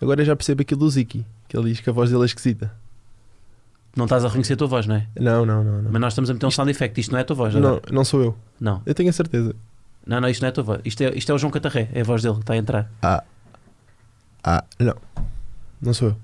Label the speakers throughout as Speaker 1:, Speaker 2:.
Speaker 1: Agora eu já percebo aquilo do Ziki, que ele diz que a voz dele é esquisita.
Speaker 2: Não estás a reconhecer a tua voz, não é?
Speaker 1: Não, não, não. Não,
Speaker 2: Mas nós estamos a meter um sound effect. Isto não é a tua voz, não
Speaker 1: não,
Speaker 2: é?
Speaker 1: não sou eu.
Speaker 2: Não.
Speaker 1: Eu tenho a certeza.
Speaker 2: Não, não, isto não é a tua voz. Isto é, isto é o João Catarré, é a voz dele que está a entrar.
Speaker 1: Ah, não. Não sou eu.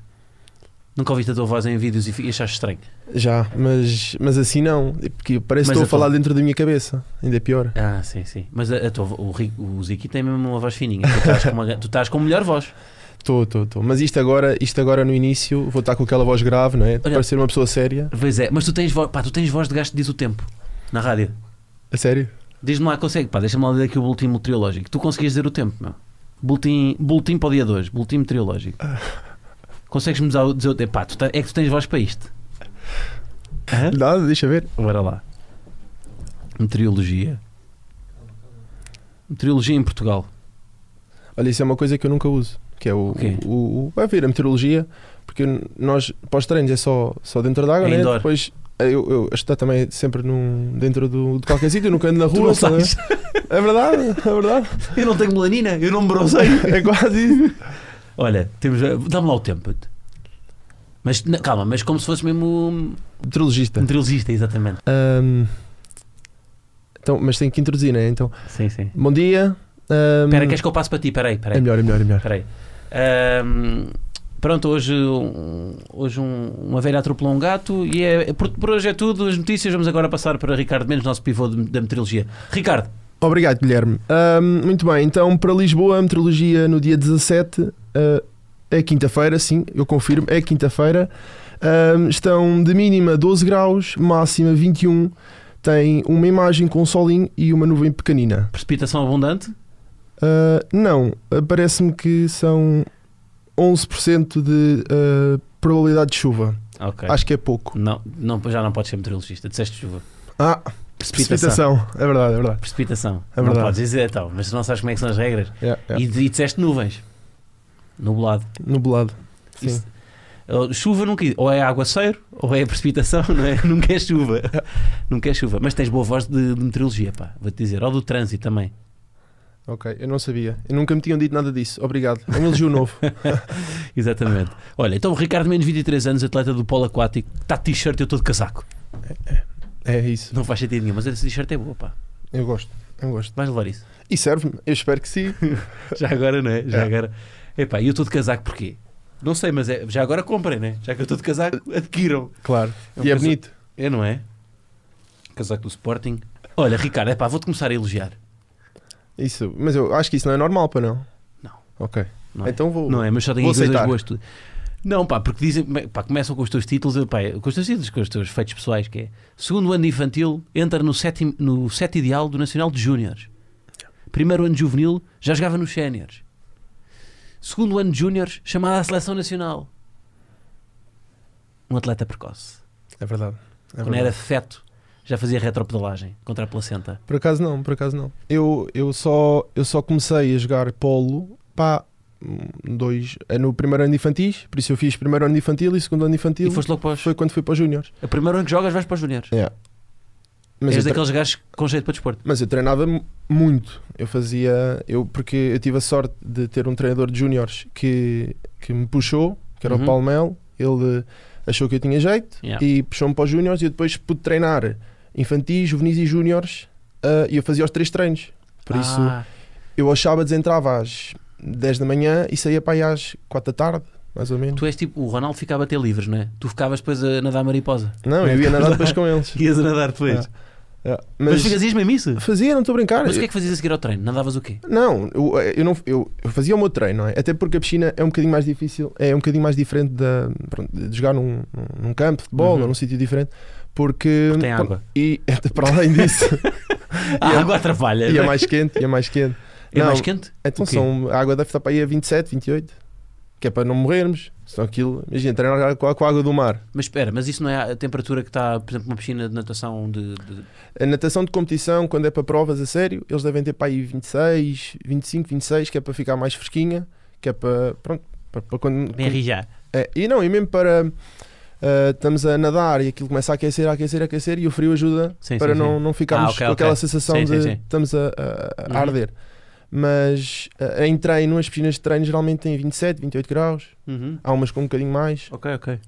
Speaker 2: Nunca ouviste a tua voz em vídeos e fi- e achaste estranho.
Speaker 1: Já, mas, mas assim não. Porque parece
Speaker 2: Mas
Speaker 1: que estou
Speaker 2: a
Speaker 1: a falar dentro da minha cabeça. Ainda é pior.
Speaker 2: Ah, sim, sim. Mas a, a tua, vo- o, Ri- o Ziki tem mesmo uma voz fininha. Tu estás com, uma, ga- tu estás com a melhor voz.
Speaker 1: Estou, estou, estou. Mas isto agora, isto agora no início, vou estar com aquela voz grave, não é? De
Speaker 2: Olha-
Speaker 1: parecer uma pessoa séria.
Speaker 2: Pois é, mas tu tens voz, pá, tu tens voz de gasto que diz o tempo na rádio.
Speaker 1: A sério?
Speaker 2: Diz-me lá, consegue, pá, deixa-me lá ler aqui o boletim meteorológico. Tu conseguias dizer o tempo, meu. Boletim, boletim para o dia 2, boletim meteorológico. Consegues-me dizer o- dizer o tempo? Pá, tu te- é que tu tens voz para isto. Hã?
Speaker 1: Nada, deixa ver.
Speaker 2: Bora lá. Meteorologia. Meteorologia em Portugal.
Speaker 1: Olha, isso é uma coisa que eu nunca uso. Que é o.
Speaker 2: O quê?
Speaker 1: o, o- vai ver a meteorologia, porque nós, para os treinos, é só, só dentro da água,
Speaker 2: É
Speaker 1: né?
Speaker 2: indoor.
Speaker 1: Depois. Eu, eu estou também sempre num, dentro do, de qualquer sítio, eu nunca ando na
Speaker 2: Tu
Speaker 1: rua.
Speaker 2: não
Speaker 1: sabe?
Speaker 2: sais.
Speaker 1: É verdade, é verdade.
Speaker 2: Eu não tenho melanina, eu não me bronzei.
Speaker 1: É quase isso.
Speaker 2: Olha, temos. eh, Dá-me lá o tempo. Mas na- calma, mas como se fosse mesmo um
Speaker 1: Meteorologista.
Speaker 2: meteorologista, exatamente.
Speaker 1: Ahm, então, mas tenho que introduzir, né? Então,
Speaker 2: Sim, sim.
Speaker 1: bom dia. ahm,
Speaker 2: Espera, queres que eu passe para ti? Espera aí, espera
Speaker 1: É
Speaker 2: aí.
Speaker 1: melhor, é melhor, é melhor.
Speaker 2: Espera aí. Ahm, pronto, hoje, um- hoje um- uma velha atropelou um gato e é, por, por hoje é tudo. As notícias, vamos agora passar para Ricardo Menos, nosso pivô de- da meteorologia. Ricardo,
Speaker 1: Obrigado, Guilherme. Ahm, muito bem, então para Lisboa, a meteorologia no dia 17, ah, é quinta-feira, sim, eu confirmo, é quinta-feira. Ahm, estão de mínima 12 graus, máxima 21. Tem uma imagem com um solinho e uma nuvem pequenina.
Speaker 2: precipitação abundante.
Speaker 1: Ah, não, ah, parece-me que são 11% de ah, probabilidade de chuva.
Speaker 2: Ok.
Speaker 1: Acho que é pouco.
Speaker 2: Não, não, já não podes ser meteorologista, disseste chuva.
Speaker 1: Ah, precipitação. É verdade, é verdade.
Speaker 2: Precipitação.
Speaker 1: É
Speaker 2: não
Speaker 1: verdade.
Speaker 2: podes dizer, então, mas tu não sabes como é que são as regras.
Speaker 1: Yeah, yeah.
Speaker 2: E, e disseste nuvens. Nublado.
Speaker 1: Nublado. Sim.
Speaker 2: Isso- Oh, chuva nunca. Ou é aguaceiro, ou é precipitação, não é? Nunca é chuva. nunca é chuva. Mas tens boa voz de, de meteorologia, pá. Vou-te dizer. Ou do trânsito também.
Speaker 1: Ok, eu não sabia. Eu nunca me tinham dito nada disso. Obrigado. É um elogio novo.
Speaker 2: Exatamente. Olha, então o Ricardo, menos 23 anos, atleta do polo aquático, está de t-shirt e eu estou de casaco.
Speaker 1: É isso.
Speaker 2: Não faz sentido nenhum, mas esse t-shirt é boa, pá.
Speaker 1: Eu gosto. Eu gosto.
Speaker 2: Vais levar isso.
Speaker 1: E serve-me. Eu espero que sim.
Speaker 2: Já agora, não é? Já
Speaker 1: É.
Speaker 2: agora. Epá, e eu estou de casaco porquê? Não sei, mas é, já agora comprem, né? Já que eu estou de casaco, adquiram.
Speaker 1: Claro.
Speaker 2: um
Speaker 1: E é
Speaker 2: casa-
Speaker 1: bonito.
Speaker 2: É, não é? Casaco do Sporting. Olha, Ricardo, epá, vou-te começar a elogiar.
Speaker 1: Isso. Mas eu acho que isso não é normal para não.
Speaker 2: Não.
Speaker 1: Ok.
Speaker 2: Não é?
Speaker 1: Então vou.
Speaker 2: Não é? Mas só tenho
Speaker 1: Vou
Speaker 2: aqui coisas
Speaker 1: aceitar.
Speaker 2: boas. tu- Não, pá, porque dizem, pá, começam com os teus títulos, epá, com os teus títulos, com os teus feitos pessoais, que é segundo ano de infantil, entra no sétimo, no sete ideal do Nacional de Júniores. Primeiro ano de juvenil, já jogava nos séniores. Segundo ano de júniores, chamada à seleção nacional. Um atleta precoce.
Speaker 1: É verdade. É
Speaker 2: Quando
Speaker 1: verdade.
Speaker 2: era feto, já fazia retropedalagem contra a placenta.
Speaker 1: Por acaso não, por acaso não. Eu, eu, só, eu só comecei a jogar polo pá, hum, dois, é no primeiro ano de infantis, por isso eu fiz primeiro ano de infantil e segundo ano de
Speaker 2: E
Speaker 1: infantil.
Speaker 2: foste logo para os...
Speaker 1: um Foi quando fui para os júniores.
Speaker 2: A primeira ano que jogas vais para os juniores.
Speaker 1: Mas
Speaker 2: És
Speaker 1: eu tra-
Speaker 2: daqueles gajos com jeito para desporto.
Speaker 1: Mas eu treinava mu- muito. Eu fazia. Eu, porque eu tive a sorte de ter um treinador de júniores que, que me puxou, que era
Speaker 2: Uhum.
Speaker 1: o Paulo Mel. Ele achou que eu tinha jeito
Speaker 2: Yeah.
Speaker 1: e puxou-me para os júniores. E eu depois pude treinar infantis, juvenis e júniores. ah, e eu fazia os três treinos. Por isso,
Speaker 2: Ah,
Speaker 1: eu aos sábados entrava às 10 da manhã e saía para aí às 4 da tarde, mais ou menos.
Speaker 2: tu és tipo, o Ronaldo ficava a ter livres, não é? Tu ficavas depois a nadar mariposa.
Speaker 1: Não, eu ia nadar depois com eles.
Speaker 2: Ias a nadar depois.
Speaker 1: depois. Ah,
Speaker 2: Mas,
Speaker 1: mas
Speaker 2: fazias mesmo isso?
Speaker 1: fazia, não estou a brincar.
Speaker 2: Mas o que é que fazias a seguir ao treino? Nadavas o quê?
Speaker 1: Não, eu, eh, eu não eu, eu fazia o meu treino, não é? Até porque a piscina é um bocadinho mais difícil, é um bocadinho mais diferente da, pronto, de jogar num, num campo de futebol
Speaker 2: Uhum.
Speaker 1: ou num sítio diferente, porque,
Speaker 2: Porque tem água.
Speaker 1: e até para além disso,
Speaker 2: A água atrapalha.
Speaker 1: e é
Speaker 2: não é?
Speaker 1: mais quente, e é mais quente.
Speaker 2: É
Speaker 1: não.
Speaker 2: mais quente?
Speaker 1: Então
Speaker 2: O quê?
Speaker 1: são, a água deve estar para aí a 27, 28, que é para não morrermos. Senão aquilo, imagina, treinar com a, com a água do mar.
Speaker 2: Mas espera, mas isso não é a temperatura que está, por exemplo, uma piscina de natação de. de-
Speaker 1: A natação de competição, quando é para provas a sério, eles devem ter para aí 26, 25, 26, que é para ficar mais fresquinha, que é para, pronto, para, para quando,
Speaker 2: Nem ri já.
Speaker 1: É, e não, e mesmo para. ah, estamos a nadar e aquilo começa a aquecer, a aquecer, a aquecer e o frio ajuda
Speaker 2: Sim,
Speaker 1: para
Speaker 2: sim,
Speaker 1: não,
Speaker 2: sim.
Speaker 1: não ficarmos
Speaker 2: Ah, ok,
Speaker 1: com aquela
Speaker 2: ok.
Speaker 1: sensação
Speaker 2: Sim,
Speaker 1: de
Speaker 2: sim, sim.
Speaker 1: estamos a, a- a
Speaker 2: Uhum.
Speaker 1: arder. Mas eh, em treino, as piscinas de treino geralmente têm 27, 28 graus.
Speaker 2: Uhum.
Speaker 1: Há umas com um bocadinho mais.
Speaker 2: Ok, ok.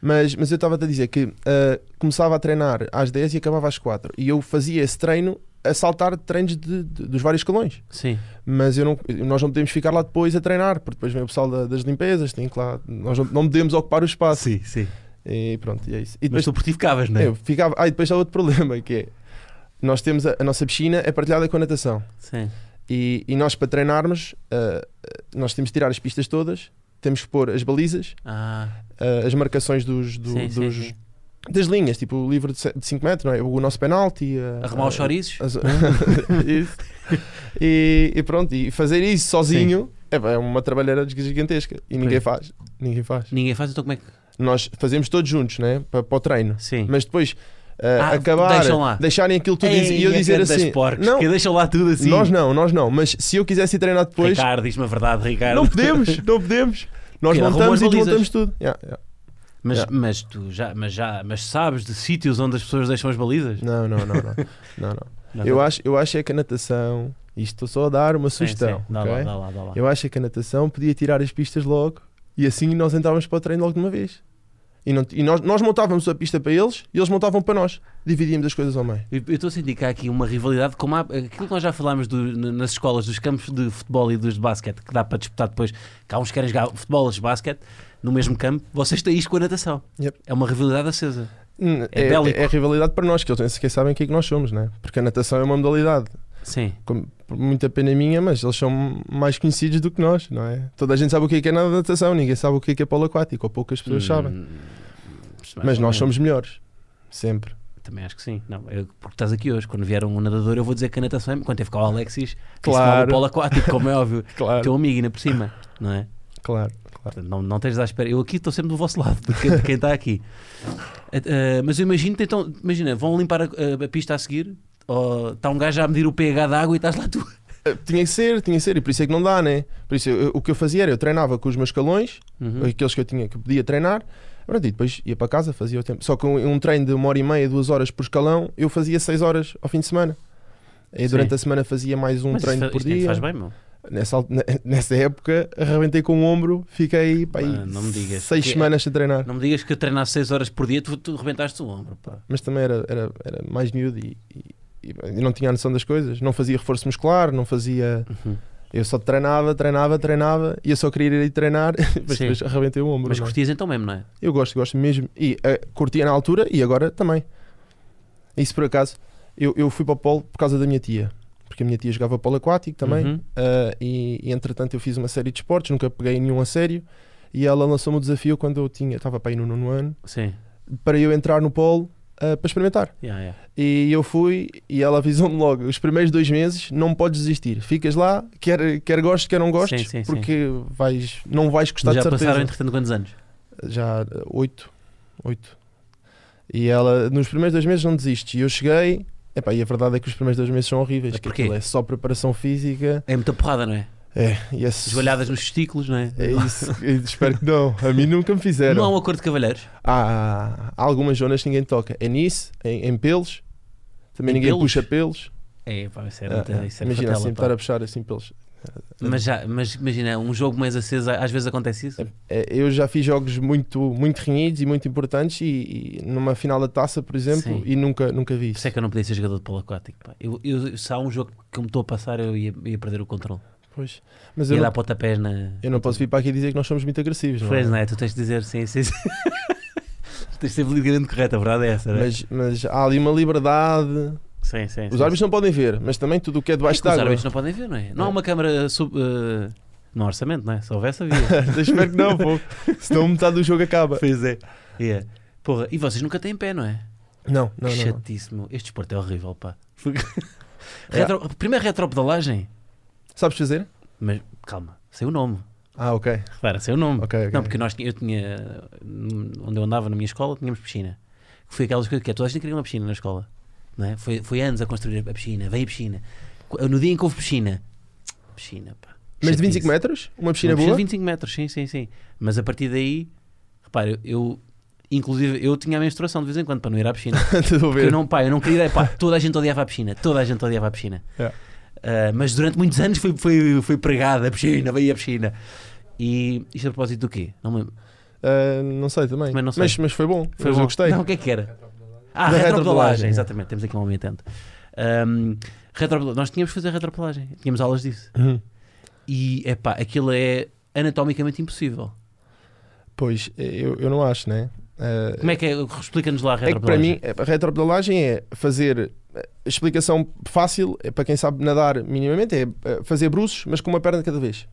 Speaker 1: Mas, mas eu estava-te a dizer que ah, começava a treinar às 10 e acabava às 4. E eu fazia esse treino a saltar treinos de- de- dos vários escalões.
Speaker 2: Sim.
Speaker 1: Mas eu não, nós não podemos ficar lá depois a treinar, porque depois vem o pessoal da- das limpezas, tem que lá. Nós não, não podemos ocupar o espaço.
Speaker 2: Sim, sim.
Speaker 1: E pronto, e é isso. E
Speaker 2: Mas
Speaker 1: depois,
Speaker 2: tu portificavas, não é?
Speaker 1: eu ficava, ah, e depois há outro problema que é. Nós temos a, a nossa piscina é partilhada com a natação.
Speaker 2: Sim.
Speaker 1: E, e nós, para treinarmos, ah, nós temos de tirar as pistas todas, temos que pôr as balizas,
Speaker 2: Ah,
Speaker 1: ah, as marcações dos, do-
Speaker 2: sim, sim,
Speaker 1: dos,
Speaker 2: sim.
Speaker 1: das linhas, tipo o livro de 5 metros, não é? o nosso penalti. a-
Speaker 2: Arrumar os
Speaker 1: a-
Speaker 2: chorizos?
Speaker 1: as- Isso. E, e pronto, e fazer isso sozinho é, é uma trabalheira gigantesca e ninguém
Speaker 2: Pois.
Speaker 1: faz. Ninguém faz.
Speaker 2: Ninguém faz, então como é que.
Speaker 1: Nós fazemos todos juntos, né? Para, para o treino.
Speaker 2: Sim.
Speaker 1: Mas depois ah,
Speaker 2: Ah,
Speaker 1: acabar,
Speaker 2: deixam lá.
Speaker 1: deixarem aquilo tudo diz- e eu
Speaker 2: Ei,
Speaker 1: dizer
Speaker 2: grandes
Speaker 1: assim:
Speaker 2: Porcos,
Speaker 1: não,
Speaker 2: que deixam lá tudo assim.
Speaker 1: nós não, nós não. Mas se eu quisesse ir treinar depois,
Speaker 2: Ricardo, diz-me a verdade, Ricardo.
Speaker 1: não podemos, não podemos. Nós
Speaker 2: Que, arrumam
Speaker 1: montamos
Speaker 2: as
Speaker 1: e
Speaker 2: balizas.
Speaker 1: desmontamos tudo. Yeah, yeah.
Speaker 2: Mas,
Speaker 1: Yeah.
Speaker 2: mas tu já, mas já, mas sabes de sítios onde as pessoas deixam as balizas?
Speaker 1: Não, não, não, não. não, não.
Speaker 2: Não,
Speaker 1: Eu
Speaker 2: tá.
Speaker 1: acho, eu acho é que a natação, isto estou só a dar uma
Speaker 2: Sim,
Speaker 1: sugestão.
Speaker 2: sim. Dá
Speaker 1: ok?
Speaker 2: lá, dá lá, dá lá.
Speaker 1: Eu acho é que a natação podia tirar as pistas logo e assim nós entrávamos para o treino logo de uma vez. E, não- e nós, nós montávamos a pista para eles e eles montavam para nós. Dividíamos as coisas ao meio.
Speaker 2: Eu eu estou a sentir que há aqui uma rivalidade, como há, aquilo que nós já falámos do- n- nas escolas dos campos de futebol e dos de basquete, que dá para disputar depois, que há uns que querem jogar futebol e basquete no mesmo campo, vocês têm isto com a natação.
Speaker 1: Yep.
Speaker 2: É uma rivalidade acesa.
Speaker 1: Hum,
Speaker 2: É
Speaker 1: É,
Speaker 2: bélico.
Speaker 1: é rivalidade para nós, que eles nem sequer sabem quem é que nós somos, né? Porque a natação é uma modalidade.
Speaker 2: Sim.
Speaker 1: Com por muita pena minha, mas eles são mais conhecidos do que nós, não é? Toda a gente sabe o que é que é na natação, ninguém sabe o que é que é polo aquático, ou poucas
Speaker 2: Hum,
Speaker 1: pessoas sabem. Mas nós somos melhores. Sempre.
Speaker 2: Também acho que sim. Não, eu- porque estás aqui hoje. Quando vier um nadador, eu vou dizer que a natação é. Quando teve cá o Alexis,
Speaker 1: Claro.
Speaker 2: claro. o polo aquático, como é óbvio.
Speaker 1: Claro,
Speaker 2: Teu amigo, ainda por cima, não é?
Speaker 1: claro, claro.
Speaker 2: Portanto, não, não tens à espera. Eu aqui estou sempre do vosso lado, de quem, de quem está aqui. Eh, eh, mas eu imagino, então, imagina, vão limpar a, a- a pista a seguir, ou está um gajo a medir o pH da água e estás lá tu.
Speaker 1: Eh, Tinha que ser, tinha que ser, e por isso é que não dá, né? Por isso eu- eu- o que eu fazia era eu treinava com os meus calões,
Speaker 2: Uhum.
Speaker 1: aqueles que eu tinha que eu podia treinar. Pronto, e depois ia para casa, fazia o tempo. Só que um, um treino de uma hora e meia, duas horas por escalão, eu fazia seis horas ao fim de semana. E
Speaker 2: Sim.
Speaker 1: durante a semana fazia mais um
Speaker 2: Mas
Speaker 1: treino
Speaker 2: isso, fa-
Speaker 1: por
Speaker 2: isto nem te
Speaker 1: dia.
Speaker 2: faz bem, meu.
Speaker 1: Nessa, al- ne- nessa época, arrebentei com o ombro, fiquei pá, aí
Speaker 2: Ah, não me digas,
Speaker 1: seis
Speaker 2: porque-
Speaker 1: semanas sem treinar.
Speaker 2: Não me digas que eu treinar 6 horas por dia, tu, tu rebentaste o ombro. Pá.
Speaker 1: Mas também era, era, era mais miúdo e, e- e não tinha a noção das coisas. Não fazia reforço muscular, não fazia.
Speaker 2: Uhum.
Speaker 1: Eu só treinava, treinava, treinava e eu só queria ir aí treinar, mas
Speaker 2: Sim.
Speaker 1: depois arrebentei o ombro.
Speaker 2: Mas
Speaker 1: não é?
Speaker 2: curtias então mesmo, não é?
Speaker 1: Eu gosto, gosto mesmo. E eh, curtia na altura e agora também. Isso por acaso, eu, eu fui para o polo por causa da minha tia. Porque a minha tia jogava polo aquático também.
Speaker 2: Uhum.
Speaker 1: eh, e, e entretanto eu fiz uma série de esportes, nunca peguei em nenhum a sério. E ela lançou-me o desafio quando eu tinha, estava para ir no nono ano,
Speaker 2: Sim.
Speaker 1: para eu entrar no polo eh, para experimentar.
Speaker 2: Yeah, yeah.
Speaker 1: E eu fui e ela avisou-me logo: os primeiros dois meses não podes desistir, ficas lá, quer, quer gostes, quer não gostes,
Speaker 2: Sim, sim, sim.
Speaker 1: porque Vais, não vais gostar
Speaker 2: Já
Speaker 1: de certeza
Speaker 2: passaram, entretanto, quantos anos?
Speaker 1: já eh, oito, oito. E ela, nos primeiros dois meses não desiste. E eu cheguei, epá, e a verdade é que os primeiros dois meses são horríveis.
Speaker 2: Mas
Speaker 1: que
Speaker 2: porquê?
Speaker 1: aquilo é só preparação física.
Speaker 2: É muita porrada, não é?
Speaker 1: É, e é, s-
Speaker 2: Esbalhadas nos testículos, não é?
Speaker 1: é isso. E espero que não. A mim nunca me fizeram.
Speaker 2: Não há um acordo de cavalheiros.
Speaker 1: Há, há algumas zonas que ninguém toca. É nisso, em, em pelos. Também
Speaker 2: Em
Speaker 1: ninguém
Speaker 2: pelos?
Speaker 1: puxa pelos.
Speaker 2: É, pá, isso é,
Speaker 1: Ah,
Speaker 2: muita,
Speaker 1: ah,
Speaker 2: isso é
Speaker 1: Imagina
Speaker 2: fatela,
Speaker 1: assim,
Speaker 2: pá.
Speaker 1: estar a puxar assim pelos.
Speaker 2: Mas, já, mas imagina, um jogo mais aceso, às vezes acontece isso?
Speaker 1: É, Eu já fiz jogos muito, muito renhidos e muito importantes. E, e numa final da taça, por exemplo,
Speaker 2: Sim.
Speaker 1: e nunca, nunca vi
Speaker 2: Por isso
Speaker 1: isso.
Speaker 2: é que eu não podia ser jogador de polo aquático. Pá. Eu, eu- se há um jogo que me estou a passar, eu ia, ia perder o controle.
Speaker 1: Pois. Mas eu
Speaker 2: Ia
Speaker 1: não
Speaker 2: dar pontapés na.
Speaker 1: Eu não posso vir para aqui dizer que nós somos muito agressivos, não é?
Speaker 2: Pois não é? Tu tens de dizer sim, sim, sim. tens de ser politicamente correto, a verdade é essa, não é?
Speaker 1: Mas, mas há ali uma liberdade.
Speaker 2: Sim, sim.
Speaker 1: Os árbitros não podem ver, mas também tudo o que é
Speaker 2: não
Speaker 1: debaixo
Speaker 2: Os
Speaker 1: d'água.
Speaker 2: árbitros não podem ver, não é? Não há uma câmara sub. eh, no orçamento, não é? Se houvesse, havia.
Speaker 1: Espero que não, pô. Senão metade do jogo acaba.
Speaker 2: pois é. Yeah. Porra, e vocês nunca têm pé, não é?
Speaker 1: Não, não,
Speaker 2: que
Speaker 1: não. não.
Speaker 2: chatíssimo. Este desporto é horrível, pá. Retro... Primeiro retropedalagem.
Speaker 1: Sabes fazer?
Speaker 2: Mas calma, sei o nome.
Speaker 1: Ah, ok.
Speaker 2: Repara, sei o nome.
Speaker 1: Ok, ok.
Speaker 2: Não, porque nós, tinha- eu tinha. hum, Onde eu andava na minha escola, tínhamos piscina. Que foi aquelas coisas que é, toda a gente queria uma piscina na escola. Não é? foi, foi anos a construir a piscina, veio a piscina. Qu- No dia em que houve piscina. Piscina, pá.
Speaker 1: Mas de
Speaker 2: Chatice.
Speaker 1: 25 metros? Uma piscina
Speaker 2: Uma
Speaker 1: boa?
Speaker 2: de 25 metros, sim, sim, sim. Mas a partir daí, repara, eu. eu Inclusive, eu tinha a menstruação de vez em quando para não ir à piscina.
Speaker 1: Estou a
Speaker 2: Porque eu
Speaker 1: ver.
Speaker 2: não, pá, eu não queria ir. Pá, toda a gente odiava a piscina. Toda a gente odiava a piscina.
Speaker 1: É.
Speaker 2: Ah, mas durante muitos anos foi, foi, foi pregada a piscina, veio a piscina. E isto a propósito do quê? Não me lembro.
Speaker 1: Ah, não sei também.
Speaker 2: Também não sei.
Speaker 1: Mas, mas foi bom.
Speaker 2: Foi
Speaker 1: mas
Speaker 2: bom.
Speaker 1: eu gostei.
Speaker 2: Não, o que é que era?
Speaker 1: Da
Speaker 2: Ah, retropedalagem,
Speaker 1: retropedalagem.
Speaker 2: exatamente. Temos aqui um homem atento. Ahm, retropedal- Nós tínhamos que fazer retropedalagem, tínhamos aulas disso.
Speaker 1: Uhum.
Speaker 2: E é pá, aquilo é anatomicamente impossível.
Speaker 1: Pois, eu, eu não acho, né? Ah,
Speaker 2: Como é que é? Explica-nos lá a
Speaker 1: É que para
Speaker 2: retropedalagem.
Speaker 1: mim, a retropedalagem é fazer. A explicação fácil, é para quem sabe nadar minimamente, é eh, fazer bruços, mas com uma perna de cada vez.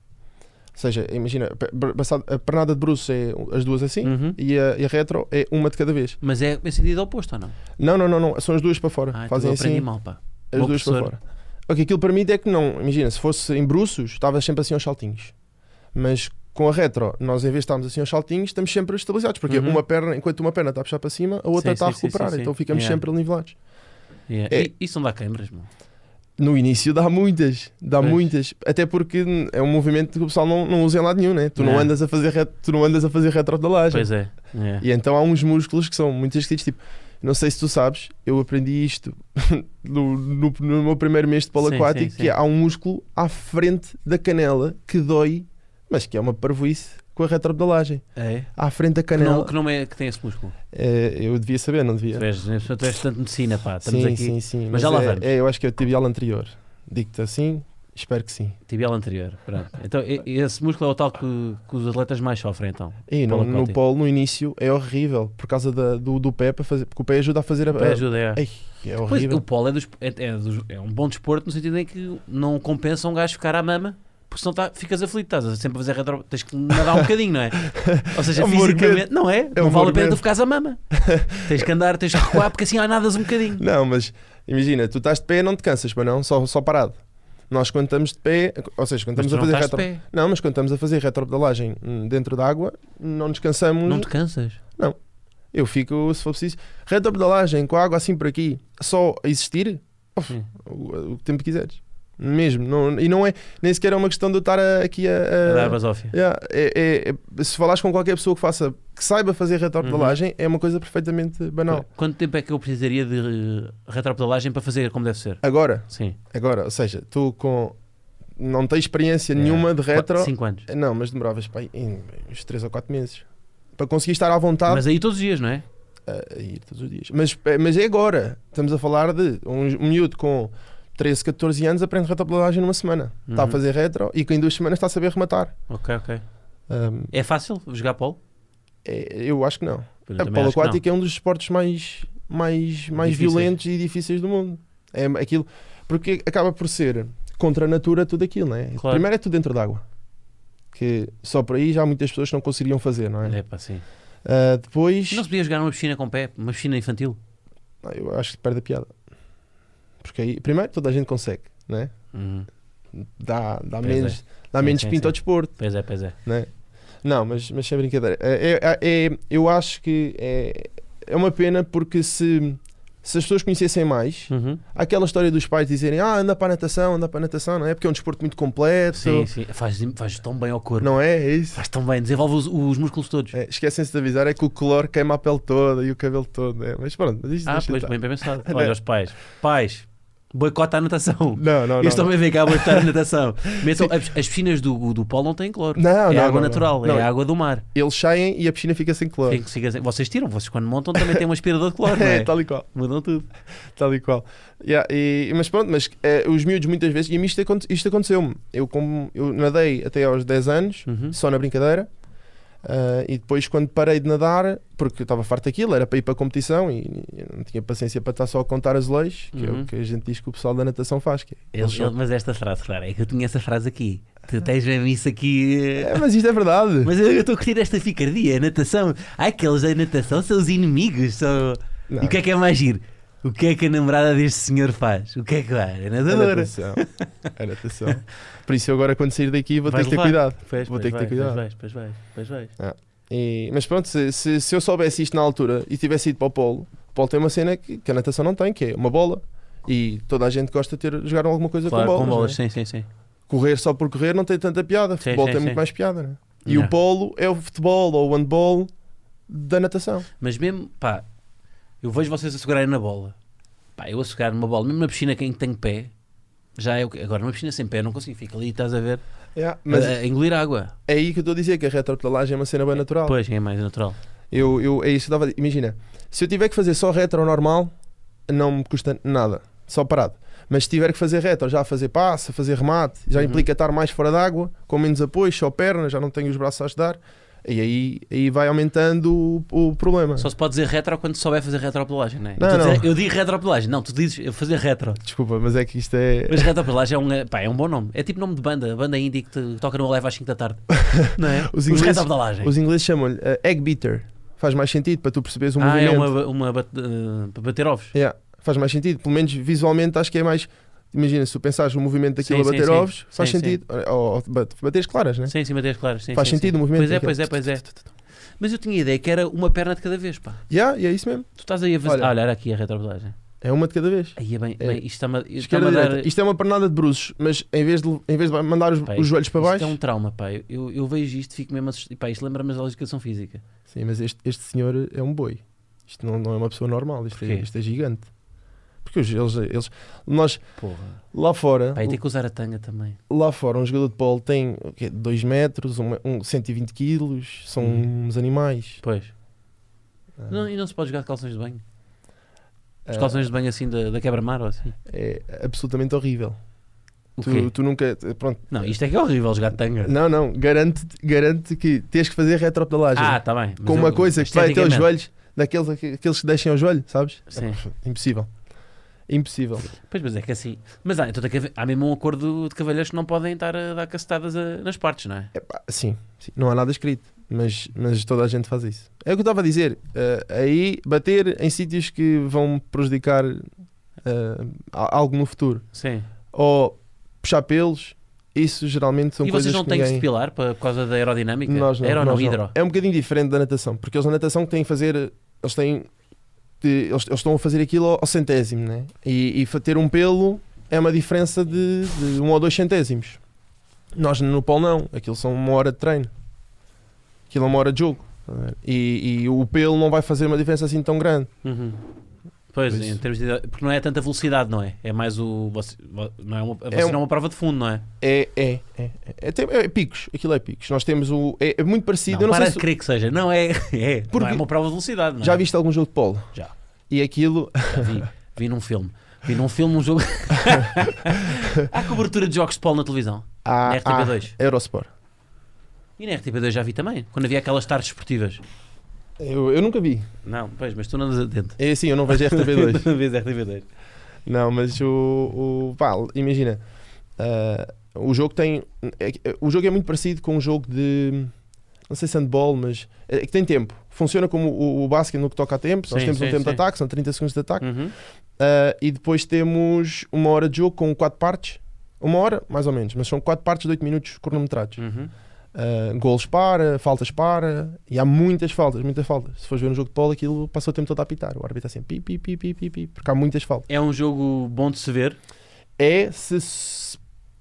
Speaker 1: Ou seja, imagina, a per- braçada- a pernada de bruços é as duas assim
Speaker 2: Uhum.
Speaker 1: e, a, e a retro é uma de cada vez.
Speaker 2: Mas é em sentido oposto ou não?
Speaker 1: Não, não, não, não, são as duas para fora.
Speaker 2: Ah, então
Speaker 1: Fazem
Speaker 2: eu aprendi
Speaker 1: assim,
Speaker 2: mal, pá.
Speaker 1: as
Speaker 2: Bom
Speaker 1: duas para
Speaker 2: professor.
Speaker 1: fora. O que aquilo permite é que não, imagina, se fosse em bruços, estavas sempre assim aos saltinhos. Mas com a retro, nós em vez de estarmos assim aos saltinhos, estamos sempre estabilizados, porque
Speaker 2: Uhum.
Speaker 1: uma perna, enquanto uma perna está a puxar para cima, a outra
Speaker 2: Sim,
Speaker 1: está a
Speaker 2: sim, sim,
Speaker 1: recuperar,
Speaker 2: sim, sim.
Speaker 1: então ficamos
Speaker 2: Yeah.
Speaker 1: sempre nivelados.
Speaker 2: Yeah.
Speaker 1: É-
Speaker 2: E, isso não dá câimbras, mano.
Speaker 1: No início dá muitas, dá
Speaker 2: Pois.
Speaker 1: muitas. Até porque é um movimento que o pessoal não, não usa em lado nenhum, né? Tu não,
Speaker 2: É.
Speaker 1: andas a fazer ret, tu não andas a fazer retrodalagem.
Speaker 2: Pois é. Yeah.
Speaker 1: E então há uns músculos que são muito esquisitos. Tipo, não sei se tu sabes, eu aprendi isto no, no, no meu primeiro mês de polo
Speaker 2: Sim,
Speaker 1: aquático,
Speaker 2: sim, sim.
Speaker 1: que é, há um músculo à frente da canela que dói, mas que é uma parvoíce com a retrodalagem.
Speaker 2: É.
Speaker 1: À frente da
Speaker 2: Que,
Speaker 1: canela.
Speaker 2: não, que nome é que tem esse músculo?
Speaker 1: É, eu devia saber, não devia?
Speaker 2: Tu és, tu és tanto medicina, pá. Estamos
Speaker 1: sim,
Speaker 2: aqui.
Speaker 1: sim, sim.
Speaker 2: Mas já lá
Speaker 1: é,
Speaker 2: vamos.
Speaker 1: É, eu acho que é o tibial anterior. Digo-te assim, espero que sim.
Speaker 2: Tibial anterior. Pronto. Então, e- e esse músculo é o tal que, que os atletas mais sofrem, então.
Speaker 1: E no,
Speaker 2: Polo
Speaker 1: no
Speaker 2: aquático.
Speaker 1: polo, no início, é horrível por causa da- do, do pé, para fazer, porque o pé ajuda a fazer a.
Speaker 2: Pé ajuda, é.
Speaker 1: Ei, é
Speaker 2: Pois,
Speaker 1: horrível.
Speaker 2: o polo é, dos- é- é dos- é um bom desporto no sentido em que não compensa um gajo ficar à mama. Porque senão tá, ficas aflito, estás a sempre a fazer retro. Tens que nadar um bocadinho, não é? Ou seja,
Speaker 1: É um
Speaker 2: fisicamente.
Speaker 1: mormento.
Speaker 2: Não é?
Speaker 1: É um
Speaker 2: não vale a pena
Speaker 1: mormento.
Speaker 2: tu ficares à mama. tens que andar, tens que recuar, porque assim há nadas um bocadinho.
Speaker 1: Não, mas imagina, tu estás de pé e não te cansas, mas não, só, só parado. Nós quando estamos de pé, ou seja, quando
Speaker 2: Mas
Speaker 1: Então estamos
Speaker 2: tu
Speaker 1: a
Speaker 2: não
Speaker 1: fazer
Speaker 2: estás de
Speaker 1: retro...
Speaker 2: pé.
Speaker 1: Não, mas quando estamos a fazer retropedalagem hum, dentro da água, não nos cansamos.
Speaker 2: Não te cansas.
Speaker 1: Eu fico, se for preciso, retropedalagem com a água assim por aqui, só a existir, uf,
Speaker 2: Sim.
Speaker 1: o, o tempo quiseres. Mesmo, não- e não é, nem sequer é uma questão de eu estar a- aqui a,
Speaker 2: A
Speaker 1: a,
Speaker 2: dar basófia.
Speaker 1: Yeah, é- é- é- se falares com qualquer pessoa que faça que saiba fazer
Speaker 2: Uhum.
Speaker 1: retropedalagem, é uma coisa perfeitamente banal.
Speaker 2: Quanto tempo é que eu precisaria de eh, retropedalagem para fazer como deve ser?
Speaker 1: Agora,
Speaker 2: Sim.
Speaker 1: agora, ou seja, tu com não tens experiência
Speaker 2: Yeah.
Speaker 1: nenhuma de retro,
Speaker 2: 5 anos.
Speaker 1: não, mas demoravas pá, aí em- uns 3 ou 4 meses para conseguir estar à vontade
Speaker 2: Mas aí todos os dias, não é?
Speaker 1: a, a ir todos os dias. Mas, mas é agora, estamos a falar de um, um miúdo com 13, 14 anos aprende retropedalagem numa semana, está a
Speaker 2: Uhum.
Speaker 1: fazer retro e que em duas semanas está a saber rematar.
Speaker 2: Ok, ok.
Speaker 1: Ahm,
Speaker 2: É fácil jogar polo?
Speaker 1: é- eu acho que não.
Speaker 2: Eu
Speaker 1: A
Speaker 2: também
Speaker 1: polo
Speaker 2: acho que não. É
Speaker 1: aquático é um dos esportes mais, mais, mais
Speaker 2: Difíceis.
Speaker 1: violentos e difíceis do mundo. É aquilo, porque acaba por ser contra a natura tudo aquilo, não é?
Speaker 2: Claro.
Speaker 1: Primeiro é tudo dentro d'água, que só por aí já há muitas pessoas que não conseguiriam fazer, não é?
Speaker 2: É pá, sim.
Speaker 1: Ah, depois,
Speaker 2: Não se podia jogar numa piscina com pé, uma piscina infantil.
Speaker 1: Ah, eu acho que perde a piada. Porque aí, primeiro, toda a gente consegue, não é?
Speaker 2: Uhum.
Speaker 1: Dá, dá
Speaker 2: Pois é.
Speaker 1: menos, dá
Speaker 2: Sim,
Speaker 1: menos
Speaker 2: sim,
Speaker 1: pinto
Speaker 2: sim.
Speaker 1: ao desporto.
Speaker 2: Pois é, pois é.
Speaker 1: Não, mas, mas sem brincadeira. É, é- é- eu acho que é, é uma pena porque se, se as pessoas conhecessem mais,
Speaker 2: Uhum.
Speaker 1: Há aquela história dos pais dizerem ah, anda para a natação, anda para a natação, não é? Porque é um desporto muito completo,
Speaker 2: Sim, sim. Faz, faz tão bem ao corpo.
Speaker 1: Uhum. não é? É isso.
Speaker 2: Faz tão bem, desenvolve os, os músculos todos.
Speaker 1: É, Esquecem-se de avisar, é que o cloro queima a pele toda e o cabelo todo, né? mas pronto, mas isto
Speaker 2: ah,
Speaker 1: deixa
Speaker 2: pois,
Speaker 1: estar.
Speaker 2: bem, bem pensado.
Speaker 1: Não.
Speaker 2: Olha os pais. Pais, boicota a natação.
Speaker 1: Não, não, não.
Speaker 2: Eles também vêm cá boicotar a natação. Metam,
Speaker 1: Sim.
Speaker 2: as, as piscinas do, do polo não têm cloro.
Speaker 1: Não,
Speaker 2: é
Speaker 1: não,
Speaker 2: água
Speaker 1: não, não.
Speaker 2: natural,
Speaker 1: Não,
Speaker 2: é água do mar.
Speaker 1: Eles saem e a piscina fica sem cloro.
Speaker 2: Tem que siga- Vocês tiram, vocês quando montam também têm um aspirador de cloro, não é?
Speaker 1: É, tal e qual,
Speaker 2: Mudam tudo.
Speaker 1: tal e qual. Yeah, e- mas pronto, mas eh, os miúdos muitas vezes, e a mim isto, aconte- isto aconteceu-me. Eu, como- eu nadei até aos 10 anos,
Speaker 2: Uhum.
Speaker 1: só na brincadeira. Ah, e depois, quando parei de nadar, porque eu estava farto daquilo, era para ir para a competição e eu não tinha paciência para estar só a contar azulejos, que é
Speaker 2: Uhum.
Speaker 1: o que a gente diz que o pessoal da natação faz. Que é-
Speaker 2: Ele- ele- mas esta frase, claro, é que eu tinha essa frase aqui. Tu tens mesmo isso aqui. eh,
Speaker 1: É, mas isto é verdade.
Speaker 2: Mas eu eu estou a curtir esta ficardia, a natação. Ai, aqueles da natação são os inimigos. São...
Speaker 1: Não,
Speaker 2: E o que é que é mais giro? O que é que a namorada deste senhor faz? O que é que vai? É
Speaker 1: é
Speaker 2: nadadora.
Speaker 1: natação. É natação. Por isso, eu agora, quando sair daqui, vou
Speaker 2: Vais
Speaker 1: ter que ter
Speaker 2: levar.
Speaker 1: cuidado.
Speaker 2: Pois,
Speaker 1: Vou
Speaker 2: pois
Speaker 1: ter que ter
Speaker 2: vais,
Speaker 1: cuidado.
Speaker 2: Pois vais, pois vais, pois vais.
Speaker 1: E- mas pronto, se, se- se eu soubesse isto na altura e tivesse ido para o Polo, o Polo tem uma cena que, que a natação não tem, que é uma bola. E toda a gente gosta de ter, jogar alguma coisa
Speaker 2: Claro,
Speaker 1: com bolas.
Speaker 2: com bolas,
Speaker 1: não é?
Speaker 2: sim, sim, sim.
Speaker 1: correr só por correr não tem tanta piada.
Speaker 2: Sim,
Speaker 1: futebol
Speaker 2: sim,
Speaker 1: tem
Speaker 2: sim.
Speaker 1: muito mais piada, né? E
Speaker 2: Não.
Speaker 1: o polo é o futebol ou o handball da natação.
Speaker 2: Mas mesmo, pá, eu vejo vocês a segurarem na bola. Pá, eu a segurar numa bola, mesmo na piscina que em que tenho pé, já é o que. Agora, uma piscina sem pé, não consigo. Fica ali, estás a ver,
Speaker 1: Yeah, mas
Speaker 2: a, a engolir água.
Speaker 1: é aí que eu estou a dizer que a retropetalagem é uma cena bem natural.
Speaker 2: Pois, é mais natural.
Speaker 1: Eu, eu, é isso que eu estava a- Imagina, se eu tiver que fazer só retro normal, não me custa nada, só parado. Mas se tiver que fazer retro, já a fazer passo, a fazer remate, já
Speaker 2: Uhum.
Speaker 1: implica estar mais fora d'água, com menos apoio, só pernas, já não tenho os braços a ajudar. E aí, aí vai aumentando o, o problema.
Speaker 2: Só se pode dizer retro quando se souber fazer retropelagem, não é?
Speaker 1: Não,
Speaker 2: Tu dizes,
Speaker 1: não.
Speaker 2: eu digo retropelagem, não, tu dizes eu fazer retro.
Speaker 1: Desculpa, mas é que isto é.
Speaker 2: Mas retropelagem é um, eh, pá, é um bom nome. É tipo nome de banda, banda indie que te toca no Alive às 5 da tarde. Não é?
Speaker 1: Os
Speaker 2: Os,
Speaker 1: ingleses-
Speaker 2: retropelagem.
Speaker 1: Os ingleses chamam-lhe eh, egg beater. Faz mais sentido para tu perceberes o
Speaker 2: ah, é
Speaker 1: um movimento.
Speaker 2: uma, uma bat- eh, para bater ovos.
Speaker 1: Yeah, faz mais sentido. Pelo menos visualmente acho que é mais. Imagina, se tu pensares o movimento daquilo
Speaker 2: Sim,
Speaker 1: a
Speaker 2: sim,
Speaker 1: bater
Speaker 2: sim.
Speaker 1: ovos, faz
Speaker 2: Sim, sim.
Speaker 1: sentido. Ou, ou bate- bateres claras, né?
Speaker 2: Sim, sim, bater claras. Sim,
Speaker 1: faz
Speaker 2: sim,
Speaker 1: sentido
Speaker 2: sim.
Speaker 1: o movimento.
Speaker 2: Pois é,
Speaker 1: daquilo.
Speaker 2: pois é, pois é. Mas eu tinha a ideia que era uma perna de cada vez, pá.
Speaker 1: Yeah, e é isso mesmo.
Speaker 2: Tu estás aí a fazer.
Speaker 1: Olha.
Speaker 2: Olha, olha, era aqui a retropelagem.
Speaker 1: É uma de cada vez.
Speaker 2: Aí é bem,
Speaker 1: É.
Speaker 2: bem, isto está-me a, isto
Speaker 1: Esquerda,
Speaker 2: está-me a dar.
Speaker 1: direita. Isto é uma pernada de bruços, mas em vez de, em vez de mandar os,
Speaker 2: Pá,
Speaker 1: os joelhos para
Speaker 2: isto
Speaker 1: baixo.
Speaker 2: é um trauma, pá. Eu, eu vejo isto, fico mesmo assustado. Pá, isto lembra-me da educação física.
Speaker 1: Sim, mas este, este senhor é um boi. Isto não, não é uma pessoa normal. Isto, é,
Speaker 2: Porquê?
Speaker 1: isto é gigante. Porque os- eles, eles. Nós,
Speaker 2: Porra.
Speaker 1: lá fora.
Speaker 2: Pá, e tem que usar a tanga também.
Speaker 1: lá fora um jogador de polo tem 2 metros, um, um, 120 quilos, são
Speaker 2: Hum.
Speaker 1: uns animais.
Speaker 2: Pois.
Speaker 1: Ah,
Speaker 2: Não, e não se pode jogar de calções de banho. Os
Speaker 1: ah,
Speaker 2: calções de banho assim da, da quebra-mar ou assim.
Speaker 1: é absolutamente horrível.
Speaker 2: O
Speaker 1: Tu,
Speaker 2: quê?
Speaker 1: tu nunca. Pronto.
Speaker 2: Não, isto é que é horrível jogar de tanga.
Speaker 1: Não, não, garante, garante que tens que fazer retropedalagem
Speaker 2: Ah, tá bem. mas
Speaker 1: com uma
Speaker 2: eu-
Speaker 1: coisa que vai até os
Speaker 2: é esteticamente.
Speaker 1: joelhos, daqueles aqueles que deixem ao joelho, sabes?
Speaker 2: Sim.
Speaker 1: Impossível. Impossível.
Speaker 2: Pois, mas é que assim. Mas há, então tem que haver- há mesmo um acordo de cavalheiros que não podem estar a dar cacetadas a- nas partes, não é?
Speaker 1: Epá, sim, sim, não há nada escrito, mas, mas toda a gente faz isso. É o que eu estava a dizer. eh, aí bater em sítios que vão prejudicar eh, a- algo no futuro.
Speaker 2: Sim.
Speaker 1: Ou puxar pelos, isso geralmente são
Speaker 2: e
Speaker 1: coisas
Speaker 2: vocês não
Speaker 1: que
Speaker 2: têm que se
Speaker 1: ninguém...
Speaker 2: depilar para- por causa da aerodinâmica?
Speaker 1: Nós não,
Speaker 2: Aero
Speaker 1: nós
Speaker 2: não,
Speaker 1: não.
Speaker 2: hidro.
Speaker 1: É um bocadinho diferente da natação, porque eles na natação têm que fazer, eles têm, de- eles, eles estão a fazer aquilo ao ao centésimo, né? E, e fa- ter um pelo é uma diferença de, de um ou dois centésimos. Nós no polo não, aquilo são uma hora de treino, aquilo é uma hora de jogo. Tá a ver? E, e o pelo não vai fazer uma diferença assim tão grande.
Speaker 2: Uhum. Pois,
Speaker 1: Por isso.
Speaker 2: em termos de. Porque não é tanta velocidade, não é? É mais o. Você, vo- não é uma, a
Speaker 1: É
Speaker 2: é
Speaker 1: um-
Speaker 2: uma prova de fundo, não é?
Speaker 1: É, é, é, é, tem- é picos, aquilo é picos. Nós temos o. É, é muito parecido.
Speaker 2: não,
Speaker 1: eu não
Speaker 2: para
Speaker 1: sei
Speaker 2: de
Speaker 1: se-
Speaker 2: crer que seja. Não é. É.
Speaker 1: Porque-
Speaker 2: Não é uma prova de velocidade, não é?
Speaker 1: já viste algum jogo de polo?
Speaker 2: Já.
Speaker 1: E aquilo.
Speaker 2: Já vi, vi num filme. Vi num filme um jogo. Há cobertura de jogos de polo na televisão.
Speaker 1: Ah,
Speaker 2: Na RTP2.
Speaker 1: ah, Eurosport.
Speaker 2: E na RTP2 já vi também. Quando havia aquelas tardes esportivas.
Speaker 1: Eu, eu nunca vi.
Speaker 2: Não, pois, mas tu não andas atento.
Speaker 1: É assim, eu não vejo RTP2.
Speaker 2: Não vês RTP2.
Speaker 1: não, mas o. o pá, imagina. ah, o jogo tem. é que- o jogo é muito parecido com um jogo de. Não sei se handball, mas. É, que tem tempo. Funciona como o, o basquete no que toca a tempo. Nós
Speaker 2: Sim,
Speaker 1: temos um
Speaker 2: sim,
Speaker 1: tempo de
Speaker 2: sim.
Speaker 1: ataque, são 30 segundos de ataque.
Speaker 2: Uhum.
Speaker 1: Ah, e depois temos uma hora de jogo com quatro partes. Uma hora, mais ou menos, mas são quatro partes de 8 minutos cronometrados.
Speaker 2: Uhum.
Speaker 1: Ah, golos para, faltas para, e há muitas faltas, muitas faltas. Se fores ver um jogo de polo, aquilo passou o tempo todo a apitar. O árbitro está sempre pi, pi, pi, pi, pi, pi, porque há muitas faltas.
Speaker 2: É um jogo bom de se ver.
Speaker 1: é se- se.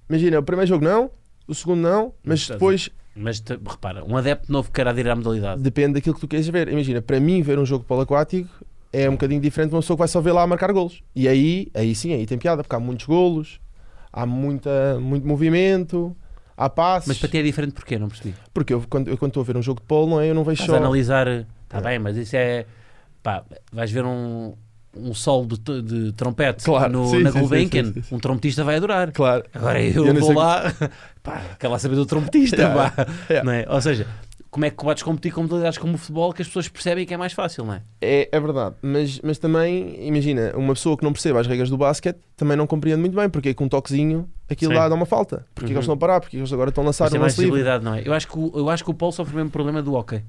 Speaker 1: Imagina, o primeiro jogo não, o segundo não, mas
Speaker 2: Estás a-
Speaker 1: depois
Speaker 2: Mas te- repara, um adepto novo que quer aderir à modalidade.
Speaker 1: depende daquilo que tu queres ver. Imagina, para mim, ver um jogo de polo aquático é um bocadinho diferente de uma pessoa que vai só ver lá a marcar golos. E aí, aí sim, aí tem piada, porque há muitos golos, há muita, muito movimento, há passes.
Speaker 2: Mas para ti é diferente porquê? Não percebi.
Speaker 1: Porque eu quando, eu quando estou a ver um jogo de polo, não é? Eu não vejo
Speaker 2: Estás
Speaker 1: só.
Speaker 2: a analisar. Está
Speaker 1: É.
Speaker 2: bem, mas isso é. Pá, vais ver um, um solo de, t- de trompete
Speaker 1: Claro,
Speaker 2: no,
Speaker 1: sim,
Speaker 2: na
Speaker 1: sim, sim,
Speaker 2: Gulbenkian.
Speaker 1: sim, sim, sim.
Speaker 2: Um trompetista vai adorar.
Speaker 1: Claro.
Speaker 2: Agora eu,
Speaker 1: Ah, Eu não
Speaker 2: vou
Speaker 1: sei-
Speaker 2: lá. Pá, quer lá saber do trompetista.
Speaker 1: Yeah,
Speaker 2: pá.
Speaker 1: yeah.
Speaker 2: Não é? Ou seja, como é que podes competir com modalidades como o futebol que as pessoas percebem que é mais fácil, não é?
Speaker 1: É, é verdade, mas, mas também, imagina, uma pessoa que não perceba as regras do basquete também não compreende muito bem porque é que um toquezinho aquilo
Speaker 2: Sim.
Speaker 1: lá dá uma falta. Porque é que
Speaker 2: Uhum.
Speaker 1: eles estão a parar? Porque é que eles agora estão a lançar
Speaker 2: Mas tem
Speaker 1: um
Speaker 2: mais
Speaker 1: lance livre?
Speaker 2: visibilidade, não é? Eu acho, que o, eu acho que o Paulo sofre o mesmo problema do hockey.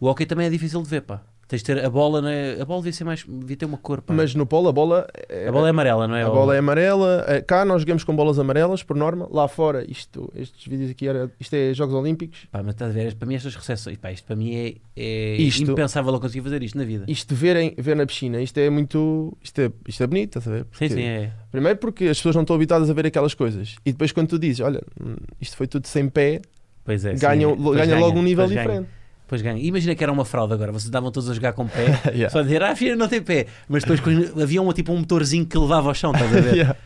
Speaker 2: O hockey também é difícil de ver, pá. Tens de ter a bola, não é? A bola devia, ser mais, devia ter uma cor, pá.
Speaker 1: Mas no polo a bola é,
Speaker 2: a bola é amarela, não é?
Speaker 1: a bola é amarela. Eh, Cá nós jogamos com bolas amarelas, por norma. Lá fora, isto, estes vídeos aqui, era, isto é Jogos Olímpicos.
Speaker 2: Pá, mas estás a ver, para mim estas recessões, pá, isto para mim é, é
Speaker 1: Isto-
Speaker 2: impensável eu conseguir fazer isto na vida.
Speaker 1: Isto verem, ver na piscina, isto é muito. Isto é, isto é bonito, estás a ver?
Speaker 2: Sim,
Speaker 1: Porque-
Speaker 2: sim, é.
Speaker 1: Primeiro porque as pessoas não estão habituadas a ver aquelas coisas. E depois quando tu dizes, olha, hum, isto foi tudo sem pé,
Speaker 2: Pois é. sim,
Speaker 1: ganham,
Speaker 2: é. Pois
Speaker 1: ganha logo um nível
Speaker 2: pois ganha,
Speaker 1: diferente.
Speaker 2: pois ganha. Imagina que era uma fraude agora, vocês estavam todos a jogar com pé,
Speaker 1: Yeah.
Speaker 2: só a dizer, ah, filha, não tem pé. Mas depois quando havia um, tipo um motorzinho que levava ao chão, estás a ver?
Speaker 1: Yeah.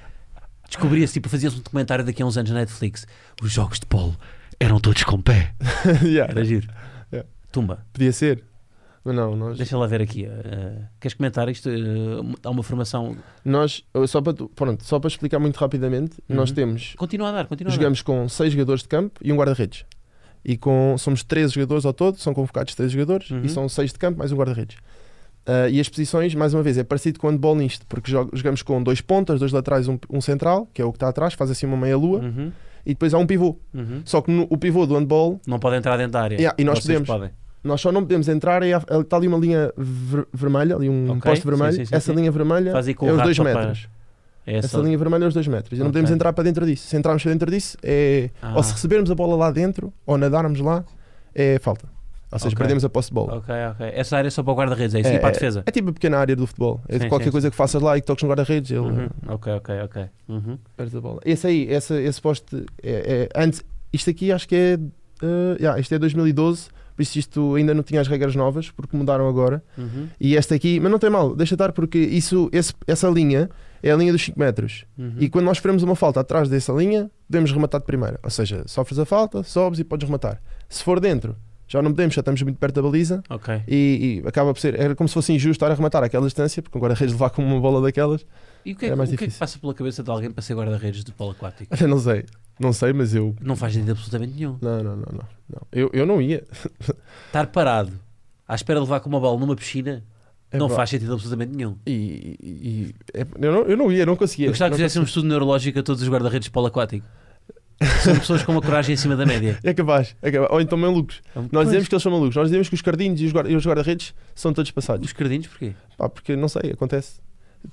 Speaker 2: Descobria-se, tipo, fazia-se um documentário daqui a uns anos na Netflix. Os jogos de polo eram todos com pé.
Speaker 1: Yeah,
Speaker 2: Era giro.
Speaker 1: Yeah.
Speaker 2: Tumba,
Speaker 1: Podia ser. Mas não, nós.
Speaker 2: deixa lá ver aqui. eh, queres comentar isto? Eh, há uma formação.
Speaker 1: nós só para, tu- pronto, só para explicar muito rapidamente,
Speaker 2: Uhum.
Speaker 1: nós temos.
Speaker 2: Continua a dar, continua a dar.
Speaker 1: Jogamos com seis jogadores de campo e um guarda-redes. E com, somos 13 jogadores ao todo, são convocados 13 jogadores
Speaker 2: Uhum.
Speaker 1: e são seis de campo mais um guarda-redes. Ah, e as posições, mais uma vez, é parecido com o handball nisto, porque jo- jogamos com dois pontas, dois laterais, um, um central, que é o que está atrás, faz assim uma meia-lua,
Speaker 2: Uhum,
Speaker 1: e depois há um pivô.
Speaker 2: uhum.
Speaker 1: Só que no- o pivô do handball
Speaker 2: Não pode entrar dentro da área.
Speaker 1: Yeah, e nós
Speaker 2: Vocês
Speaker 1: podemos.
Speaker 2: podem.
Speaker 1: Nós só não podemos entrar, é, é- está ali uma linha ver- vermelha, ali um
Speaker 2: Ok,
Speaker 1: poste vermelho.
Speaker 2: sim, sim, sim,
Speaker 1: essa
Speaker 2: sim.
Speaker 1: linha vermelha
Speaker 2: Faz aí com
Speaker 1: é
Speaker 2: o
Speaker 1: os
Speaker 2: rato
Speaker 1: dois
Speaker 2: só
Speaker 1: metros.
Speaker 2: para- É
Speaker 1: Essa
Speaker 2: só-
Speaker 1: linha vermelha é os dois metros. E não
Speaker 2: Ok.
Speaker 1: podemos entrar para dentro disso. Se entrarmos para dentro disso, é
Speaker 2: Ah,
Speaker 1: ou se recebermos a bola lá dentro ou nadarmos lá, é falta. Ou seja,
Speaker 2: Ok.
Speaker 1: perdemos a posse de bola.
Speaker 2: Ok, ok. Essa área é só para o guarda-redes, é isso?
Speaker 1: É,
Speaker 2: e para a defesa?
Speaker 1: É tipo a pequena área do futebol. É
Speaker 2: Sim,
Speaker 1: qualquer
Speaker 2: sim,
Speaker 1: coisa que faças lá e que toques no guarda-redes, ele
Speaker 2: Uhum, Ok, ok, ok. Uhum.
Speaker 1: perde a bola. Esse aí, esse, esse poste. É, é- antes, isto aqui acho que é. eh, yeah, isto é 2012, por isso isto ainda não tinha as regras novas, porque mudaram agora.
Speaker 2: Uhum.
Speaker 1: E esta aqui, mas não tem mal, deixa estar porque isso, esse- essa linha é a linha dos 5 metros.
Speaker 2: Uhum.
Speaker 1: E quando nós sofremos uma falta atrás dessa linha, podemos rematar de primeira. Ou seja, sofres a falta, sobes e podes rematar. Se for dentro, já não podemos, já estamos muito perto da baliza
Speaker 2: Ok.
Speaker 1: e, e acaba por ser. Era como se fosse injusto estar a rematar àquela distância, porque agora reis levar com uma bola daquelas.
Speaker 2: E o que é,
Speaker 1: Era
Speaker 2: que-
Speaker 1: mais
Speaker 2: o que, é que
Speaker 1: difícil.
Speaker 2: passa pela cabeça de alguém para ser guarda-redes de polo aquático?
Speaker 1: Eu não sei, não sei, mas eu.
Speaker 2: Não faz sentido absolutamente nenhum.
Speaker 1: Não, não, não, não. não. Eu, eu não ia.
Speaker 2: Estar parado à espera de levar com uma bola numa piscina
Speaker 1: É
Speaker 2: não
Speaker 1: pá.
Speaker 2: faz sentido absolutamente nenhum.
Speaker 1: E, e- e- é- eu, não, eu não ia, eu não conseguia.
Speaker 2: Eu gostava que
Speaker 1: Não
Speaker 2: fizesse um estudo neurológico a todos os guarda-redes de polo aquático. São pessoas com uma coragem acima da média.
Speaker 1: consegui. É capaz, é capaz. Ou então malucos. Nós
Speaker 2: Pois,
Speaker 1: dizemos que eles são malucos, nós dizemos que os cardinhos e os guar- e os guarda-redes são todos passados.
Speaker 2: Os cardinhos, porquê?
Speaker 1: Pá, porque não sei, acontece.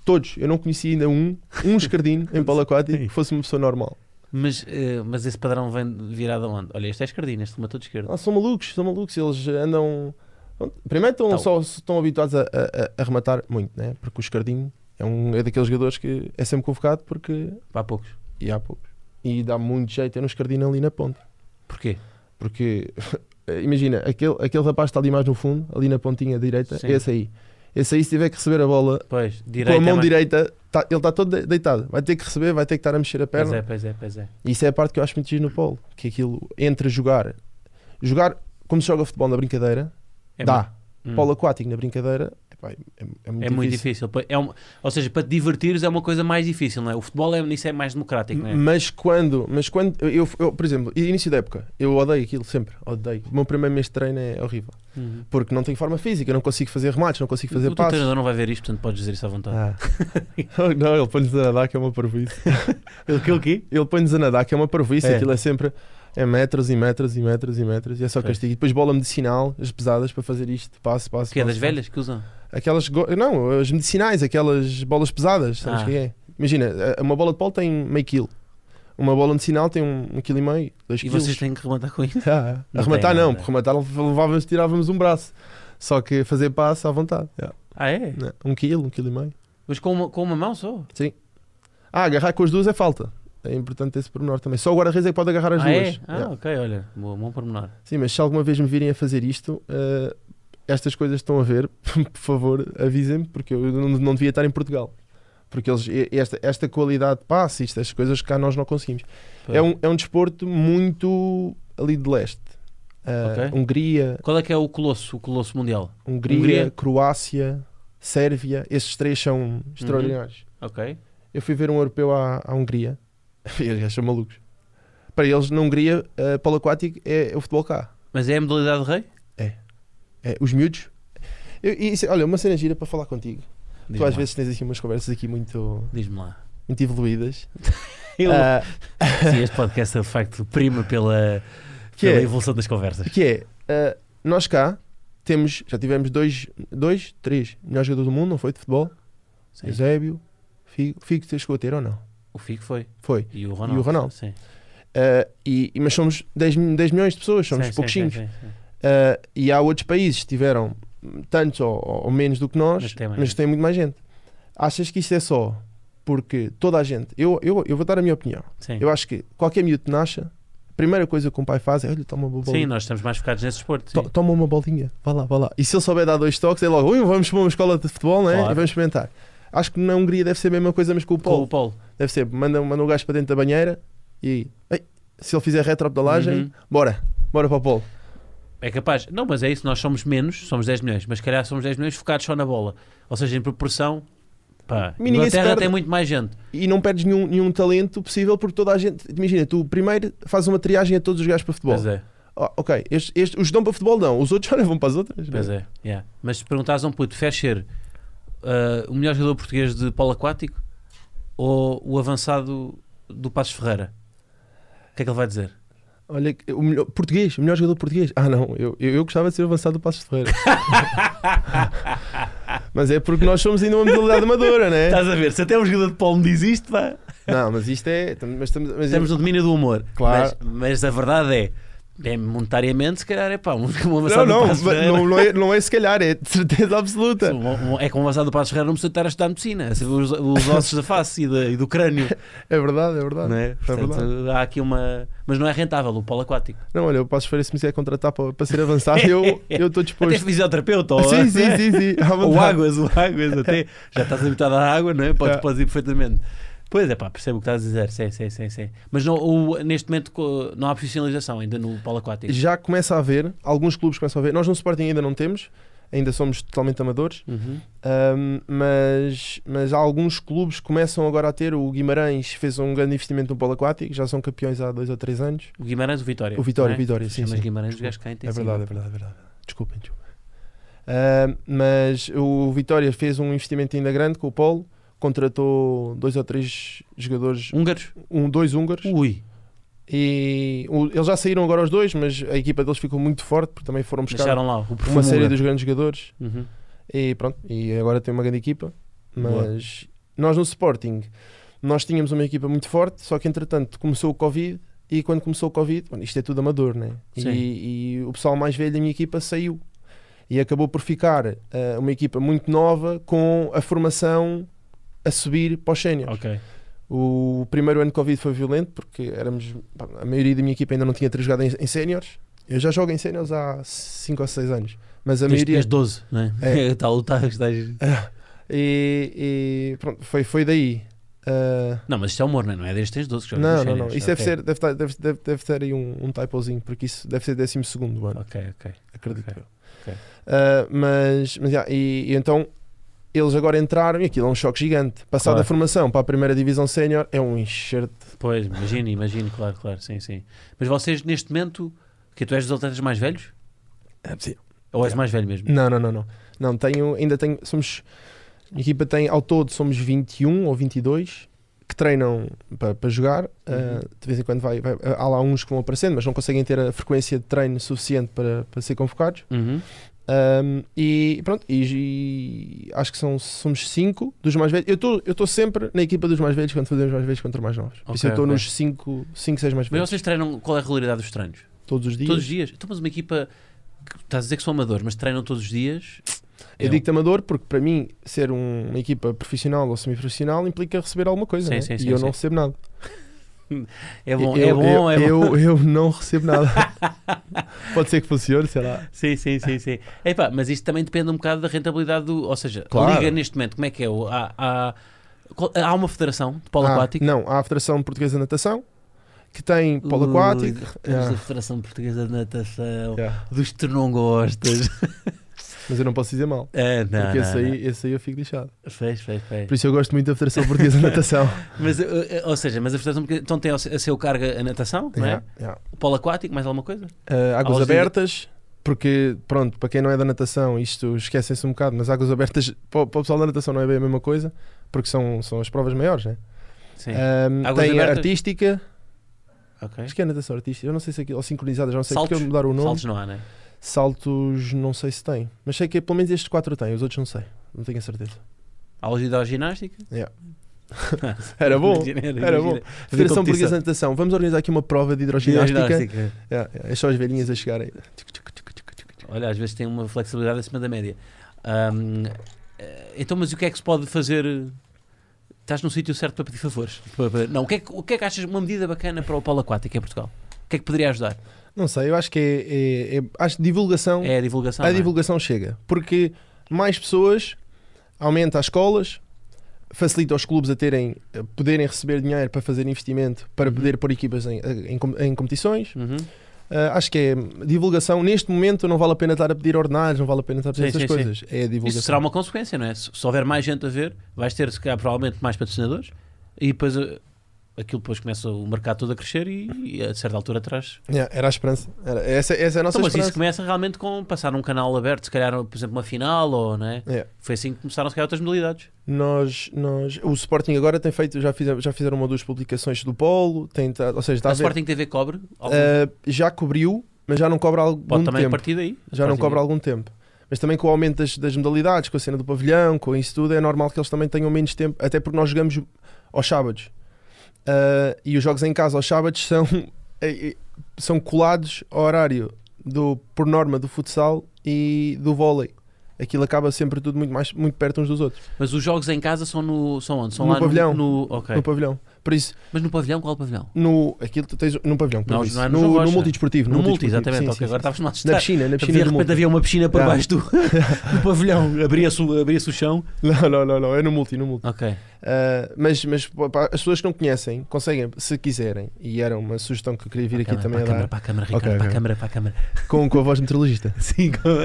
Speaker 1: Todos, eu não conheci ainda um, um escardinho em bola aquática que fosse uma pessoa normal.
Speaker 2: Mas, eh, mas esse padrão vem virado aonde? Olha, este é escardinho, este rematou de esquerda.
Speaker 1: Ah, são malucos, são malucos, eles andam. Primeiro estão,
Speaker 2: Então.
Speaker 1: só, estão habituados a, a- a rematar muito, né? porque o escardinho é, um, é daqueles jogadores que é sempre convocado porque
Speaker 2: Para poucos.
Speaker 1: e há poucos. E dá muito jeito ter um escardinho ali na ponta.
Speaker 2: Porquê?
Speaker 1: Porque imagina, aquele, aquele rapaz que está ali mais no fundo, ali na pontinha direita,
Speaker 2: Sim.
Speaker 1: esse aí. Esse aí, se tiver que receber a bola
Speaker 2: Pois, direito.
Speaker 1: com a mão
Speaker 2: é mais-
Speaker 1: direita, tá- ele está todo de- deitado. Vai ter que receber, vai ter que estar a mexer a
Speaker 2: Pois
Speaker 1: perna.
Speaker 2: é, pois é, pois é.
Speaker 1: Isso é a parte que eu acho muito giro no polo. Que aquilo, entre jogar, jogar como se joga futebol na brincadeira,
Speaker 2: É
Speaker 1: dá.
Speaker 2: mu- Hum.
Speaker 1: Polo aquático na brincadeira, epá, é, é muito
Speaker 2: É
Speaker 1: difícil.
Speaker 2: muito difícil. Pa- É uma- ou seja, para te divertires é uma coisa mais difícil, não é? O futebol é, nisso é mais democrático, não é?
Speaker 1: Mas quando, mas quando eu, eu, por exemplo, início da época, eu odeio aquilo sempre, odeio. O meu primeiro mês de treino é horrível,
Speaker 2: Uhum.
Speaker 1: porque não tenho forma física, não consigo fazer remates, não consigo fazer
Speaker 2: o teu
Speaker 1: passos.
Speaker 2: treinador não vai ver isto, portanto podes dizer isso à vontade.
Speaker 1: Ah. não, ele põe-nos a nadar, que é uma parvoíce.
Speaker 2: O que o quê?
Speaker 1: ele põe-nos a nadar, que é uma parvoíce,
Speaker 2: É.
Speaker 1: aquilo é sempre é metros e metros e metros e metros, e é só
Speaker 2: Pois.
Speaker 1: castigo. E depois bola medicinal, as pesadas para fazer isto, passo, passo.
Speaker 2: Que é
Speaker 1: passo,
Speaker 2: das
Speaker 1: passo.
Speaker 2: velhas que usam?
Speaker 1: Aquelas, go- não, as medicinais, aquelas bolas pesadas, sabes
Speaker 2: Ah.
Speaker 1: o que é? Imagina, a- uma bola de polo tem meio quilo, uma bola medicinal tem um, um quilo e meio, dois
Speaker 2: E
Speaker 1: quilos.
Speaker 2: vocês têm que rematar com isso?
Speaker 1: Ah,
Speaker 2: Não
Speaker 1: arrematar
Speaker 2: tem
Speaker 1: não,
Speaker 2: nada.
Speaker 1: porque arrematar levávamos, tirávamos um braço. Só que fazer passo à vontade. Yeah.
Speaker 2: Ah, é?
Speaker 1: Não, Um quilo, um quilo e meio.
Speaker 2: Mas com uma, com uma mão só?
Speaker 1: Ah, agarrar com as duas é falta. É importante esse pormenor também. Só o guarda-redes é que pode agarrar as
Speaker 2: ah,
Speaker 1: duas.
Speaker 2: é? Ah,
Speaker 1: Yeah.
Speaker 2: ok, olha. Boa, bom pormenor.
Speaker 1: Sim, mas se alguma vez me virem a fazer isto, eh, estas coisas que estão a ver, por favor, avisem-me, porque eu não, não devia estar em Portugal. Porque eles, e- esta, esta qualidade de passe, isto, estas coisas cá nós não conseguimos.
Speaker 2: Pois.
Speaker 1: É um, é um desporto muito ali de leste. Eh,
Speaker 2: Ok.
Speaker 1: Hungria,
Speaker 2: Qual é que é o colosso, o colosso mundial?
Speaker 1: Hungria,
Speaker 2: Hungria. Uhum.
Speaker 1: Croácia, Sérvia, esses três são extraordinários.
Speaker 2: Ok.
Speaker 1: Eu fui ver um europeu à, à Hungria, eles já são malucos. Para eles, na Hungria, eh, polo aquático é o futebol cá.
Speaker 2: Mas é a modalidade de rei?
Speaker 1: É, os miúdos. Eu- e isso- olha, uma cena gira para falar contigo.
Speaker 2: Diz-me
Speaker 1: tu às
Speaker 2: lá.
Speaker 1: vezes tens aqui umas conversas aqui muito,
Speaker 2: Diz-me lá.
Speaker 1: muito evoluídas.
Speaker 2: Eu,
Speaker 1: Ah,
Speaker 2: Sim, este podcast é de facto prima pela,
Speaker 1: Que
Speaker 2: pela
Speaker 1: é?
Speaker 2: evolução das conversas.
Speaker 1: que é, ah, nós cá temos, já tivemos dois, dois, três melhores jogadores do mundo, não foi? De futebol.
Speaker 2: Sim.
Speaker 1: Eusébio, Figo. Figo te chegou a ter ou não?
Speaker 2: O Figo foi.
Speaker 1: Foi.
Speaker 2: E o Ronaldo.
Speaker 1: Ronaldo.
Speaker 2: Sim.
Speaker 1: Ah, e, e- mas somos 10, mi- 10 milhões de pessoas, somos
Speaker 2: Sim, sim,
Speaker 1: pouquinhos.
Speaker 2: sim, sim, sim.
Speaker 1: Ah, e há outros países que tiveram tantos ou, ou menos do que nós,
Speaker 2: Mas
Speaker 1: mas
Speaker 2: tem mais
Speaker 1: tem,
Speaker 2: gente.
Speaker 1: muito mais gente. Achas que isto é só porque toda a gente. Eu, eu, eu vou dar a minha opinião.
Speaker 2: Sim.
Speaker 1: Eu acho que qualquer miúdo que nasce, a primeira coisa que um pai faz é: olha, toma uma
Speaker 2: Sim,
Speaker 1: bolinha.
Speaker 2: nós estamos mais focados nesse esporte. sim.
Speaker 1: To- Toma uma bolinha, vá lá, vá lá. E se ele souber dar dois toques, é logo: "Ui, vamos para uma escola de futebol, né?
Speaker 2: Claro.
Speaker 1: E vamos experimentar. Acho que na Hungria deve ser a mesma coisa, mas com o
Speaker 2: Com o
Speaker 1: Paulo.
Speaker 2: Paulo.
Speaker 1: Deve ser, manda, manda o gajo para dentro da banheira e. Ei, se ele fizer retropedalagem,
Speaker 2: Uhum.
Speaker 1: bora, bora para o polo.
Speaker 2: É capaz. Não, mas é isso, nós somos menos, somos 10 milhões, mas se calhar somos 10 milhões focados só na bola. Ou seja, em proporção, pá,
Speaker 1: E ninguém se
Speaker 2: Inglaterra
Speaker 1: perde.
Speaker 2: tem muito mais gente.
Speaker 1: E não perdes nenhum, nenhum talento possível porque toda a gente. Imagina, tu primeiro fazes uma triagem a todos os gajos para futebol.
Speaker 2: Pois é,
Speaker 1: Ah, ok, este, este- os que dão para futebol não, os outros olha, vão para as outras.
Speaker 2: pois
Speaker 1: né?
Speaker 2: é. yeah. Mas se perguntares a um puto, Fescher, ah, o melhor jogador português de polo aquático ou o avançado do Passos Ferreira? O que é que ele vai dizer?
Speaker 1: Olha, que- o melhor, português, o melhor jogador português. Ah, não, eu, eu, eu gostava de ser avançado do Passos de Ferreira. mas é porque nós somos ainda uma modalidade amadora, né?
Speaker 2: Estás a ver, se até um jogador de polo me diz isto, pá,
Speaker 1: Não, mas isto é. tam- Mas, estamos- mas
Speaker 2: estamos no domínio do humor.
Speaker 1: Claro.
Speaker 2: Mas, mas a verdade é, é, monetariamente, se calhar é pá, um, um
Speaker 1: não,
Speaker 2: avançado do
Speaker 1: não,
Speaker 2: Passos
Speaker 1: mas
Speaker 2: Ferreira.
Speaker 1: não, não, é, não é se calhar, é de certeza
Speaker 2: Sim,
Speaker 1: absoluta.
Speaker 2: um- um- É como o avançado do Passos Ferreira não precisa estar a estudar medicina, a saber os, os ossos da face e, da- e do crânio.
Speaker 1: É verdade, é verdade.
Speaker 2: não é? Portanto, há aqui uma. Mas não é rentável o polo aquático.
Speaker 1: Não, olha, o Passos de Ferreira, se me quiser contratar para, para ser avançado, eu eu estou
Speaker 2: Até
Speaker 1: disposto.
Speaker 2: fisioterapeuta ou, é?
Speaker 1: sim, sim, sim, sim. à
Speaker 2: ou
Speaker 1: vontade.
Speaker 2: águas, ou águas, até já estás habitado à água, não é? Podes,
Speaker 1: É.
Speaker 2: podes ir perfeitamente. Pois é, pá, percebo o que estás a dizer, sim, sim, sim. sim. Mas não, o- neste momento co- não há profissionalização ainda no polo aquático.
Speaker 1: Já começa a haver, alguns clubes começam a haver. Nós no Sporting ainda não temos, ainda somos totalmente amadores.
Speaker 2: Uhum.
Speaker 1: Um, mas, mas há alguns clubes que começam agora a ter. O Guimarães fez um grande investimento no polo aquático, já são campeões há dois ou três anos.
Speaker 2: O Guimarães, o Vitória.
Speaker 1: O Vitória,
Speaker 2: não é?
Speaker 1: Vitória, sim,
Speaker 2: Chamas
Speaker 1: sim.
Speaker 2: Guimarães, os gajos caem, tem
Speaker 1: É
Speaker 2: sido.
Speaker 1: verdade, é verdade, é verdade. Desculpem, desculpem. Um, mas o Vitória fez um investimento ainda grande com o Polo, contratou dois ou três jogadores,
Speaker 2: Húngaros?
Speaker 1: um, dois húngaros,
Speaker 2: Ui,
Speaker 1: e o- eles já saíram agora os dois, mas a equipa deles ficou muito forte porque também foram buscar
Speaker 2: deixaram lá o perfume
Speaker 1: uma série
Speaker 2: húngaro.
Speaker 1: dos grandes jogadores.
Speaker 2: Uhum.
Speaker 1: E pronto, e agora tem uma grande equipa.
Speaker 2: Boa.
Speaker 1: Mas nós no Sporting, nós tínhamos uma equipa muito forte, só que entretanto começou o Covid e quando começou o Covid, bom, isto é tudo amador, né?
Speaker 2: Sim.
Speaker 1: E, e o pessoal mais velho da minha equipa saiu. E acabou por ficar eh, uma equipa muito nova com a formação a subir para os séniores.
Speaker 2: Ok.
Speaker 1: O primeiro ano de Covid foi violento porque éramos, pá, a maioria da minha equipa ainda não tinha ter jogado em, em séniores. Eu já jogo em séniores há 5 ou 6 anos. Mas a
Speaker 2: Tens,
Speaker 1: maioria.
Speaker 2: tens 12, não é?
Speaker 1: É.
Speaker 2: Está a lutar, estás-
Speaker 1: E, e pronto, foi, foi daí. Ah,
Speaker 2: Não, mas isto é humor, não é? Não é desde tens 12 que já
Speaker 1: não,
Speaker 2: nos
Speaker 1: não, não.
Speaker 2: séries.
Speaker 1: Isso deve,
Speaker 2: Ok.
Speaker 1: ser, deve, estar- deve, deve, deve ter aí um, um typozinho, porque isso deve ser 12 ano,
Speaker 2: Ok, ok.
Speaker 1: acredito
Speaker 2: ok,
Speaker 1: eu.
Speaker 2: ok.
Speaker 1: Ah, mas, mas já, e, e então eles agora entraram e aquilo é um choque gigante. Passar
Speaker 2: Claro.
Speaker 1: da formação para a primeira divisão sénior é um enxerto.
Speaker 2: Pois, imagino, imagino, claro, claro, sim, sim. Mas vocês, neste momento, que tu és dos atletas mais velhos?
Speaker 1: É possível.
Speaker 2: Ou és mais velho mesmo?
Speaker 1: Não, não, não, não. Não, tenho, ainda tenho, somos, a equipa tem, ao todo, somos 21 ou 22 que treinam para, para jogar.
Speaker 2: Uhum.
Speaker 1: Ah, de vez em quando vai, vai- há lá uns que vão aparecendo, mas não conseguem ter a frequência de treino suficiente para, para ser convocados.
Speaker 2: Uhum.
Speaker 1: Ahm, e pronto, e, e acho que são, somos 5 dos mais velhos. Eu estou eu tô sempre na equipa dos mais velhos quando fazemos mais velhos contra mais novos. Por isso
Speaker 2: Ok,
Speaker 1: eu estou
Speaker 2: ok.
Speaker 1: nos 5, 6 mais
Speaker 2: Mas
Speaker 1: velhos
Speaker 2: vocês treinam, qual é a regularidade dos treinos?
Speaker 1: todos os dias.
Speaker 2: Todos os dias? Então, mas uma equipa, que estás a dizer que são amadores, mas treinam todos os dias? É um-
Speaker 1: Eu digo-te amador porque para mim ser um- uma equipa profissional ou semi-profissional implica receber alguma coisa
Speaker 2: Sim,
Speaker 1: né?
Speaker 2: sim,
Speaker 1: e
Speaker 2: sim,
Speaker 1: eu
Speaker 2: sim.
Speaker 1: não recebo nada.
Speaker 2: é bom,
Speaker 1: eu,
Speaker 2: é bom,
Speaker 1: eu,
Speaker 2: é bom.
Speaker 1: Eu, eu não recebo nada. Pode ser que funcione, sei lá.
Speaker 2: Sim, sim, sim, sim. Epá, mas isto também depende um bocado da rentabilidade do. Ou seja,
Speaker 1: Claro.
Speaker 2: a Liga neste momento, como é que é? O- Há, há, qual- há uma federação de polo
Speaker 1: Ah,
Speaker 2: aquático?
Speaker 1: Não, há a Federação Portuguesa de Natação que tem polo
Speaker 2: Ui,
Speaker 1: aquático.
Speaker 2: Temos
Speaker 1: Ah.
Speaker 2: a Federação Portuguesa de Natação,
Speaker 1: Yeah.
Speaker 2: dos que tu não gostas.
Speaker 1: Mas eu não posso dizer mal.
Speaker 2: Ah, não,
Speaker 1: Porque
Speaker 2: não,
Speaker 1: esse aí, esse aí eu fico lixado.
Speaker 2: não. Fez, fez, fez.
Speaker 1: Por isso eu gosto muito da Federação Portuguesa de Natação.
Speaker 2: Mas, uh, uh, ou seja, mas a Federação Portuguesa- Então tem ao se- a seu cargo a natação, não é?
Speaker 1: Yeah, yeah.
Speaker 2: O polo aquático, mais alguma coisa?
Speaker 1: Ah, águas
Speaker 2: Aos-
Speaker 1: abertas, porque pronto, para quem não é da natação, isto esquecem-se um bocado, mas águas abertas para, o- para o pessoal da natação não é bem a mesma coisa, porque são, são as provas maiores, né?
Speaker 2: Sim.
Speaker 1: Ahm,
Speaker 2: Águas
Speaker 1: tem a
Speaker 2: abertas?
Speaker 1: artística,
Speaker 2: ok.
Speaker 1: acho que é natação artística, eu não sei se aquilo, ou sincronizada, já não sei
Speaker 2: Saltos?
Speaker 1: porque eu mudar o nome.
Speaker 2: Saltos não há, não é?
Speaker 1: Saltos não sei se tem, mas sei que é, pelo menos estes quatro têm, os outros não sei, não tenho a certeza.
Speaker 2: Aulas de hidroginástica?
Speaker 1: Yeah. Era bom,
Speaker 2: Imagina,
Speaker 1: era bom.
Speaker 2: imagina.
Speaker 1: Federação
Speaker 2: Fazer competição.
Speaker 1: Portuguesa de Natação, vamos organizar aqui uma prova de hidroginástica.
Speaker 2: Hidroginástica.
Speaker 1: Yeah, yeah, é só as velhinhas a chegarem.
Speaker 2: Olha, às vezes tem uma flexibilidade acima da média. Ahm, eh, então, mas o que é que se pode fazer? Estás no sítio certo para pedir favores. Para- para- Não, o que, é que, o que é que achas uma medida bacana para o polo aquático em Portugal? O que é que poderia ajudar?
Speaker 1: Não sei, eu acho que é, é- é- acho que divulgação,
Speaker 2: É a divulgação.
Speaker 1: a
Speaker 2: não é?
Speaker 1: divulgação chega, porque mais pessoas aumenta as escolas, facilita aos clubes a terem, a poderem receber dinheiro para fazer investimento, para poder pôr equipas em, em, com- em competições.
Speaker 2: Uhum.
Speaker 1: Ah, acho que é divulgação. Neste momento não vale a pena estar a pedir ordenados, não vale a pena estar a pedir
Speaker 2: Sim,
Speaker 1: essas
Speaker 2: sim,
Speaker 1: coisas. É a divulgação.
Speaker 2: Isso será uma consequência, não é? Se se houver mais gente a ver, vais ter, se calhar, provavelmente mais patrocinadores e depois eh, aquilo depois começa o mercado todo a crescer e, e a certa altura atrás.
Speaker 1: Yeah, era a esperança. Era- essa, essa é a nossa
Speaker 2: Então, mas isso
Speaker 1: esperança.
Speaker 2: começa realmente com passar num canal aberto, se calhar, por exemplo, uma final ou, não é?
Speaker 1: É.
Speaker 2: Foi assim que começaram, se calhar, outras modalidades.
Speaker 1: Nós, nós, o Sporting agora tem feito, já fizeram, já fizeram uma ou duas publicações do Polo, tem, tá- ou seja, está
Speaker 2: a
Speaker 1: a ver,
Speaker 2: Sporting TV cobre, algum-
Speaker 1: Ah, já cobriu, mas já não cobra há algum
Speaker 2: pode também
Speaker 1: tempo.
Speaker 2: a partir daí.
Speaker 1: já não
Speaker 2: Sporting.
Speaker 1: cobra há algum tempo. Mas também com o aumento das, das modalidades, com a cena do pavilhão, com isso tudo, é normal que eles também tenham menos tempo, até porque nós jogamos aos sábados. Ah, e os jogos em casa aos sábados são, eh, eh, são colados ao horário, do, por norma, do futsal e do vôlei. Aquilo acaba sempre tudo muito, mais, muito perto uns dos outros,
Speaker 2: Mas os jogos em casa são, no, são onde? São
Speaker 1: No
Speaker 2: lá
Speaker 1: pavilhão.
Speaker 2: No, no- ok.
Speaker 1: no pavilhão. Por isso,
Speaker 2: Mas no pavilhão, qual pavilhão?
Speaker 1: no, aquilo tu tens no pavilhão, por
Speaker 2: Não,
Speaker 1: isso,
Speaker 2: não é no
Speaker 1: no,
Speaker 2: João
Speaker 1: no
Speaker 2: Rocha.
Speaker 1: multidesportivo.
Speaker 2: No, multi,
Speaker 1: multidesportivo,
Speaker 2: exatamente.
Speaker 1: sim,
Speaker 2: ok,
Speaker 1: sim,
Speaker 2: agora
Speaker 1: sim.
Speaker 2: estavas-me a assustar.
Speaker 1: Na piscina, na
Speaker 2: Havia,
Speaker 1: piscina
Speaker 2: de
Speaker 1: do
Speaker 2: repente
Speaker 1: multi.
Speaker 2: havia uma piscina por
Speaker 1: Não.
Speaker 2: baixo do, do pavilhão, abria-se o, abria-se o chão.
Speaker 1: Não, não, não, não, é no multi, no multi.
Speaker 2: Ok.
Speaker 1: Uh, mas mas pá, pá, as pessoas que não conhecem conseguem, se quiserem, e era uma sugestão que eu queria vir aqui
Speaker 2: Câmara,
Speaker 1: também a
Speaker 2: para a
Speaker 1: dar,
Speaker 2: câmara, para a câmara,
Speaker 1: Ok,
Speaker 2: Ricardo, para a
Speaker 1: ok.
Speaker 2: câmara, para a câmara.
Speaker 1: com, com a voz de meteorologista.
Speaker 2: Sim, com-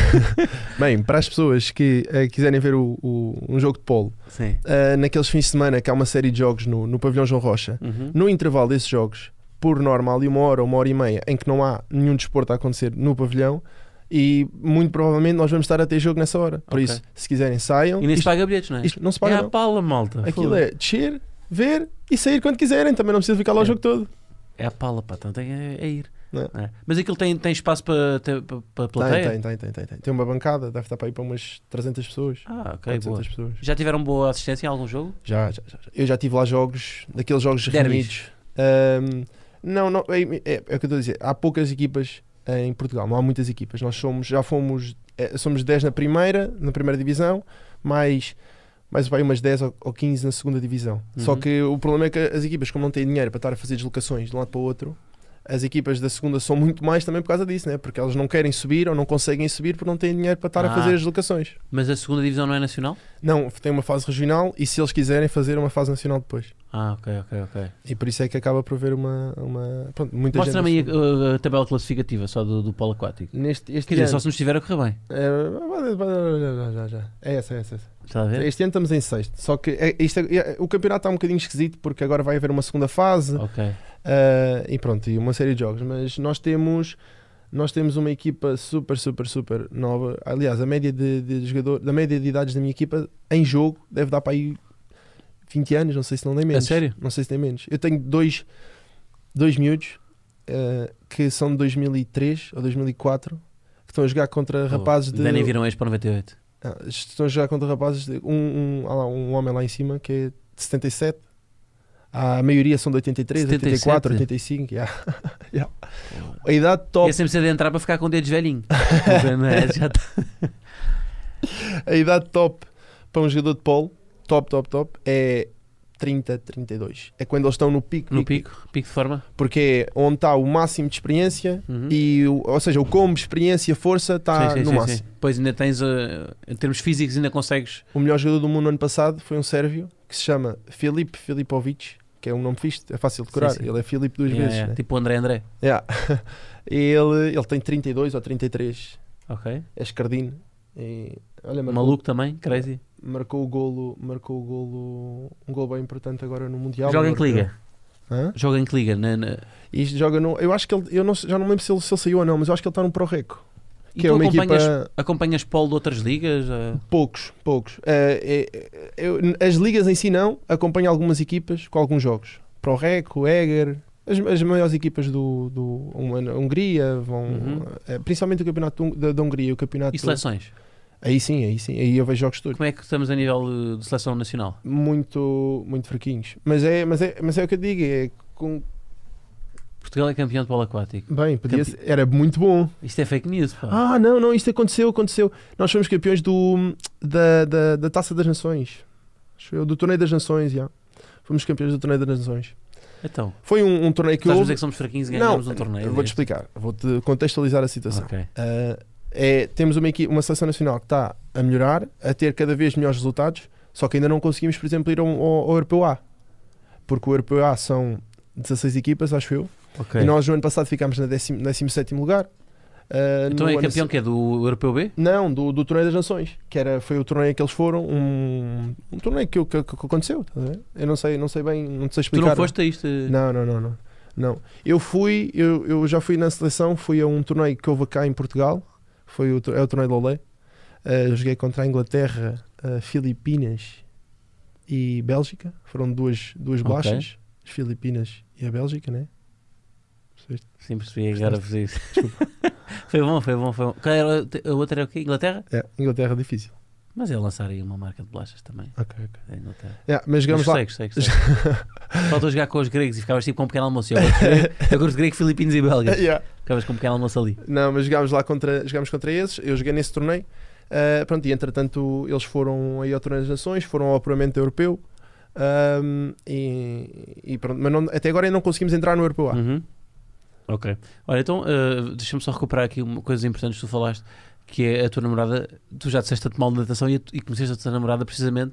Speaker 1: Bem, para as pessoas que eh, quiserem ver o, o- um jogo de polo,
Speaker 2: sim.
Speaker 1: eh, naqueles fins de semana que há uma série de jogos no, no Pavilhão João Rocha,
Speaker 2: Uhum.
Speaker 1: no intervalo desses jogos, por normal, e uma hora ou uma hora e meia, em que não há nenhum desporto a acontecer no pavilhão, e muito provavelmente nós vamos estar a ter jogo nessa hora. Por
Speaker 2: Ok.
Speaker 1: isso, se quiserem, saiam.
Speaker 2: E nem se
Speaker 1: Isto-
Speaker 2: paga bilhetes, não é?
Speaker 1: isto não se
Speaker 2: é
Speaker 1: paga,
Speaker 2: a
Speaker 1: não.
Speaker 2: pala, malta.
Speaker 1: Aquilo
Speaker 2: foda.
Speaker 1: é descer, ver e sair quando quiserem. Também não precisa ficar lá
Speaker 2: É.
Speaker 1: o jogo todo.
Speaker 2: É a pala, pá, então tem é, é ir.
Speaker 1: Não.
Speaker 2: É. Mas aquilo tem, tem espaço para, ter- para, para plateia?
Speaker 1: Tem, tem, tem, tem, tem, tem. Tem uma bancada, deve estar para ir para umas 300 pessoas.
Speaker 2: Ah, ok, boa.
Speaker 1: 400 pessoas.
Speaker 2: Já tiveram boa assistência em algum jogo?
Speaker 1: Já, já, já. já. Eu já tive lá jogos, daqueles jogos
Speaker 2: Derbys.
Speaker 1: reunidos. Ahm, não, não, é, é- é o que eu estou a dizer. Há poucas equipas eh, em Portugal, não há muitas equipas. Nós somos, já fomos, eh, somos 10 na primeira, na primeira divisão, mais, mais vai umas 10 ou ou 15 na segunda divisão. Só
Speaker 2: Uhum.
Speaker 1: que o problema é que as equipas, como não têm dinheiro para estar a fazer deslocações de um lado para o outro, as equipas da segunda são muito mais também por causa disso, né? porque elas não querem subir ou não conseguem subir porque não têm dinheiro para estar
Speaker 2: Ah.
Speaker 1: a fazer as deslocações.
Speaker 2: Mas a segunda divisão não é nacional?
Speaker 1: Não, tem uma fase regional e se eles quiserem fazer uma fase nacional depois.
Speaker 2: Ah, ok, ok, ok.
Speaker 1: E por isso é que acaba por haver uma. uma pronto, muita
Speaker 2: Mostra-me aí
Speaker 1: gente.
Speaker 2: a, a- a tabela classificativa só do, do polo aquático.
Speaker 1: Neste,
Speaker 2: Quer
Speaker 1: este
Speaker 2: dizer,
Speaker 1: ano.
Speaker 2: só se nos estiver a correr bem.
Speaker 1: É... Já, já, já. é essa, é essa. é essa.
Speaker 2: Está a ver?
Speaker 1: Este ano estamos em sexto. Só que é, isto é- é- o campeonato está um bocadinho esquisito porque agora vai haver uma segunda fase
Speaker 2: Ok.
Speaker 1: ah, e pronto, e uma série de jogos. Mas nós temos. Nós temos uma equipa super, super, super nova. Aliás, a média de, de jogador, da média de idades da minha equipa em jogo deve dar para aí 20 anos, não sei se não tem menos.
Speaker 2: sério?
Speaker 1: Não sei se tem menos. Eu tenho dois, dois miúdos eh, que são de 2003 ou 2004 que estão a jogar
Speaker 2: Oh,
Speaker 1: contra rapazes de.
Speaker 2: Ainda nem viram ex para 98.
Speaker 1: Ah, estão a jogar contra rapazes de. Um, um, há lá um homem lá em cima que é de 77. A maioria são de 83, 84,
Speaker 2: é.
Speaker 1: 85. yeah. Yeah. A idade top.
Speaker 2: E é sempre cedo de entrar para ficar com dedos velhinho. Não é? Já tá-
Speaker 1: A idade top para um jogador de polo, top, top, top, é 30, 32. É quando eles estão no pico,
Speaker 2: No pico, pico de forma.
Speaker 1: porque é onde está o máximo de experiência
Speaker 2: Uhum.
Speaker 1: e, o- ou seja, o combo, experiência, força está
Speaker 2: Sim, sim,
Speaker 1: no
Speaker 2: sim,
Speaker 1: máximo.
Speaker 2: sim. Pois ainda tens, eh, em termos físicos, ainda consegues.
Speaker 1: O melhor jogador do mundo no ano passado foi um sérvio que se chama Filipe Filipovic, que é um nome fixe, é fácil de decorar.
Speaker 2: Sim, sim.
Speaker 1: Ele é Filipe duas
Speaker 2: Yeah,
Speaker 1: vezes.
Speaker 2: yeah,
Speaker 1: né?
Speaker 2: Tipo o André André.
Speaker 1: Yeah. ele, ele tem 32 ou 33,
Speaker 2: Ok.
Speaker 1: é escardino. E, olha, marcou,
Speaker 2: Maluco também, crazy.
Speaker 1: marcou o golo, marcou o golo, um golo bem importante agora no Mundial.
Speaker 2: Joga em
Speaker 1: no
Speaker 2: que liga?
Speaker 1: Hã?
Speaker 2: Joga em que liga? Na- na-
Speaker 1: E isto joga no. Eu acho que ele. Eu não, sei- já não me lembro se ele, se ele saiu ou não, mas eu acho que ele está no Pro Reco.
Speaker 2: E
Speaker 1: que é
Speaker 2: tu
Speaker 1: uma
Speaker 2: acompanhas,
Speaker 1: equipa.
Speaker 2: acompanhas polo de outras ligas? eh?
Speaker 1: Poucos, poucos. Eh, eh, eu- as ligas em si não, acompanho algumas equipas com alguns jogos. Pro Reco, Eger. As, as maiores equipas do, do uma na Hungria vão.
Speaker 2: Uhum.
Speaker 1: eh, principalmente o campeonato da- da, Hungria e o campeonato.
Speaker 2: E seleções?
Speaker 1: Aí sim, aí sim. Aí eu vejo jogos todos.
Speaker 2: Como é que estamos a nível eh, de seleção nacional?
Speaker 1: Muito, muito fraquinhos. Mas é, mas, é, mas é o que eu digo. É com,
Speaker 2: Portugal é campeão de polo aquático.
Speaker 1: bem, podia ser- era muito bom.
Speaker 2: Isto é fake news, pá.
Speaker 1: Ah, não, não, isto aconteceu, aconteceu. Nós fomos campeões do, da, da, da Taça das Nações. Acho eu, do Torneio das Nações, já. Fomos campeões do Torneio das Nações.
Speaker 2: Então,
Speaker 1: Foi um, um torneio que
Speaker 2: estás a
Speaker 1: houve...
Speaker 2: dizer que somos fraquinhos e
Speaker 1: Não,
Speaker 2: ganhamos um torneio?
Speaker 1: vou-te explicar, vou-te contextualizar a situação.
Speaker 2: Ok.
Speaker 1: Ah, é, temos uma, equi- uma seleção nacional que está a melhorar, a ter cada vez melhores resultados, Só que ainda não conseguimos, por exemplo, ir ao, ao, ao Europeu A. Porque o Europeu A são 16 equipas, acho eu.
Speaker 2: Ok.
Speaker 1: E nós no ano passado ficámos na 17 lugar. Ah,
Speaker 2: Então
Speaker 1: no
Speaker 2: é
Speaker 1: ano
Speaker 2: campeão que é do Europeu B?
Speaker 1: Não, do, do Torneio das Nações, que era, foi o torneio em que eles foram, um, um torneio que, que, que aconteceu, estás a ver? Eu não sei, não sei bem, não te sei
Speaker 2: Tu
Speaker 1: explicar.
Speaker 2: não foste a isto? eh?
Speaker 1: Não, não, não, não. Não. Eu fui, eu, eu já fui na seleção, fui a um torneio que houve cá em Portugal, foi o, tor- é o torneio do Olé. Eh, eu joguei contra a Inglaterra, eh, Filipinas e Bélgica. Foram duas, duas
Speaker 2: Ok.
Speaker 1: baixas, as Filipinas e a Bélgica, né?
Speaker 2: Sim, percebi agora fazer isso. foi bom, foi bom, foi bom. Qual era a- a outra era o quê? Inglaterra?
Speaker 1: É, Inglaterra difícil.
Speaker 2: Mas é lançar aí uma marca de bolachas também.
Speaker 1: Ok, ok.
Speaker 2: da Inglaterra.
Speaker 1: É, mas
Speaker 2: Mas
Speaker 1: jogamos lá.
Speaker 2: gostei, gostei, gostei. Faltou jogar com os gregos e ficavas tipo com um pequeno almoço. Eu gosto de grego- eu gosto de grego, filipinos e belgas.
Speaker 1: Yeah.
Speaker 2: Ficavas com um pequeno almoço ali.
Speaker 1: Não, mas jogámos lá contra, jogámos contra esses, eu joguei nesse torneio. Ah, pronto, e entretanto eles foram aí ao Torneio das Nações, foram ao apuramento europeu. ahm, e, e pronto, mas não- até agora ainda não conseguimos entrar no europeu. A.
Speaker 2: Uhum. Ok. Olha, então eh, deixa-me só recuperar aqui uma coisa importante que tu falaste, que é a tua namorada. Tu já disseste tanto mal de natação e, a tu- e conheceste a tua namorada precisamente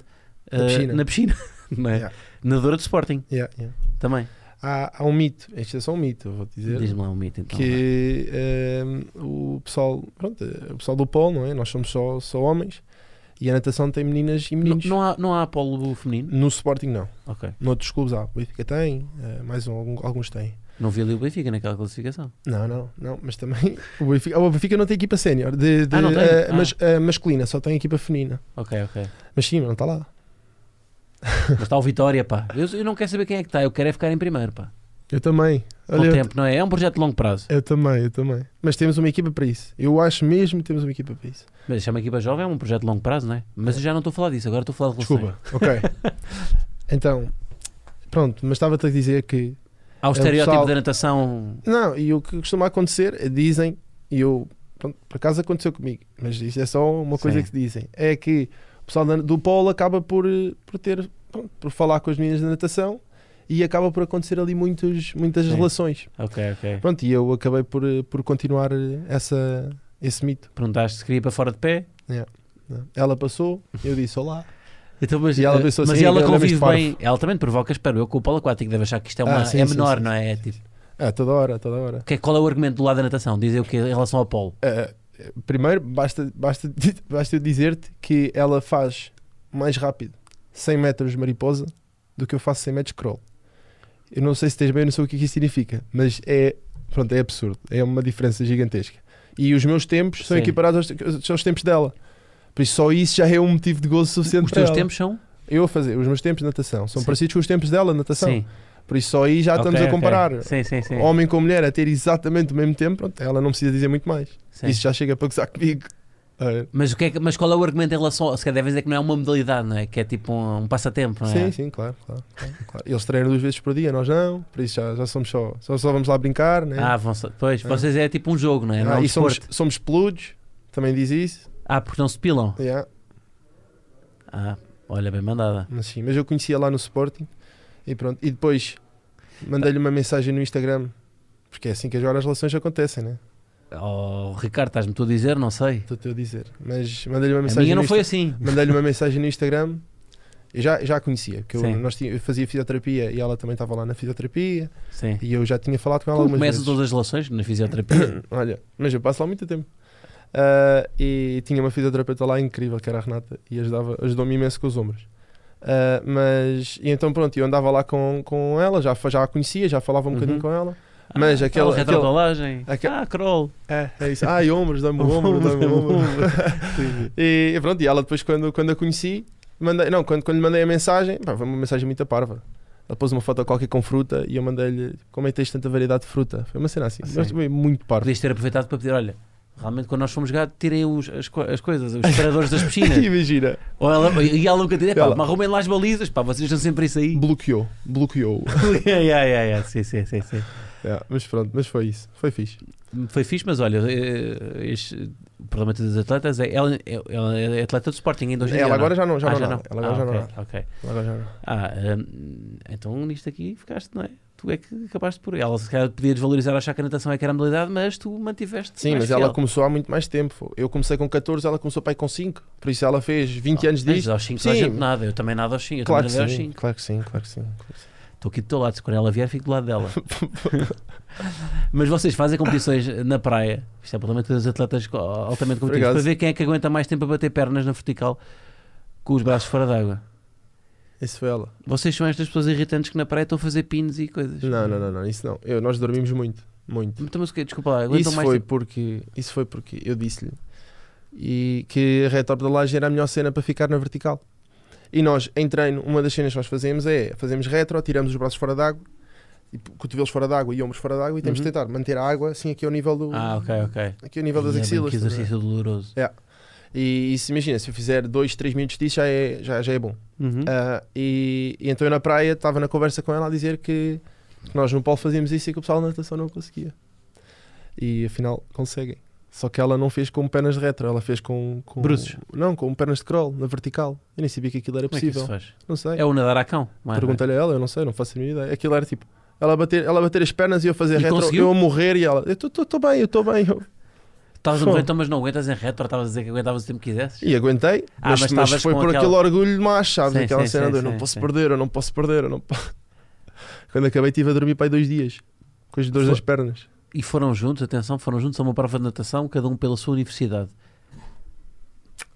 Speaker 1: Na
Speaker 2: eh,
Speaker 1: piscina.
Speaker 2: na piscina. não é?
Speaker 1: Yeah.
Speaker 2: Nadadora de Sporting
Speaker 1: Yeah, yeah.
Speaker 2: também.
Speaker 1: Há, há um mito, este é só um mito, eu vou dizer.
Speaker 2: Diz-me lá um mito então. vá.
Speaker 1: que ahm, o pessoal, pronto, o pessoal do polo, não é? Nós somos só, só homens e a natação tem meninas e
Speaker 2: Não,
Speaker 1: meninos.
Speaker 2: não há, não há polo feminino?
Speaker 1: No Sporting, não.
Speaker 2: Ok.
Speaker 1: Noutros clubes há. O Benfica tem, ah, mais um- alguns têm.
Speaker 2: Não vi ali o Benfica naquela classificação.
Speaker 1: Não, não, não, mas também o Benfica, o Benfica não tem equipa sénior, de, de-
Speaker 2: Ah, não tem?
Speaker 1: eh,
Speaker 2: Ah.
Speaker 1: mas, eh, masculina, só tem equipa feminina.
Speaker 2: Ok, ok.
Speaker 1: Mas sim, não está lá.
Speaker 2: Mas está o Vitória, pá. Eu, eu não quero saber quem é que está, eu quero é ficar em primeiro, pá.
Speaker 1: Eu também.
Speaker 2: Com
Speaker 1: Olha,
Speaker 2: o
Speaker 1: eu,
Speaker 2: tempo, não é? É um projeto de longo prazo.
Speaker 1: eu também, eu também. Mas temos uma equipa para isso. Eu acho mesmo que temos uma equipa para isso.
Speaker 2: Mas chama equipa jovem, é um projeto de longo prazo, não é? Mas eu já não estou a falar disso, agora estou a falar de
Speaker 1: Desculpa.
Speaker 2: relações.
Speaker 1: Ok. então, pronto, mas estava-te a dizer que.
Speaker 2: Há o
Speaker 1: É,
Speaker 2: estereótipo
Speaker 1: pessoal-
Speaker 2: da natação.
Speaker 1: Não, e o que costuma acontecer, dizem, e eu. Pronto, por acaso aconteceu comigo, mas isso é só uma coisa
Speaker 2: Sim.
Speaker 1: que se dizem. É que o pessoal da- do polo acaba por, eh, por ter. pronto, por falar com as meninas da natação e acaba por acontecer ali muitos, muitas
Speaker 2: Sim.
Speaker 1: relações.
Speaker 2: Ok, ok.
Speaker 1: Pronto, e eu acabei por, eh, por continuar eh, essa, esse mito.
Speaker 2: Perguntaste se queria ir para fora de pé.
Speaker 1: né? Ela passou, eu disse olá.
Speaker 2: Então, mas
Speaker 1: E ela pensou
Speaker 2: mas
Speaker 1: assim,
Speaker 2: ela
Speaker 1: "Grande
Speaker 2: convive
Speaker 1: este parvo."
Speaker 2: bem. Ela também provoca, espero eu, com o polo aquático. Deve achar que isto é, uma,
Speaker 1: Ah, sim,
Speaker 2: é
Speaker 1: sim,
Speaker 2: menor,
Speaker 1: sim,
Speaker 2: não é?
Speaker 1: sim,
Speaker 2: tipo,
Speaker 1: Ah, toda hora, toda hora.
Speaker 2: que- qual é o argumento do lado da natação? Dizem o que em relação ao polo?
Speaker 1: Ah, ah, primeiro, basta, basta, basta eu dizer-te que ela faz mais rápido 100 metros mariposa do que eu faço 100 metros crawl. Eu não sei se tens bem noção o que é que isso significa, mas é, pronto, é absurdo. É uma diferença gigantesca. E os meus tempos são
Speaker 2: Sim.
Speaker 1: equiparados aos, aos tempos dela. Por isso, só isso já é um motivo de gozo suficiente
Speaker 2: Os
Speaker 1: para
Speaker 2: teus
Speaker 1: ela.
Speaker 2: tempos são?
Speaker 1: Eu a fazer, os meus tempos de natação são
Speaker 2: Sim.
Speaker 1: parecidos com os tempos dela de natação.
Speaker 2: Sim.
Speaker 1: Por isso, só aí já
Speaker 2: Ok,
Speaker 1: estamos a
Speaker 2: ok.
Speaker 1: comparar.
Speaker 2: Sim, sim, sim.
Speaker 1: Homem com mulher a ter exatamente o mesmo tempo, pronto, ela não precisa dizer muito mais.
Speaker 2: Sim.
Speaker 1: Isso já chega para gozar comigo. Ah,
Speaker 2: Mas, o que é que- mas qual é o argumento em relação ao. Se calhar devem dizer que não é uma modalidade, não é? Que é tipo um, um passatempo, não é?
Speaker 1: Sim, sim, claro, claro, claro, claro. Eles treinam duas vezes por dia, nós não, por isso já, já somos só, só, só vamos lá brincar, né?
Speaker 2: Ah, vão só- pois,
Speaker 1: Ah.
Speaker 2: vocês é tipo um jogo, não é? Não é
Speaker 1: Ah,
Speaker 2: um
Speaker 1: e somos,
Speaker 2: desporto.
Speaker 1: somos peludos, também diz isso.
Speaker 2: Ah, porque não se pilam.
Speaker 1: Yeah,
Speaker 2: Ah, olha, bem mandada.
Speaker 1: mas sim, mas eu conhecia lá no Sporting e pronto. E depois mandei-lhe uma mensagem no Instagram, porque é assim que agora as relações acontecem, né?
Speaker 2: Oh, Ricardo, estás-me tu a dizer? Não sei.
Speaker 1: Estou-te a dizer. Mas mandei-lhe uma
Speaker 2: A
Speaker 1: mensagem
Speaker 2: minha
Speaker 1: no
Speaker 2: não foi
Speaker 1: Insta-
Speaker 2: assim.
Speaker 1: Mandei-lhe uma mensagem no Instagram. Eu já, já a conhecia, que eu,
Speaker 2: Sim.
Speaker 1: nós tinha- eu fazia fisioterapia e ela também estava lá na fisioterapia
Speaker 2: Sim.
Speaker 1: e eu já tinha falado com ela
Speaker 2: Como
Speaker 1: algumas
Speaker 2: começam
Speaker 1: vezes.
Speaker 2: todas as relações na fisioterapia?
Speaker 1: Olha, mas eu passo lá muito tempo. Ah, e tinha uma fisioterapeuta lá incrível, que era a Renata, e ajudava, ajudou-me imenso com os ombros. Ah, mas, e então pronto, eu andava lá com, com ela, já, fa- já a conhecia, já falava um
Speaker 2: Uhum.
Speaker 1: bocadinho com ela. Mas aquela-
Speaker 2: Ah, retrotolagem.
Speaker 1: aquela-
Speaker 2: Ah, crawl.
Speaker 1: É, é isso. Ai, ombros, dá-me o ombro, dá-me o ombro. E, e pronto, e ela depois, quando, quando a conheci, mandei, não, quando, quando lhe mandei a mensagem, pá, foi uma mensagem muito parva. Ela pôs uma foto qualquer com fruta e eu mandei-lhe como é que tens tanta variedade de fruta? Foi uma cena assim,
Speaker 2: Sim.
Speaker 1: mas também muito parva.
Speaker 2: Podias ter aproveitado para pedir, olha, realmente quando nós fomos jogar, tirem os, as, co- as coisas, os separadores das piscinas.
Speaker 1: Imagina,
Speaker 2: Ou ela, e ela nunca diria, pá,
Speaker 1: Ela-
Speaker 2: mas arrumem lá as balizas, pá, vocês estão sempre isso aí.
Speaker 1: bloqueou, bloqueou.
Speaker 2: yeah, yeah, yeah, yeah. Sim, sim, sim, sim.
Speaker 1: Yeah, mas pronto, mas foi isso. Foi fixe.
Speaker 2: Foi fixe, mas olha, eh, este, o problema das atletas é ela, ela é atleta do Sporting em 2019.
Speaker 1: Ela agora já não, já
Speaker 2: Ah,
Speaker 1: não, nada. Ela agora
Speaker 2: Ah,
Speaker 1: já não,
Speaker 2: ok,
Speaker 1: nada.
Speaker 2: ok.
Speaker 1: Ela agora já não.
Speaker 2: Ah, hum, então nisto aqui ficaste, não é? Tu é que acabaste por. Ela se calhar podia desvalorizar achar que a natação é que era a modalidade, mas tu mantiveste.
Speaker 1: Sim, mas ela começou há muito mais tempo. fô. Eu comecei com 14, ela começou pai com 5. Por isso ela fez 20 anos disto.
Speaker 2: Aos 5
Speaker 1: Sim.
Speaker 2: gente nada, eu também nada aos 5.
Speaker 1: Claro que,
Speaker 2: também nadei aos
Speaker 1: sim,
Speaker 2: cinco.
Speaker 1: claro que sim, claro que sim, claro que sim.
Speaker 2: Estou aqui do teu lado, se quando ela vier, fico do lado dela. Mas vocês fazem competições na praia. Isto é problema dos atletas co- altamente competitivos.
Speaker 1: Obrigado.
Speaker 2: Para ver quem é que aguenta mais tempo a bater pernas na vertical com os braços fora d'água.
Speaker 1: Isso foi ela.
Speaker 2: Vocês são estas pessoas irritantes que na praia estão a fazer pinos e coisas.
Speaker 1: Não, não, não, não, isso não. Eu, nós dormimos muito, muito.
Speaker 2: Então, mas o quê? Desculpa lá, aguentam
Speaker 1: Isso
Speaker 2: mais
Speaker 1: foi
Speaker 2: tempo.
Speaker 1: porque, isso foi porque eu disse-lhe e que a retorno da laje era a melhor cena para ficar na vertical. E nós, em treino, uma das cenas que nós fazemos é fazemos retro, tiramos os braços fora d'água, e p- cotovelos fora d'água e ombros fora d'água e temos
Speaker 2: Uhum.
Speaker 1: de tentar manter a água assim aqui ao nível do
Speaker 2: Ah, ok, ok.
Speaker 1: aqui ao nível das
Speaker 2: Ai, é bem
Speaker 1: axilas.
Speaker 2: Que
Speaker 1: estás a ver?
Speaker 2: exercício doloroso.
Speaker 1: E isso, imagina, se eu fizer 2, 3 minutos disso já é, já, já é bom.
Speaker 2: Uhum.
Speaker 1: Ah, e, e então eu na praia estava na conversa com ela a dizer que, que nós no Polo fazíamos isso e que o pessoal na natação não conseguia. E afinal conseguem. Só que ela não fez com pernas de retro, ela fez com. com
Speaker 2: Bruços.
Speaker 1: Não, com pernas de crawl, na vertical. Eu nem sabia que aquilo era
Speaker 2: Como é que isso
Speaker 1: possível.
Speaker 2: se faz?
Speaker 1: não sei.
Speaker 2: É o nadar a cão? mais
Speaker 1: Perguntei-lhe a ela, eu não sei, não faço a mínima ideia. Aquilo era tipo. Ela bater, ela bater as pernas e eu fazer
Speaker 2: E
Speaker 1: retro,
Speaker 2: conseguiu?
Speaker 1: eu a morrer e ela. Eu estou bem, eu estou bem. eu-"
Speaker 2: bem. Estavas a
Speaker 1: Fogo.
Speaker 2: morrer, então, mas não aguentas em retro, estavas a dizer que aguentavas o tempo que quisesses.
Speaker 1: E aguentei,
Speaker 2: Ah,
Speaker 1: mas, mas
Speaker 2: mas estavas
Speaker 1: foi
Speaker 2: com
Speaker 1: por
Speaker 2: aquela-
Speaker 1: aquele orgulho macho, sabes?
Speaker 2: Sim,
Speaker 1: aquela
Speaker 2: sim,
Speaker 1: cena
Speaker 2: sim,
Speaker 1: do eu não
Speaker 2: sim,
Speaker 1: posso
Speaker 2: sim.
Speaker 1: perder, eu não posso perder, eu não posso. Quando acabei, tive a dormir para aí dois dias, com as dores
Speaker 2: Foi-
Speaker 1: das pernas.
Speaker 2: E foram juntos, atenção, foram juntos a uma prova de natação, cada um pela sua universidade.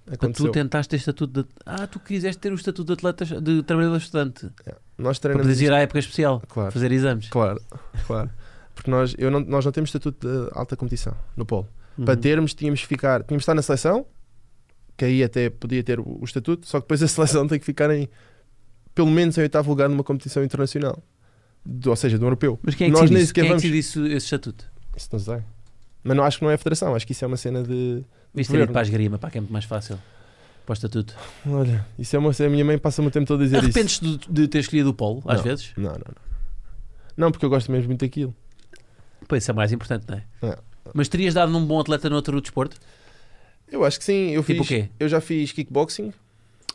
Speaker 2: Então,
Speaker 1: Aconteceu.
Speaker 2: tu tentaste ter estatuto de... Ah, tu quiseste ter o estatuto de atleta de trabalhador estudante
Speaker 1: Nós
Speaker 2: para
Speaker 1: treinamos.
Speaker 2: poderes ir à época especial,
Speaker 1: Claro,
Speaker 2: fazer exames.
Speaker 1: claro, claro. Porque nós, eu não, nós não temos estatuto de alta competição no polo. Para
Speaker 2: Uhum.
Speaker 1: termos, tínhamos que ficar, tínhamos que estar na seleção, que aí até podia ter o, o estatuto, só que depois a seleção tem que ficar em pelo menos em oitavo lugar numa competição internacional, Do- ou seja, do europeu.
Speaker 2: Mas quem é que
Speaker 1: Nós
Speaker 2: decide
Speaker 1: nem
Speaker 2: isso?
Speaker 1: sequer
Speaker 2: Quem é
Speaker 1: vamos-
Speaker 2: que decide isso- esse estatuto?
Speaker 1: Isso não sei. Mas não acho que não é a federação, acho que isso é uma cena de.
Speaker 2: Viste ter ido
Speaker 1: governo.
Speaker 2: para a esgrima, pá, que é muito mais fácil. Para o estatuto.
Speaker 1: Olha, isso é uma cena. A minha mãe passa-me o tempo todo a dizer isso.
Speaker 2: Arrependes-te de, de ter escolhido o polo, às
Speaker 1: Não.
Speaker 2: vezes?
Speaker 1: Não, não, não. Não, porque eu gosto mesmo muito daquilo.
Speaker 2: Pois, isso é mais importante, não é?
Speaker 1: É.
Speaker 2: Mas terias dado num bom atleta no outro desporto?
Speaker 1: Eu acho que sim. Eu fiz,
Speaker 2: Tipo o quê?
Speaker 1: Eu já fiz kickboxing.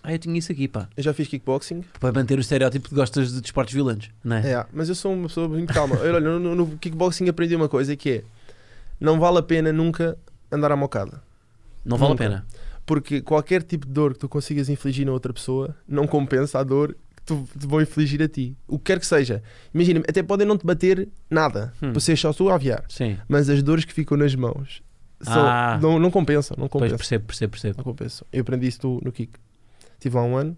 Speaker 2: Ah, eu tinha isso aqui, pá.
Speaker 1: Eu já fiz kickboxing.
Speaker 2: Para manter o estereótipo de gostas de desportos violentos, não é?
Speaker 1: É, mas eu sou uma pessoa muito calma. Eu, olha, no, no kickboxing aprendi uma coisa que é: não vale a pena nunca andar à mocada.
Speaker 2: Não vale
Speaker 1: Nunca.
Speaker 2: a pena.
Speaker 1: Porque qualquer tipo de dor que tu consigas infligir a outra pessoa não compensa a dor que tu, te vão infligir a ti. O que quer que seja. Imagina, até podem não te bater nada.
Speaker 2: Hum.
Speaker 1: Você é só tu a aviar.
Speaker 2: Sim.
Speaker 1: mas as dores que ficam nas mãos são-
Speaker 2: Ah.
Speaker 1: não, não compensam, não
Speaker 2: Pois
Speaker 1: compensam,
Speaker 2: percebo, percebo, percebo.
Speaker 1: não compensam. Eu aprendi isso no, no kick. Estive lá um ano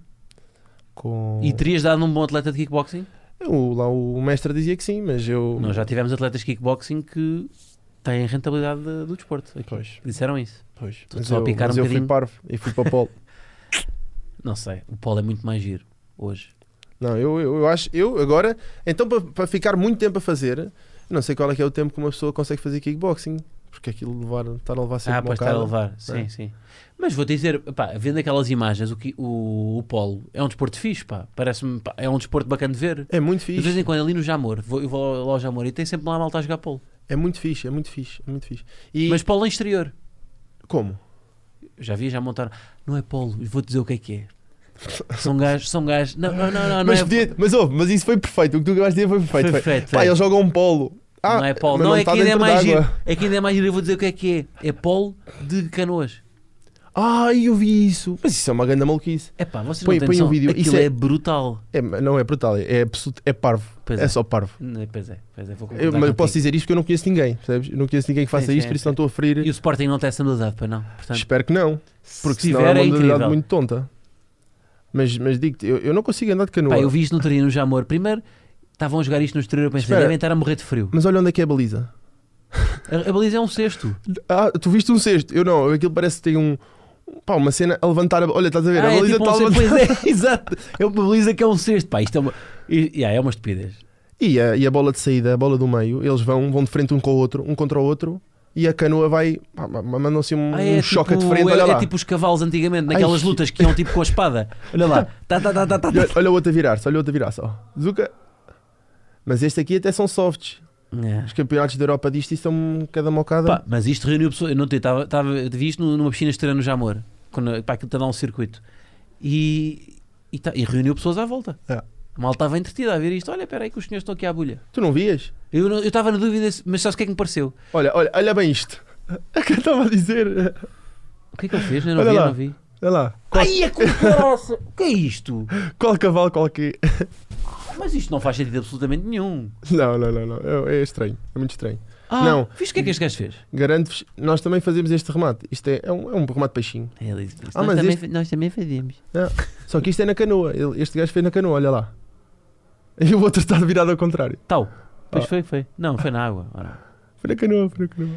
Speaker 1: com
Speaker 2: E terias dado num bom atleta de kickboxing?
Speaker 1: o, lá o mestre dizia que sim, mas eu
Speaker 2: Nós já tivemos atletas de kickboxing que têm rentabilidade de- do desporto. aqui.
Speaker 1: Pois.
Speaker 2: Disseram isso.
Speaker 1: Pois,
Speaker 2: Tu
Speaker 1: mas
Speaker 2: só
Speaker 1: eu,
Speaker 2: a picar
Speaker 1: mas
Speaker 2: um
Speaker 1: eu fui
Speaker 2: bocadinho.
Speaker 1: parvo e fui para o polo.
Speaker 2: Não sei. O polo é muito mais giro hoje.
Speaker 1: não, eu, eu, eu acho, eu agora, então para, para ficar muito tempo a fazer, não sei qual é que é o tempo que uma pessoa consegue fazer kickboxing, porque aquilo levar, estar a levar sempre
Speaker 2: ah,
Speaker 1: uma
Speaker 2: pois estar a
Speaker 1: cara-
Speaker 2: levar. Sim,
Speaker 1: um É.
Speaker 2: sim. Mas vou dizer, pá, vendo aquelas imagens, o, que, o, o polo é um desporto fixe, pá. Parece-me, pá, é um desporto bacana de ver.
Speaker 1: É muito
Speaker 2: De vez
Speaker 1: fixe,
Speaker 2: em quando, ali no Jamor, vou, eu vou lá ao Jamor e tem sempre lá a malta a jogar polo.
Speaker 1: é muito fixe, é muito fixe, é muito fixe. E
Speaker 2: Mas polo em exterior.
Speaker 1: como?
Speaker 2: Eu já vi, já montaram. Não é polo, eu vou dizer o que é que é. São gajos, são gajos. Não, não, não, não, não
Speaker 1: mas,
Speaker 2: é.
Speaker 1: podia- mas, ouve, mas isso foi perfeito, o que tu acabaste de dizer foi perfeito. foi-
Speaker 2: Perfeito,
Speaker 1: Pá,
Speaker 2: é.
Speaker 1: eles jogam um polo. Ah,
Speaker 2: não é polo.
Speaker 1: mas
Speaker 2: Não, é que
Speaker 1: está
Speaker 2: ainda é
Speaker 1: dentro
Speaker 2: mais giro.
Speaker 1: d'água.
Speaker 2: É que ainda é mais giro. Eu vou dizer o que é que é. É polo de canoas.
Speaker 1: Ai, eu vi isso. Mas isso é uma grande maluquice.
Speaker 2: É pá, vocês
Speaker 1: Põe-
Speaker 2: não têm
Speaker 1: põe um
Speaker 2: noção.
Speaker 1: vídeo.
Speaker 2: Aquilo
Speaker 1: Isso
Speaker 2: é...
Speaker 1: é-
Speaker 2: brutal.
Speaker 1: É, não é brutal, é, é absoluto, é parvo.
Speaker 2: Pois
Speaker 1: é.
Speaker 2: é.
Speaker 1: só parvo.
Speaker 2: Não, Pois é, pois é. Vou concordar
Speaker 1: Eu- mas eu
Speaker 2: contigo.
Speaker 1: posso dizer isto porque eu não conheço ninguém, percebes? Eu não conheço ninguém que faça
Speaker 2: Sim, sim,
Speaker 1: isto, por isso
Speaker 2: sim.
Speaker 1: não estou a ferir.
Speaker 2: E o Sporting não tem essa modalidade, pois não? Portanto,
Speaker 1: Espero que não, porque
Speaker 2: se
Speaker 1: senão é
Speaker 2: tiver, é
Speaker 1: uma modalidade
Speaker 2: incrível.
Speaker 1: muito tonta. Mas, mas digo-te, eu, eu não consigo andar de canoa.
Speaker 2: Pá, eu vi isto no outro dia no Jamor. Primeiro, estavam a jogar isto no exterior. Eu pensei,
Speaker 1: Espera.
Speaker 2: devem estar a morrer de frio.
Speaker 1: Mas olha onde é que é a baliza.
Speaker 2: A, a baliza é um cesto.
Speaker 1: Ah, tu viste um cesto? Eu não, aquilo parece que tem um. Pá, uma cena a levantar a. Olha, estás a ver? a
Speaker 2: Ah, é
Speaker 1: baliza
Speaker 2: tipo um
Speaker 1: está a
Speaker 2: cesto.
Speaker 1: levantar.
Speaker 2: Pois é, exato. É uma baliza que é um cesto. Pá, isto é uma. e- yeah, é uma estupidez.
Speaker 1: E a, e a bola de saída, a bola do meio, eles vão, vão de frente um com o outro, um contra o outro, e a canoa vai, pá, ma- ma- mandam-se um,
Speaker 2: Ah, é
Speaker 1: um choque de
Speaker 2: tipo-
Speaker 1: frente,
Speaker 2: é,
Speaker 1: olha
Speaker 2: é
Speaker 1: lá.
Speaker 2: tipo os cavalos antigamente, naquelas
Speaker 1: Ai.
Speaker 2: lutas que iam tipo com a espada. Olha lá. Tá, tá, tá, tá, tá,
Speaker 1: E
Speaker 2: tá.
Speaker 1: olha- olha o outro a virar-se, olha o outro a virar-se, ó. Zuka. Mas este aqui até são softs.
Speaker 2: É.
Speaker 1: Os campeonatos da Europa disto e são cada mocada.
Speaker 2: Pá, mas isto reuniu pessoas. Eu não te estava, estava vi isto numa piscina esterana no Jamor, quando, pá, aquilo está a dar um circuito. E, e, tá- e reuniu pessoas à volta.
Speaker 1: É.
Speaker 2: A Mal estava entretida a ver isto. Olha, espera aí que os senhores estão aqui à bolha.
Speaker 1: Tu não vias?
Speaker 2: Eu não- eu estava na dúvida, se- mas sabes o que é que me pareceu?
Speaker 1: Olha, olha, olha bem isto. É que eu estava a dizer.
Speaker 2: O que é que ele fez? Eu não
Speaker 1: Olha
Speaker 2: vi, eu
Speaker 1: lá.
Speaker 2: não vi.
Speaker 1: Olha lá. Qual,
Speaker 2: Ai, é que grossa! O que é isto?
Speaker 1: qual cavalo, qual que.
Speaker 2: Mas isto não faz sentido absolutamente nenhum.
Speaker 1: Não, não, não, não. É, é estranho. É muito estranho.
Speaker 2: Ah,
Speaker 1: Não.
Speaker 2: Viste o que é que este gajo fez?
Speaker 1: Garanto-vos, nós também fazemos este remate. Isto é, é, um, é um remate de peixinho.
Speaker 2: Ele disse,
Speaker 1: Ah,
Speaker 2: nós,
Speaker 1: mas
Speaker 2: também,
Speaker 1: este-
Speaker 2: fa- nós também fazemos.
Speaker 1: Só que isto é na canoa. Ele- Este gajo fez na canoa, olha lá. E o outro está virado ao contrário.
Speaker 2: Tal. Pois
Speaker 1: Ah.
Speaker 2: foi, foi. Não, foi na água. Ora.
Speaker 1: Foi na canoa, foi na canoa.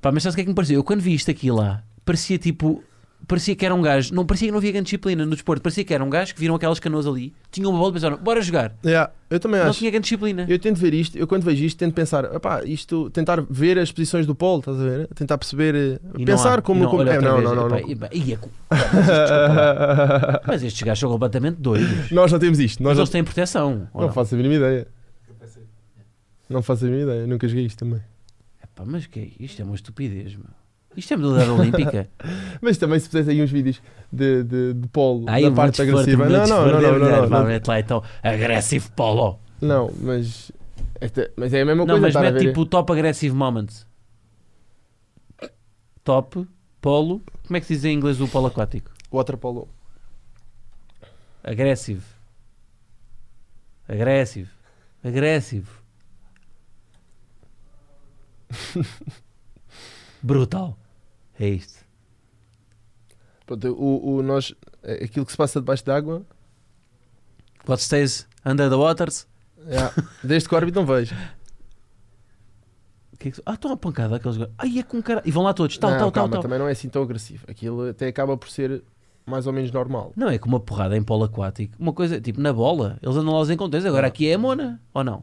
Speaker 2: Pá, mas sabes o que é que me pareceu? Eu quando vi isto aqui e lá, parecia tipo. Parecia que era um gajo. Não parecia que não havia grande disciplina no desporto. Parecia que era um gajo que viram aquelas canoas ali, tinham uma bola e pensaram, bora jogar.
Speaker 1: Yeah, eu também
Speaker 2: Não
Speaker 1: acho.
Speaker 2: tinha grande disciplina.
Speaker 1: Eu tento ver isto, eu quando vejo isto, tento pensar, opá, isto, tentar ver as posições do polo, estás a ver? Tentar perceber, eh,
Speaker 2: E não
Speaker 1: pensar
Speaker 2: há-
Speaker 1: como.
Speaker 2: e não,
Speaker 1: como-
Speaker 2: olha
Speaker 1: é,
Speaker 2: outra
Speaker 1: não,
Speaker 2: vez,
Speaker 1: não, não,
Speaker 2: epá,
Speaker 1: não.
Speaker 2: epá, ia co- desculpa lá. Mas estes gajos são completamente doidos.
Speaker 1: Nós não temos isto, nós
Speaker 2: Mas
Speaker 1: não,
Speaker 2: eles têm proteção. ou
Speaker 1: não
Speaker 2: não?
Speaker 1: faço a mínima ideia. Não faço a mínima ideia, nunca joguei isto também.
Speaker 2: Epá, mas que é isto? É uma estupidez, meu. Isto é modalidade olímpica.
Speaker 1: Mas também se pusesse aí uns vídeos de, de, de polo,
Speaker 2: Aí um
Speaker 1: da parte agressiva. Não, não, não, não, não, não, não,
Speaker 2: lá então, agressive polo.
Speaker 1: Não, mas. esta- mas é a mesma coisa,
Speaker 2: Não, mas
Speaker 1: estar a
Speaker 2: mete
Speaker 1: ver.
Speaker 2: tipo o top aggressive moment. Top, polo. Como é que se diz em inglês o polo aquático?
Speaker 1: Water polo.
Speaker 2: Aggressive. Aggressive. Agressivo. Brutal. É isto.
Speaker 1: Pronto, o, o, nós, eh, aquilo que se passa debaixo d'água,
Speaker 2: What stays under the waters?
Speaker 1: yeah, é, desde que o árbitro não veja.
Speaker 2: O que é que se- Ah, estão a pancada aqueles gajos. Ai, é com cara. E vão lá todos. Tal,
Speaker 1: não,
Speaker 2: tal,
Speaker 1: calma,
Speaker 2: tal, tal.
Speaker 1: também não é assim tão agressivo. Aquilo até acaba por ser mais ou menos normal.
Speaker 2: Não, é que uma porrada em polo aquático. Uma coisa, tipo, na bola. Eles andam lá aos encontros. Agora
Speaker 1: Ah.
Speaker 2: aqui é a mona, ou não?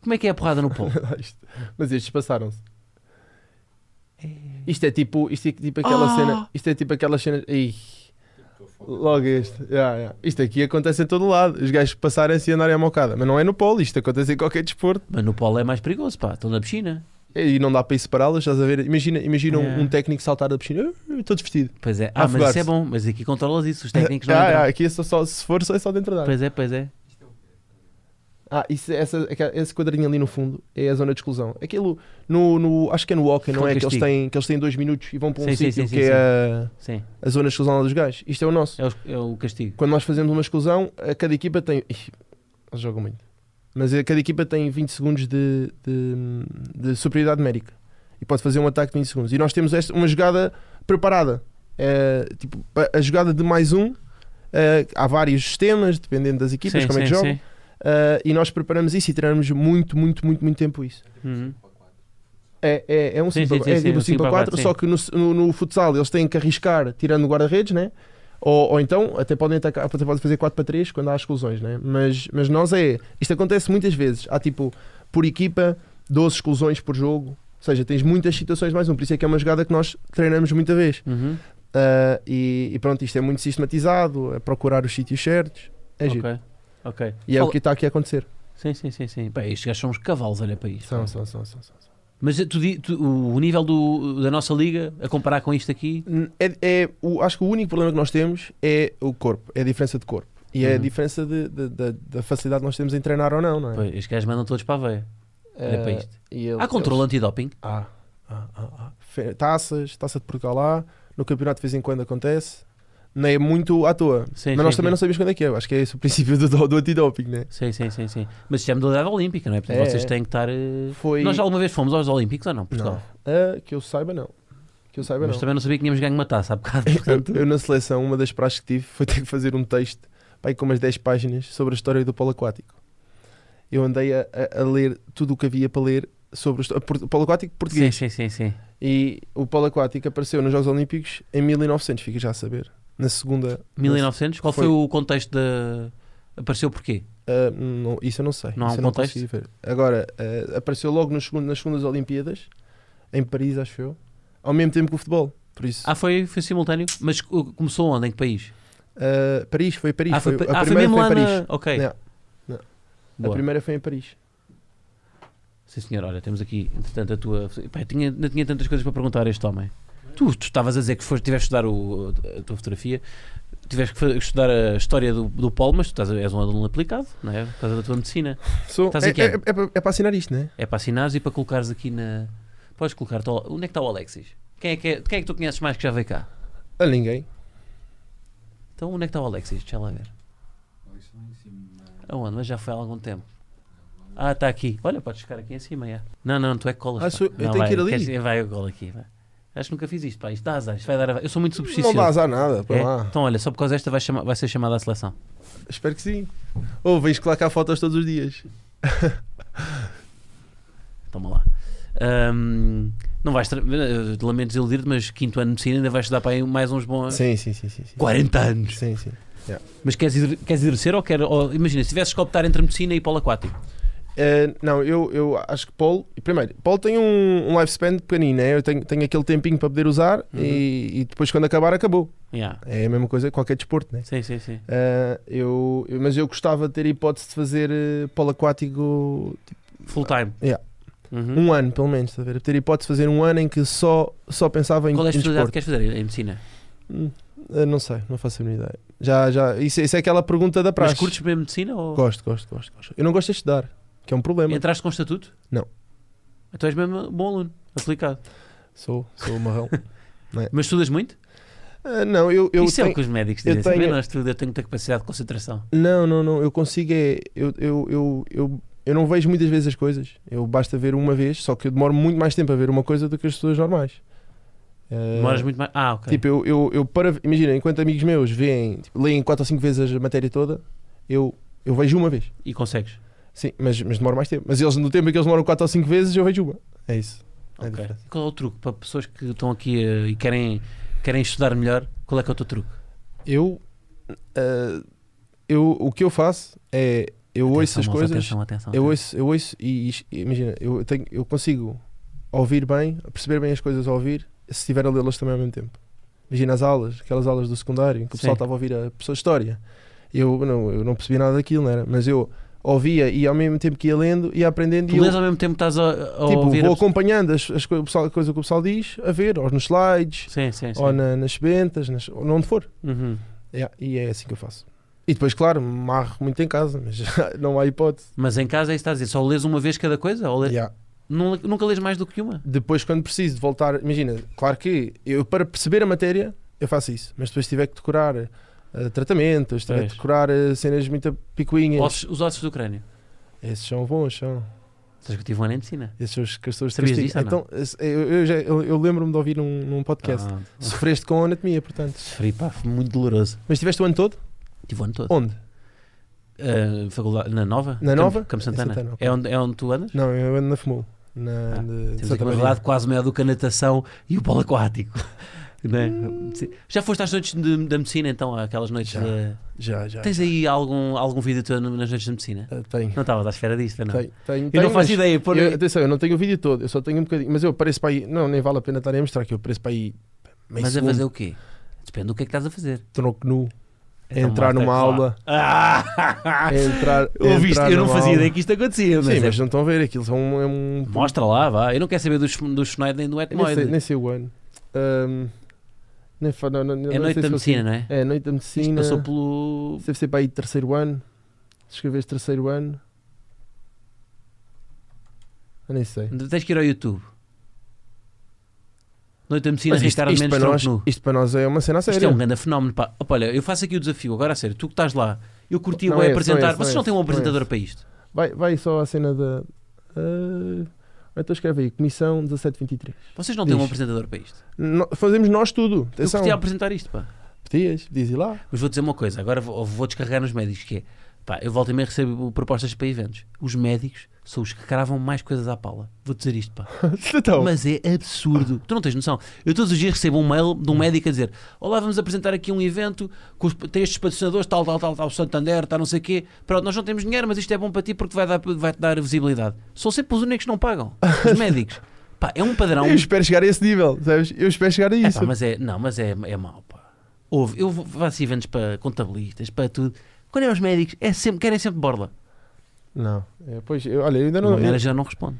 Speaker 2: Como é que é a porrada no polo?
Speaker 1: Isto- mas estes passaram-se. Isto é tipo, isto é tipo aquela
Speaker 2: Ah!
Speaker 1: cena. Isto é tipo aquelas cenas. Ih, logo este. Yeah, yeah. Isto aqui acontece em todo lado. Os gajos passarem-se e andarem à mocada. Mas não é no polo, isto acontece em qualquer desporto.
Speaker 2: Mas no polo é mais perigoso, pá. Estão na piscina.
Speaker 1: E não dá para ir separá-los, estás a ver? Imagina, imagina um-
Speaker 2: Yeah.
Speaker 1: um técnico saltar da piscina. "Ah, Estou desvestido.
Speaker 2: Pois é.
Speaker 1: A
Speaker 2: Ah, mas isso
Speaker 1: afogar-se.
Speaker 2: é bom. Mas aqui controlas isso. Os técnicos não
Speaker 1: Ah,
Speaker 2: entram.
Speaker 1: ah, aqui é só, só- se for, só é só dentro da água.
Speaker 2: Pois é, pois é.
Speaker 1: Ah, isso, essa, aquela- esse quadradinho ali no fundo é a zona de exclusão. Aquilo, no, no- acho que é no Walker, não
Speaker 2: Aquele
Speaker 1: é? Que eles,
Speaker 2: castigo.
Speaker 1: têm, que eles têm dois minutos e vão para um
Speaker 2: Sim,
Speaker 1: sítio
Speaker 2: sim, sim, sim,
Speaker 1: que
Speaker 2: sim.
Speaker 1: é a,
Speaker 2: Sim.
Speaker 1: a zona de exclusão lá dos gajos. Isto é o nosso.
Speaker 2: É o, é o castigo.
Speaker 1: Quando nós fazemos uma exclusão, a cada equipa tem. Ih, eles jogam muito. Mas a cada equipa tem 20 segundos de, de, de superioridade médica e pode fazer um ataque de 20 segundos. E nós temos esta, uma jogada preparada. É, tipo, a- a jogada de mais um. eh, há vários sistemas, dependendo das equipas,
Speaker 2: sim,
Speaker 1: como é que
Speaker 2: sim,
Speaker 1: jogam.
Speaker 2: sim.
Speaker 1: Uh, e nós preparamos isso e treinamos muito, muito, muito, muito tempo isso.
Speaker 2: Uhum.
Speaker 1: É, é, é um
Speaker 2: Sim,
Speaker 1: 5
Speaker 2: sim,
Speaker 1: para, é
Speaker 2: sim, sim,
Speaker 1: tipo
Speaker 2: um
Speaker 1: 5 para 4,
Speaker 2: sim.
Speaker 1: só que no, no- no futsal eles têm que arriscar tirando o guarda-redes, né? Ou, ou então até podem, atacar, até podem fazer 4 para 3 quando há exclusões, né? Mas, mas nós é. Isto acontece muitas vezes. Há tipo, por equipa, 12 exclusões por jogo. Ou seja, tens muitas situações de mais um. Por isso é que é uma jogada que nós treinamos muita vez.
Speaker 2: Uhum.
Speaker 1: Uh, e, e pronto, isto é muito sistematizado, é procurar os sítios certos. É giro.
Speaker 2: ok. Ok.
Speaker 1: E é
Speaker 2: Fala-
Speaker 1: o que está aqui a acontecer.
Speaker 2: Sim, sim, sim, sim. Pá, estes gajos são uns cavalos, olha para isto.
Speaker 1: São, são, são, são, são.
Speaker 2: Mas tu, di- tu- o nível do- da nossa liga, a comparar com isto aqui,
Speaker 1: N- É, é o- acho que o único problema que nós temos é o corpo, é a diferença de corpo. E é a
Speaker 2: Uhum.
Speaker 1: diferença de- de- de- da facilidade que nós temos em treinar ou não, não é?
Speaker 2: pois, estes gajos mandam todos para a veia. olha
Speaker 1: Eh,
Speaker 2: para isto.
Speaker 1: e ele-
Speaker 2: Há controle
Speaker 1: eles-
Speaker 2: antidoping?
Speaker 1: Há, há, há, há. ah, Fe- Taças, taça de Portugal lá, no campeonato de vez em quando acontece. Não é muito à toa.
Speaker 2: Sim,
Speaker 1: Mas
Speaker 2: sim,
Speaker 1: nós também
Speaker 2: sim.
Speaker 1: não sabemos quando é que é. Eu Acho que é esse o princípio do, do, do antidoping, né?
Speaker 2: Sim, sim, sim, sim. Mas isto é modalidade olímpica, não é? Portanto,
Speaker 1: É,
Speaker 2: vocês
Speaker 1: é.
Speaker 2: têm que estar. eh,
Speaker 1: Foi.
Speaker 2: Nós alguma vez fomos aos Olímpicos ou não? Portugal.
Speaker 1: Não. Ah, que eu saiba, não. Que eu saiba,
Speaker 2: Mas
Speaker 1: não.
Speaker 2: também não sabia que tínhamos ganho uma taça há bocado. Portanto,
Speaker 1: Eu, eu na seleção, uma das praxes que tive foi ter que fazer um texto pá, aí com umas 10 páginas sobre a história do polo aquático. Eu andei a, a- a ler tudo o que havia para ler sobre o, histó- por- o polo aquático
Speaker 2: sim,
Speaker 1: português.
Speaker 2: sim, sim, sim.
Speaker 1: E o polo aquático apareceu nos Jogos Olímpicos em 1900, fica já a saber. Na segunda.
Speaker 2: 1900? Qual foi,
Speaker 1: Foi.
Speaker 2: o contexto da. Apareceu porquê?
Speaker 1: Ah, não, isso eu não sei.
Speaker 2: Não há
Speaker 1: isso
Speaker 2: um
Speaker 1: eu não
Speaker 2: contexto?
Speaker 1: consegui ver. Agora, ah, apareceu logo no segundo- nas segundas Olimpíadas, em Paris, acho eu, ao mesmo tempo que o futebol. Por isso,
Speaker 2: Ah, foi, foi simultâneo. Mas co- começou onde? Em que país?
Speaker 1: ah, Paris foi Paris.
Speaker 2: ah,
Speaker 1: foi,
Speaker 2: foi,
Speaker 1: a
Speaker 2: ah, foi
Speaker 1: primeira
Speaker 2: mesmo
Speaker 1: foi em
Speaker 2: lá
Speaker 1: Paris.
Speaker 2: na. Ok.
Speaker 1: Não, não. A
Speaker 2: Boa.
Speaker 1: primeira foi em Paris.
Speaker 2: Sim, senhor. Olha, temos aqui, entretanto, a tua. Pá, eu tinha, não tinha tantas coisas para perguntar a este homem. Tu, tu estavas a dizer que foste, tiveste a estudar o, a tua fotografia, tiveste que fa- estudar a história do, do Polo, mas tu estás, a- és um aluno aplicado, não é? Por causa da tua medicina.
Speaker 1: Sou-
Speaker 2: Estás
Speaker 1: é,
Speaker 2: em que
Speaker 1: é,
Speaker 2: ano?
Speaker 1: é para- é para assinar isto, não é?
Speaker 2: É para assinares e para colocares aqui na. Podes colocar. -te ao... Onde é que está o Alexis? Quem é, que é- quem é que tu conheces mais que já veio cá?
Speaker 1: A ninguém.
Speaker 2: Então, onde é que está o Alexis? Deixa lá ver. Aonde? Mas já foi há algum tempo. Ah, está aqui. Olha, podes ficar aqui em cima. já. Não, não, tu é que colas.
Speaker 1: Ah,
Speaker 2: pá.
Speaker 1: sou- eu
Speaker 2: não,
Speaker 1: tenho
Speaker 2: vai,
Speaker 1: que ir ali?
Speaker 2: queres- vai, eu colo aqui. vai. Acho que nunca fiz isto. Pá. Isto dá azar. Isto vai dar azar. Eu sou muito
Speaker 1: Não dá
Speaker 2: supersticioso.
Speaker 1: azar nada, para
Speaker 2: É?
Speaker 1: lá.
Speaker 2: Então, olha, só por causa desta vai, chama- vai ser chamada à seleção.
Speaker 1: Espero que sim. Ou vens colocar fotos todos os dias.
Speaker 2: Toma lá. Ahm, não vais. Tra... eh, Lamento desiludir-te, mas quinto ano de medicina ainda vais estudar para aí mais uns bons.
Speaker 1: Sim, sim, sim, sim. sim.
Speaker 2: 40 anos.
Speaker 1: Sim, sim.
Speaker 2: Mas queres, hidro- queres hidrocer ou queres. Ou, imagina, se tivesses que optar entre medicina e polo aquático.
Speaker 1: Eh, não, eu, eu acho que Paulo. Primeiro, Paulo tem um, um lifespan pequenino, né? Eu tenho, tenho aquele tempinho para poder usar
Speaker 2: Uhum.
Speaker 1: e, e depois, quando acabar, acabou.
Speaker 2: Yeah.
Speaker 1: É a mesma coisa que qualquer desporto, né?
Speaker 2: Sim, sim, sim.
Speaker 1: Eh, eu, eu- mas eu gostava de ter a hipótese de fazer eh, polo aquático tipo,
Speaker 2: Full time.
Speaker 1: Yeah.
Speaker 2: Uhum.
Speaker 1: um ano, pelo menos, estás a ver? Ter a hipótese de fazer um ano em que só, só pensava Um em,
Speaker 2: Qual
Speaker 1: em
Speaker 2: é a especialidade
Speaker 1: desporto.
Speaker 2: que queres fazer em medicina?
Speaker 1: Hum, eh, não sei, não faço a mínima ideia. Já, já, isso, isso é aquela pergunta da praxe.
Speaker 2: Mas curtes mesmo medicina ou
Speaker 1: Gosto, gosto, gosto, gosto. Eu não gosto de estudar, que é um problema.
Speaker 2: entraste com estatuto?
Speaker 1: Não.
Speaker 2: Então és mesmo bom aluno, aplicado.
Speaker 1: Sou, sou marrão.
Speaker 2: Mas estudas muito?
Speaker 1: Eh, não, eu, eu
Speaker 2: Isso é o
Speaker 1: tenho-
Speaker 2: que os médicos
Speaker 1: eu
Speaker 2: dizem. Tenho...
Speaker 1: tenho-
Speaker 2: não estudo, eu tenho muita capacidade de concentração.
Speaker 1: Não, não, não. Eu consigo é. Eu, eu, eu, eu, eu não vejo muitas vezes as coisas. Eu basta ver uma vez, só que eu demoro muito mais tempo a ver uma coisa do que as pessoas normais. Eh,
Speaker 2: Demoras muito mais. Ah, ok.
Speaker 1: Tipo, eu, eu, eu para. Imagina, enquanto amigos meus veem, tipo, leem 4 ou 5 vezes a matéria toda, eu, eu vejo uma vez.
Speaker 2: E consegues.
Speaker 1: Sim, mas, mas demora mais tempo. Mas eles, no tempo em que eles demoram quatro ou cinco vezes, eu vejo uma. É isso. É
Speaker 2: Ok.
Speaker 1: diferente.
Speaker 2: Qual é o truque para pessoas que estão aqui eh, e querem, querem estudar melhor? Qual é que é o teu truque?
Speaker 1: Eu. ah, eu o que eu faço é. Eu ouço
Speaker 2: Atenção,
Speaker 1: as
Speaker 2: moça,
Speaker 1: coisas.
Speaker 2: Atenção, atenção,
Speaker 1: Eu
Speaker 2: atenção.
Speaker 1: ouço, eu ouço e, e- imagina, eu, tenho, eu consigo ouvir bem, perceber bem as coisas a ouvir, se estiver a lê-las também ao mesmo tempo. Imagina as aulas, aquelas aulas do secundário em que o pessoal
Speaker 2: Sim.
Speaker 1: estava a ouvir a pessoa história. Eu não, eu não percebi nada daquilo, não era? Mas eu ouvia e ao mesmo tempo que ia lendo, ia aprendendo
Speaker 2: Tu
Speaker 1: e eu,
Speaker 2: lês ao mesmo tempo que estás a, a
Speaker 1: tipo,
Speaker 2: ouvir. a
Speaker 1: vou
Speaker 2: pessoa-
Speaker 1: acompanhando as, as co- o pessoal- a coisa que o pessoal diz, a ver, ou nos slides,
Speaker 2: Sim, sim, sim.
Speaker 1: ou na- nas bentas, nas, ou onde for.
Speaker 2: Uhum.
Speaker 1: É, e é assim que eu faço. E depois, claro, marro muito em casa, mas não há hipótese.
Speaker 2: Mas em casa é isso que estás a dizer. Só lês uma vez cada coisa? Ou lê-
Speaker 1: Yeah.
Speaker 2: Nun- Nunca lês mais do que uma?
Speaker 1: Depois, quando preciso de voltar, imagina, claro que eu para perceber a matéria, eu faço isso, mas depois se tiver que decorar eh, tratamentos, se tiver
Speaker 2: Pois.
Speaker 1: que decorar eh, cenas muito picuinhas,
Speaker 2: Ossos- os ossos do crânio.
Speaker 1: esses são bons, são.
Speaker 2: Sabes que eu tive um ano em medicina.
Speaker 1: Esses são os que as pessoas
Speaker 2: Sabias
Speaker 1: castigam.
Speaker 2: disso ou
Speaker 1: Então, esse- eu, eu já- eu- eu lembro-me de ouvir num, num podcast.
Speaker 2: Ah,
Speaker 1: Sofreste com anatomia, portanto.
Speaker 2: sofri, pá, foi muito doloroso.
Speaker 1: Mas tiveste o ano todo?
Speaker 2: Tive o ano todo.
Speaker 1: Onde?
Speaker 2: Ah, faculdade, na Nova?
Speaker 1: Na
Speaker 2: Campo-
Speaker 1: Nova?
Speaker 2: Campo Santana.
Speaker 1: Santana, ok.
Speaker 2: é, onde, é onde tu andas?
Speaker 1: Não, eu ando na FMU. Na
Speaker 2: Ah,
Speaker 1: de
Speaker 2: Temos aqui
Speaker 1: Santa
Speaker 2: uma
Speaker 1: Maria.
Speaker 2: verdade quase maior do que a natação e o polo aquático. Né? Sim. Já foste às noites de- da medicina, então? Aquelas noites
Speaker 1: Já.
Speaker 2: da-
Speaker 1: Já, já.
Speaker 2: Tens aí algum, algum vídeo teu no- nas noites da medicina?
Speaker 1: Ah, Tenho.
Speaker 2: Não estavas à espera disso, foi não?
Speaker 1: Tenho, tenho,
Speaker 2: Eu
Speaker 1: tenho,
Speaker 2: não faço
Speaker 1: mas-
Speaker 2: ideia. Pôr...
Speaker 1: Eu- atenção, eu não tenho o vídeo todo, eu só tenho um bocadinho. Mas eu pareço para aí. Não, nem vale a pena estar a mostrar que eu pareço para aí. Meio
Speaker 2: Mas a
Speaker 1: segundo,
Speaker 2: fazer o quê? Depende do que é que estás a fazer.
Speaker 1: tronco nu. É
Speaker 2: Então,
Speaker 1: entrar
Speaker 2: mostra
Speaker 1: numa
Speaker 2: lá.
Speaker 1: aula.
Speaker 2: Ah!
Speaker 1: É entrar. é
Speaker 2: Ouviste?
Speaker 1: entrar
Speaker 2: Eu não
Speaker 1: numa
Speaker 2: fazia
Speaker 1: aula.
Speaker 2: ideia que isto acontecia, mas
Speaker 1: Sim,
Speaker 2: é
Speaker 1: mas não estão a ver aquilo. São um, é um.
Speaker 2: Mostra lá, vá. Eu não quero saber dos, dos Schneider nem do
Speaker 1: Eu Nem sei,
Speaker 2: Etmoide.
Speaker 1: nem sei o ano. Ahm, nem fa- não, não, não,
Speaker 2: É
Speaker 1: não
Speaker 2: noite
Speaker 1: sei
Speaker 2: da
Speaker 1: se eu sei.
Speaker 2: medicina, não é?
Speaker 1: É, noite da
Speaker 2: Isto
Speaker 1: medicina.
Speaker 2: passou pelo.
Speaker 1: Deve ser para aí terceiro ano. Se escreveres terceiro ano. Eu nem sei.
Speaker 2: Tens que ir ao YouTube. Noite da medicina,
Speaker 1: Mas isto,
Speaker 2: arriscaram
Speaker 1: isto
Speaker 2: menos
Speaker 1: para
Speaker 2: tronco
Speaker 1: nós,
Speaker 2: nu.
Speaker 1: isto para nós é uma cena a sério.
Speaker 2: Isto é um grande fenómeno. Pá. Opa, olha, eu faço aqui o desafio, agora a sério, tu que estás lá, eu curti
Speaker 1: Não
Speaker 2: o
Speaker 1: é esse, não é
Speaker 2: apresentar.
Speaker 1: esse,
Speaker 2: Vocês
Speaker 1: não
Speaker 2: não
Speaker 1: é
Speaker 2: têm um
Speaker 1: esse, não é
Speaker 2: apresentador
Speaker 1: esse.
Speaker 2: para isto?
Speaker 1: Vai, vai só à cena da. ah, então escreve aí, Comissão 1723.
Speaker 2: Vocês não têm um
Speaker 1: Diz.
Speaker 2: apresentador para isto?
Speaker 1: No- fazemos nós tudo.
Speaker 2: Eu
Speaker 1: Atenção.
Speaker 2: curti a apresentar isto, pá.
Speaker 1: Pedias, diz e lá.
Speaker 2: Mas vou dizer uma coisa, agora vou, vou descarregar nos médicos, que é, pá, eu volto e meio recebo propostas para eventos. Os médicos são os que cravam mais coisas à pala. Vou dizer isto, pá.
Speaker 1: então,
Speaker 2: Mas é absurdo. Tu não tens noção. Eu todos os dias recebo um mail de um médico a dizer: Olá, vamos apresentar aqui um evento com os, tem estes patrocinadores, tal, tal, tal, tal, Santander, tal, não sei o quê. Pronto, nós não temos dinheiro, mas isto é bom para ti porque vai dar, vai-te dar visibilidade. São sempre os únicos que não pagam. Os médicos. Pá, é um padrão.
Speaker 1: eu espero chegar a esse nível, sabes? Eu espero chegar a
Speaker 2: É,
Speaker 1: isso.
Speaker 2: pá, mas é, não, mas é, é mau, pá. Houve, eu vou- faço eventos para contabilistas, para tudo. Quando é os médicos, é sempre, querem sempre borla.
Speaker 1: Não, é, pois, eu, olha, eu ainda
Speaker 2: O
Speaker 1: não.
Speaker 2: meu
Speaker 1: Eu,
Speaker 2: já não responde.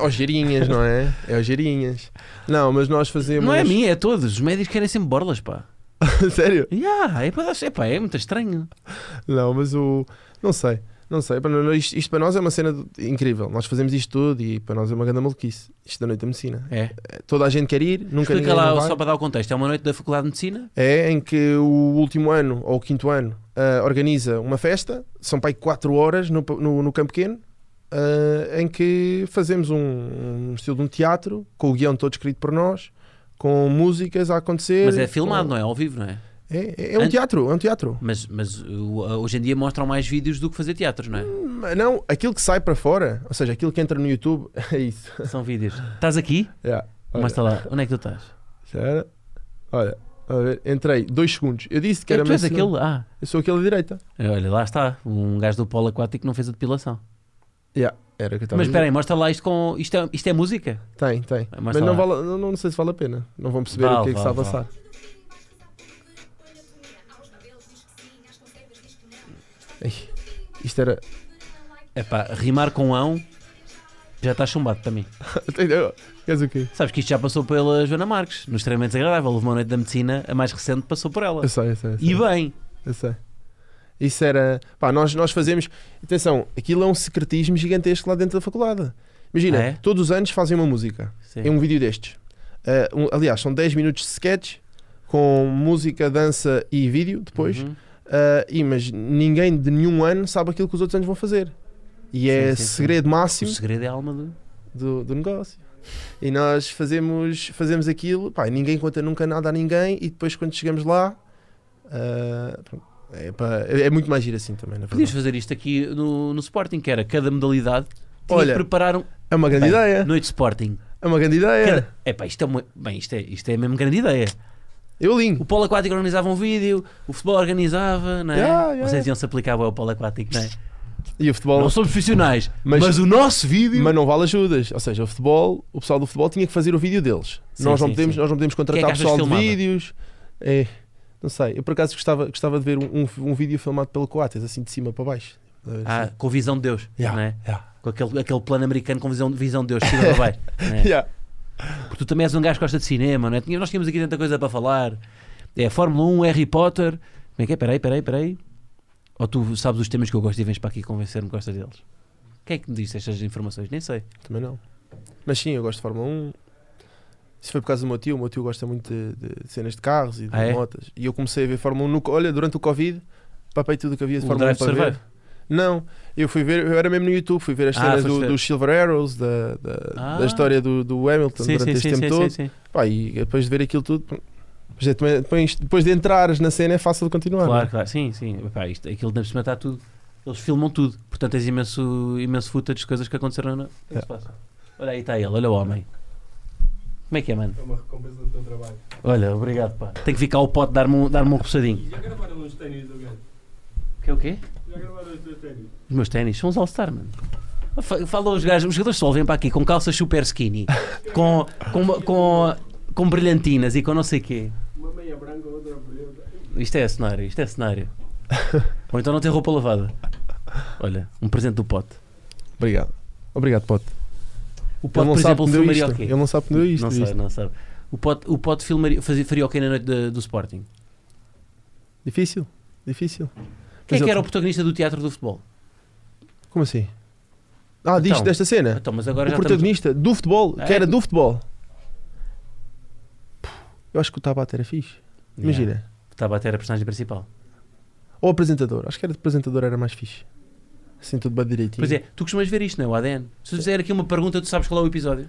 Speaker 1: Ogeirinhas, não é? É ogeirinhas. Não, mas nós fazemos.
Speaker 2: Não é a mim, é a todos. Os médicos querem sempre borlas, pá.
Speaker 1: Sério?
Speaker 2: Yeah, é, pá, é, pá, é muito estranho.
Speaker 1: Não, mas o. Não sei. Não sei. Para nós- Isto, isto para nós é uma cena de- incrível. Nós fazemos isto tudo e para nós é uma grande maluquice. Isto da noite da medicina.
Speaker 2: É.
Speaker 1: Toda a gente quer ir, nunca
Speaker 2: Explica
Speaker 1: ninguém não
Speaker 2: lá,
Speaker 1: vai.
Speaker 2: só para dar o contexto. É uma noite da Faculdade de Medicina.
Speaker 1: É em que o último ano ou o quinto ano ah, organiza uma festa. São para aí 4 horas no, pa- no, no campo pequeno. ah, em que fazemos um, um estilo de um teatro com o guião todo escrito por nós, com músicas a acontecer.
Speaker 2: Mas é filmado,
Speaker 1: com-
Speaker 2: não é? Ao vivo, não é?
Speaker 1: É, é um
Speaker 2: Ant-
Speaker 1: teatro, é um teatro.
Speaker 2: Mas, mas uh, hoje em dia mostram mais vídeos do que fazer teatros, não é?
Speaker 1: Mas Não, aquilo que sai para fora, ou seja, aquilo que entra no YouTube, é isso.
Speaker 2: São vídeos. Estás aqui?
Speaker 1: Yeah. Olha,
Speaker 2: Mas está lá. Onde é que tu estás?
Speaker 1: espera. Olha, a ver, entrei, dois segundos. Eu disse que
Speaker 2: É,
Speaker 1: era
Speaker 2: tu és
Speaker 1: medicina.
Speaker 2: aquele? Ah,
Speaker 1: Eu sou aquele à direita.
Speaker 2: olha, lá está. Um gajo do polo aquático não fez a depilação.
Speaker 1: Yeah, era o que eu estava a
Speaker 2: mas espera
Speaker 1: dizer.
Speaker 2: aí, mostra lá isto com. Isto é, isto é música?
Speaker 1: Tem, tem.
Speaker 2: Mostra
Speaker 1: tá, Mas não,
Speaker 2: lá.
Speaker 1: vale, não, não sei se vale a pena. Não vão perceber
Speaker 2: É, Vale,
Speaker 1: o que é que
Speaker 2: vale,
Speaker 1: está a
Speaker 2: vale.
Speaker 1: passar. Ei, isto era.
Speaker 2: É pá, rimar com ão já está chumbado para mim.
Speaker 1: Queres o quê?
Speaker 2: Sabes que isto já passou pela Joana Marques, no extremamente desagradável. Houve uma noite da medicina, a mais recente passou por ela.
Speaker 1: Eu sei, eu sei. Eu sei.
Speaker 2: E bem,
Speaker 1: Eu sei. Isso era. Pá, nós, nós fazemos. Atenção, aquilo é um secretismo gigantesco lá dentro da faculdade. Imagina,
Speaker 2: Ah, é?
Speaker 1: todos os anos fazem uma música.
Speaker 2: Sim.
Speaker 1: É um vídeo destes. Ah, um- aliás, são 10 minutos de sketch com música, dança e vídeo depois.
Speaker 2: Uhum.
Speaker 1: Ah, e, mas ninguém de nenhum ano sabe aquilo que os outros anos vão fazer. E é
Speaker 2: sim, sim.
Speaker 1: segredo
Speaker 2: o
Speaker 1: máximo
Speaker 2: segredo é a alma do.
Speaker 1: do, do negócio. E nós fazemos, fazemos aquilo, pá, ninguém conta nunca nada a ninguém, e depois quando chegamos lá, ah, pronto, é, pá, é- é muito mais giro assim também, na
Speaker 2: Podias
Speaker 1: verdade.
Speaker 2: fazer isto aqui no, no Sporting, que era cada modalidade. Tinha
Speaker 1: Olha,
Speaker 2: que preparar um.
Speaker 1: É uma grande
Speaker 2: Bem,
Speaker 1: ideia,
Speaker 2: Noite de Sporting.
Speaker 1: é uma grande ideia.
Speaker 2: Cada... Epá, isto é uma... Bem, isto é, isto é mesmo grande ideia.
Speaker 1: Eu lindo.
Speaker 2: O polo aquático organizava um vídeo, o futebol organizava, não é?
Speaker 1: Yeah, yeah,
Speaker 2: Vocês
Speaker 1: yeah.
Speaker 2: iam se aplicar bué ao polo aquático, não é?
Speaker 1: E o futebol,
Speaker 2: Não somos profissionais, mas,
Speaker 1: Mas-
Speaker 2: o nosso vídeo.
Speaker 1: mas não vale ajudas. Ou seja, o futebol, o pessoal do futebol tinha que fazer o vídeo deles.
Speaker 2: Sim,
Speaker 1: nós, não
Speaker 2: sim,
Speaker 1: podemos,
Speaker 2: sim.
Speaker 1: nós não podemos contratar
Speaker 2: achas que
Speaker 1: pessoal de
Speaker 2: filmava?
Speaker 1: vídeos. É, não sei, eu por acaso gostava, gostava de ver um, um, um vídeo filmado pelo Coates, assim de cima para baixo. Assim.
Speaker 2: Ah, com visão de Deus,
Speaker 1: Yeah,
Speaker 2: não é?
Speaker 1: yeah.
Speaker 2: Com aquele, aquele plano americano com visão, visão de Deus, cima para baixo. não é?
Speaker 1: Yeah.
Speaker 2: Porque tu também és um gajo que gosta de cinema, não é? Tinha- Nós tínhamos aqui tanta coisa para falar. É Fórmula 1, Harry Potter. Como é que é? Peraí, peraí, peraí. Ou tu sabes os temas que eu gosto e vens para aqui convencer-me que gostas deles? Quem é que me disse estas informações? Nem sei.
Speaker 1: Também não. Mas sim, eu gosto de Fórmula 1. Isso foi por causa do meu tio. O meu tio gosta muito de, de cenas de carros e de
Speaker 2: Ah, é?
Speaker 1: motas. E eu comecei a ver Fórmula 1 no, co- olha, durante o Covid. Papei tudo o que havia de
Speaker 2: O
Speaker 1: Fórmula 1
Speaker 2: Drive
Speaker 1: para ver.
Speaker 2: Survive.
Speaker 1: Não, eu fui ver, eu era mesmo no YouTube, fui ver as
Speaker 2: Ah,
Speaker 1: cenas
Speaker 2: foste
Speaker 1: do-
Speaker 2: ver.
Speaker 1: dos Silver Arrows, da, da,
Speaker 2: Ah.
Speaker 1: da história do, do Hamilton
Speaker 2: Sim,
Speaker 1: Então, durante
Speaker 2: sim,
Speaker 1: este
Speaker 2: sim,
Speaker 1: tempo
Speaker 2: sim,
Speaker 1: todo.
Speaker 2: sim, sim.
Speaker 1: Pá, e depois de ver aquilo tudo, pronto. Mas é também- depois, depois de entrares na cena é fácil de continuar.
Speaker 2: Claro,
Speaker 1: não
Speaker 2: claro. Sim, sim. Epá, isto, aquilo na cima está tudo. Eles filmam tudo. Portanto, tens imenso, imenso footage de coisas que aconteceram. Na... O que é que se passa? Olha aí, está ele. Olha o homem. Como é que é, mano?
Speaker 3: É uma recompensa do teu trabalho.
Speaker 2: Olha, obrigado, pá. Tem que ficar ao pote, dar-me um, dar um repousadinho.
Speaker 3: E já gravaram os ténis do gajo?
Speaker 2: Que é o quê?
Speaker 3: Já gravaram os teus ténis?
Speaker 2: Os meus ténis são os All-Star, mano. Fa- Falam os gajos, os jogadores de futebol vêm para aqui com calças super skinny, com, com, com, com brilhantinas e com não sei quê.
Speaker 3: Uma meia branca, outra branca.
Speaker 2: Isto é cenário, isto é cenário. Ou então não tem roupa lavada. Olha, um presente do pote.
Speaker 1: é? Obrigado. Obrigado, Pote.
Speaker 2: O
Speaker 1: Ele
Speaker 2: pote,
Speaker 1: não
Speaker 2: por
Speaker 1: sabe
Speaker 2: exemplo,
Speaker 1: que me deu
Speaker 2: filmaria o
Speaker 1: isto.
Speaker 2: quê?
Speaker 1: Ele não sabe que me deu isto.
Speaker 2: não
Speaker 1: isto.
Speaker 2: sabe, não sabe. O pote, o pote filmaria, fazia, faria o quê na noite da- do Sporting?
Speaker 1: Difícil, difícil. Mas
Speaker 2: Quem é que
Speaker 1: ele-
Speaker 2: era o protagonista do teatro do futebol?
Speaker 1: Como assim? Ah, diz
Speaker 2: Então,
Speaker 1: desta cena?
Speaker 2: Então, mas agora
Speaker 1: O
Speaker 2: já
Speaker 1: protagonista do futebol, que
Speaker 2: É.
Speaker 1: era do futebol. Eu acho que o Tabata era fixe.
Speaker 2: estamos...
Speaker 1: Imagina.
Speaker 2: Yeah. Estava até a personagem principal.
Speaker 1: Ou apresentador. Acho que era de apresentador, era mais fixe. Assim, tudo bem direitinho.
Speaker 2: Pois é, tu costumas ver isto, não é? O ADN. Se eu fizer aqui uma pergunta, tu sabes qual é o episódio?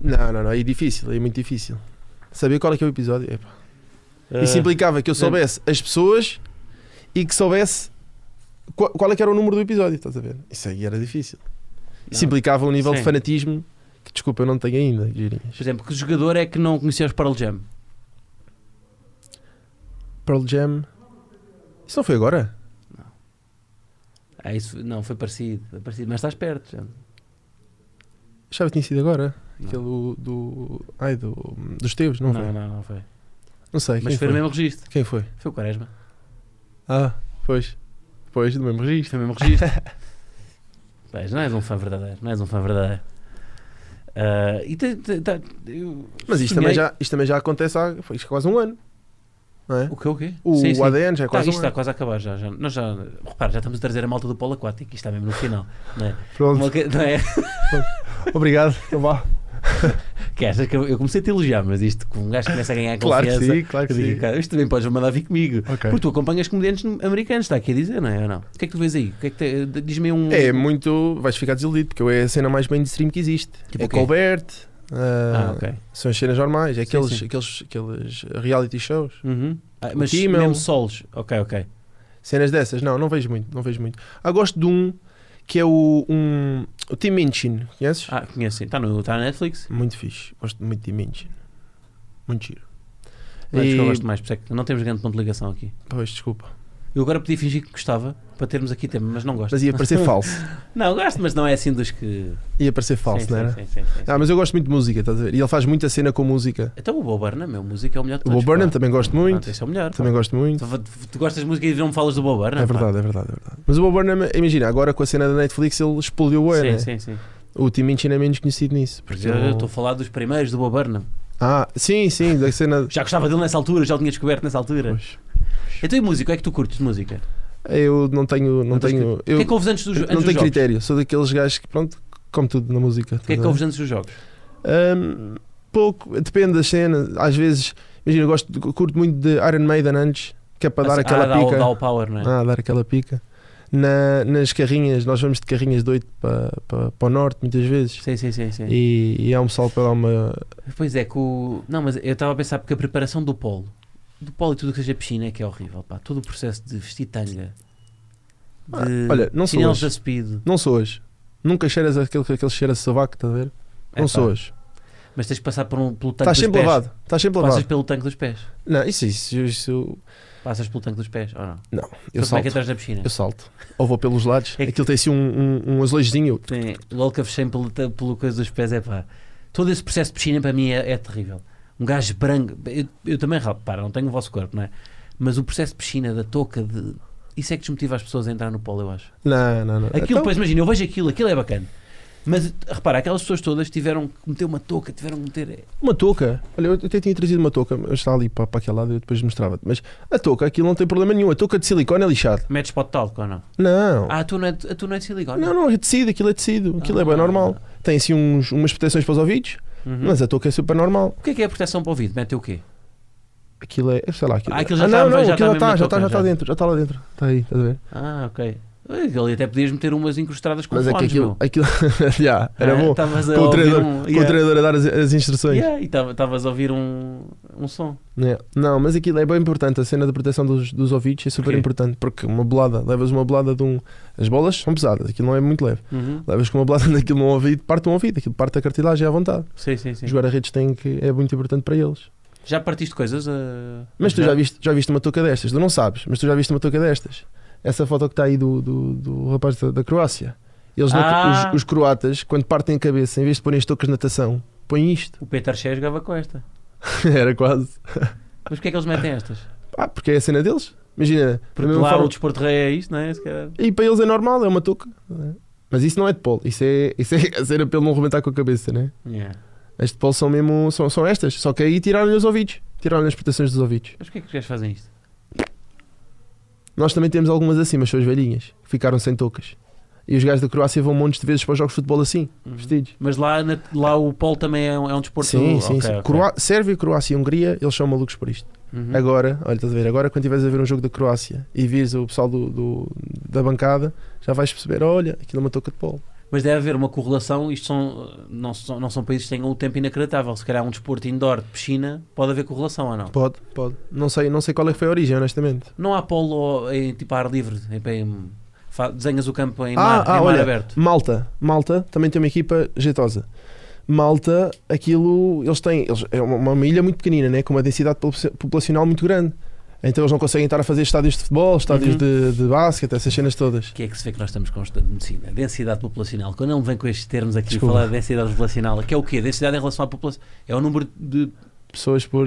Speaker 1: Não, não, não. É difícil, é muito difícil. Saber qual é que é o episódio. epá.
Speaker 2: Ah,
Speaker 1: Isso implicava que eu soubesse as pessoas e que soubesse qual, qual é que era o número do episódio, estás a ver? Isso aí era difícil. Isso
Speaker 2: Não.
Speaker 1: implicava um nível
Speaker 2: Sim.
Speaker 1: de fanatismo que, desculpa, eu não tenho ainda, girinhas.
Speaker 2: Por exemplo, que jogador é que não conhecia os Pearl Jam?
Speaker 1: Pearl Jam. Isso não foi agora?
Speaker 2: Ah, isso não, foi parecido, foi parecido, mas estás perto. já.
Speaker 1: Achava que tinha sido agora.
Speaker 2: Não.
Speaker 1: Aquele do. do- ai, do, dos teus, não,
Speaker 2: não,
Speaker 1: foi?
Speaker 2: não, não foi.
Speaker 1: Não sei.
Speaker 2: Mas
Speaker 1: quem
Speaker 2: foi
Speaker 1: foi,
Speaker 2: no mesmo registro.
Speaker 1: Quem foi?
Speaker 2: Foi o Quaresma.
Speaker 1: Ah, pois. Pois, do mesmo registro.
Speaker 2: Foi o mesmo registro. Pois, não és um fã verdadeiro, não és um fã verdadeiro. Ah, e te- te- tá- eu
Speaker 1: Mas isto
Speaker 2: sonhei-
Speaker 1: também, já, isto também já acontece há foi isto é quase um ano. Não é?
Speaker 2: O que o quê?
Speaker 1: O
Speaker 2: Sim, sim.
Speaker 1: ADN já é
Speaker 2: Tá,
Speaker 1: quase um
Speaker 2: isto está
Speaker 1: ano.
Speaker 2: quase a acabar já. já, nós já repara, já estamos a trazer a malta do polo aquático. Isto está mesmo no final. Não é?
Speaker 1: Pronto,
Speaker 2: Uma que- não é?
Speaker 1: obrigado. Então vá.
Speaker 2: Que achas que eu, eu comecei a te elogiar, mas isto com um gajo que começa a ganhar
Speaker 1: Claro que
Speaker 2: confiança.
Speaker 1: sim, claro que
Speaker 2: eu digo,
Speaker 1: sim. É.
Speaker 2: cara, isto também podes mandar vir comigo.
Speaker 1: Ok.
Speaker 2: Porque tu acompanhas comediantes americanos, está aqui a dizer, não é? Ou não? O que é que tu vês aí? O que é que te- Diz-me um.
Speaker 1: É muito. Vais ficar desiludido, porque é a cena mais mainstream que existe.
Speaker 2: Tipo
Speaker 1: é
Speaker 2: o quê?
Speaker 1: Colbert.
Speaker 2: Ah,
Speaker 1: ah,
Speaker 2: ok.
Speaker 1: São as cenas normais, é
Speaker 2: Sim,
Speaker 1: aqueles,
Speaker 2: sim.
Speaker 1: Aqueles, aqueles reality shows.
Speaker 2: Uhum. Ah, mas
Speaker 1: Kimmel.
Speaker 2: mesmo solos. Ok, ok.
Speaker 1: Cenas dessas, não, não vejo muito, não vejo muito. Ah, gosto de um que é o, um, o Tim Minchin, conheces?
Speaker 2: Ah, conheço. sim. Está no, tá na Netflix?
Speaker 1: Muito fixe, gosto muito de Tim Minchin. Muito giro.
Speaker 2: Mas
Speaker 1: E-
Speaker 2: que eu gosto mais, por isso é que não temos grande ponto de ligação aqui.
Speaker 1: Pois, desculpa.
Speaker 2: Eu agora podia fingir que gostava para termos aqui tema, mas não gosto.
Speaker 1: Mas ia parecer falso.
Speaker 2: Não, gosto, mas não é assim dos que.
Speaker 1: Ia parecer falso,
Speaker 2: sim,
Speaker 1: não era?
Speaker 2: Sim, sim, sim, sim.
Speaker 1: Ah, mas eu gosto muito de música, estás a ver? E ele faz muita cena com música.
Speaker 2: Então o Bo Burnham, meu, música é o melhor de
Speaker 1: O
Speaker 2: todos,
Speaker 1: Bob Burnham
Speaker 2: pá.
Speaker 1: também gosto muito.
Speaker 2: Pronto, esse é o melhor.
Speaker 1: Também gosto muito.
Speaker 2: pá. Tu, tu gostas de música e não me falas do Bo Burnham?
Speaker 1: É
Speaker 2: pá.
Speaker 1: verdade, é verdade, é verdade. Mas o Bob Burnham, imagina, agora com a cena da Netflix ele explodiu o
Speaker 2: sim,
Speaker 1: né?
Speaker 2: sim, sim.
Speaker 1: O Tim Minchin é menos conhecido nisso.
Speaker 2: Porque
Speaker 1: Porque
Speaker 2: eu eu
Speaker 1: ele-
Speaker 2: estou a falar dos primeiros do Bo Burnham.
Speaker 1: Ah, sim, sim, da cena.
Speaker 2: Já gostava dele nessa altura, já o tinha descoberto nessa altura.
Speaker 1: Pois.
Speaker 2: Então e música? O que é que tu curtes de música?
Speaker 1: Eu não tenho. Não
Speaker 2: Não tens
Speaker 1: tenho eu
Speaker 2: o que é que ouves antes dos,
Speaker 1: não
Speaker 2: antes dos
Speaker 1: tenho
Speaker 2: jogos?
Speaker 1: critério. Sou daqueles gajos que, pronto, come tudo na música.
Speaker 2: O que é que ouves antes dos jogos?
Speaker 1: Ahm, pouco, depende da cena. Às vezes, imagina, eu gosto, curto muito de Iron Maiden antes, que é para dar
Speaker 2: Ah,
Speaker 1: aquela
Speaker 2: dá, o-
Speaker 1: pica.
Speaker 2: dá o power, não é?
Speaker 1: Ah, dar aquela pica. Na- nas carrinhas, nós vamos de carrinhas doido para, para, para o norte muitas vezes.
Speaker 2: Sim, sim, sim, sim.
Speaker 1: E, e há um pessoal para lá uma.
Speaker 2: Pois é que o... Não, mas eu estava a pensar porque a preparação do polo, do polo e tudo o que seja piscina é que é horrível, pá. Todo o processo de vestir tanga, de
Speaker 1: Ah, olha, não sou
Speaker 2: chinelos
Speaker 1: hoje.
Speaker 2: da speed.
Speaker 1: Não sou hoje. Nunca cheiras aquele, aquele cheiro a sovaco, estás a ver?
Speaker 2: É,
Speaker 1: Não sou
Speaker 2: pá.
Speaker 1: hoje.
Speaker 2: Mas tens de passar por um, pelo tanque
Speaker 1: Estás
Speaker 2: dos
Speaker 1: sempre
Speaker 2: pés.
Speaker 1: lavado. Estás sempre
Speaker 2: Passas
Speaker 1: lavado.
Speaker 2: pelo tanque dos pés.
Speaker 1: Não, isso, isso, isso.
Speaker 2: Passas pelo tanque dos pés, ou não?
Speaker 1: Eu
Speaker 2: Então como é que
Speaker 1: salto.
Speaker 2: entras na piscina?
Speaker 1: Eu salto. Ou vou pelos lados.
Speaker 2: É que-
Speaker 1: Aquilo tem assim um, um, um azulejozinho.
Speaker 2: Tem, logo que avexei pelo, ta- pelo coisa dos pés, é pá. Todo esse processo de piscina para mim é, é terrível. Um gajo branco, eu, eu também, repara, não tenho o vosso corpo, não é? Mas o processo de piscina, da touca, de. Isso é que desmotiva as pessoas a entrar no polo, eu acho.
Speaker 1: Não, não, não.
Speaker 2: Aquilo,
Speaker 1: Então,
Speaker 2: depois, imagina, eu vejo aquilo, aquilo é bacana. Mas repara, aquelas pessoas todas tiveram que meter uma touca, tiveram que meter.
Speaker 1: Uma touca. Olha, eu até tinha trazido uma touca. mas Está ali para, para aquele lado. Eu depois mostrava-te. Mas a touca, aquilo não tem problema nenhum. A touca de silicone é lixado.
Speaker 2: Metes para o talco ou não?
Speaker 1: Não.
Speaker 2: Ah, tu não é, tu não é de silicone?
Speaker 1: Não, não, é tecido, aquilo é tecido, aquilo é bem
Speaker 2: Ah.
Speaker 1: normal. Tem assim uns- umas proteções para os ouvidos,
Speaker 2: Uhum.
Speaker 1: mas a touca é super normal.
Speaker 2: O que é que é a proteção para o ouvido? Mete o quê?
Speaker 1: Aquilo é, sei lá, aquilo,
Speaker 2: Ah, aquilo já está-
Speaker 1: não, não,
Speaker 2: já
Speaker 1: aquilo já está,
Speaker 2: está mesmo
Speaker 1: já
Speaker 2: na
Speaker 1: está, já
Speaker 2: touca,
Speaker 1: está
Speaker 2: já. tá.
Speaker 1: dentro, já está lá dentro, está aí, estás a ver?
Speaker 2: Ah, ok. Ali até podias meter umas incrustadas com
Speaker 1: mas é que
Speaker 2: fones,
Speaker 1: aquilo,
Speaker 2: meu.
Speaker 1: aquilo já, era
Speaker 2: Ah,
Speaker 1: bom,
Speaker 2: Estavas a
Speaker 1: com o
Speaker 2: ouvir
Speaker 1: treinador,
Speaker 2: um-
Speaker 1: com o
Speaker 2: yeah.
Speaker 1: treinador a dar as, as instruções.
Speaker 2: Yeah, e tava- estavas a ouvir um, um som.
Speaker 1: É. Não, mas aquilo é bem importante, a cena da proteção dos, dos ouvidos é super
Speaker 2: Porquê?
Speaker 1: importante, porque uma bolada, levas uma bolada de um. As bolas são pesadas, aquilo não é muito leve.
Speaker 2: Uhum.
Speaker 1: Levas com uma bolada daquilo num ouvido, parte um ouvido, aquilo parte a cartilagem à vontade.
Speaker 2: Sim, sim, sim.
Speaker 1: Os guarda-redes têm que. é muito importante para eles.
Speaker 2: Já partiste coisas? eh, a-
Speaker 1: Mas tu já viste, já viste uma touca destas? Tu não sabes, mas tu já viste uma touca destas? Essa foto que está aí do, do, do rapaz da, da Croácia. Eles não-
Speaker 2: Ah!
Speaker 1: os, os croatas, quando partem a cabeça, em vez de porem as toucas de natação, põem isto.
Speaker 2: O Peter Shea jogava com esta.
Speaker 1: Era quase.
Speaker 2: Mas porquê é que eles metem estas?
Speaker 1: Ah, porque é a cena deles. Imagina, da
Speaker 2: Porque
Speaker 1: mesma
Speaker 2: lá
Speaker 1: forma-
Speaker 2: o desporto rei é isto, não é? Se calhar.
Speaker 1: E para eles é normal, é uma touca. Mas isso não é de polo, isso é, isso é a cena para ele não rebentar com a cabeça, né?
Speaker 2: Yeah.
Speaker 1: As de polo são mesmo. são, são estas, só que aí tiraram-lhe os ouvidos. Tiraram-lhe as proteções dos ouvidos.
Speaker 2: Mas porquê é que os gajos fazem isto?
Speaker 1: Nós também temos algumas assim, mas são as velhinhas, que ficaram sem toucas. E os gajos da Croácia vão montes de vezes para os jogos de futebol assim,
Speaker 2: Uhum.
Speaker 1: vestidos.
Speaker 2: Mas lá, na- lá o polo também é um, é um desporto.
Speaker 1: Sim, sim,
Speaker 2: Ok,
Speaker 1: sim.
Speaker 2: ok.
Speaker 1: Croá- Sérvia, Croácia e Hungria, eles são malucos por isto.
Speaker 2: Uhum.
Speaker 1: Agora, olha, estás a ver, agora quando estiveres a ver um jogo da Croácia e vires o pessoal do, do- da bancada, já vais perceber, olha, aquilo é uma touca de polo.
Speaker 2: Mas deve haver uma correlação. Isto são, não, são, não são países que tenham o tempo inacreditável. Se calhar um desporto indoor de piscina pode haver correlação ou não?
Speaker 1: Pode, pode. Não sei, não sei qual é que foi a origem, honestamente.
Speaker 2: Não há polo em tipo ar livre. Em, em- fa- desenhas o campo em
Speaker 1: Ah,
Speaker 2: mar,
Speaker 1: ah,
Speaker 2: em mar
Speaker 1: olha,
Speaker 2: aberto.
Speaker 1: Malta, Malta também tem uma equipa jeitosa. Malta, aquilo, eles têm, eles, é uma, uma ilha muito pequenina, né? com uma densidade popu- populacional muito grande. Então eles não conseguem estar a fazer estádios de futebol, estádios
Speaker 2: Uhum.
Speaker 1: de, de basquete, essas cenas todas.
Speaker 2: que é que se vê que nós estamos com estudante de medicina? Densidade populacional. Quando ele vem com estes termos aqui
Speaker 1: Desculpa.
Speaker 2: falar de densidade populacional, que é o quê? Densidade em relação à população. É o número de
Speaker 1: Pessoas por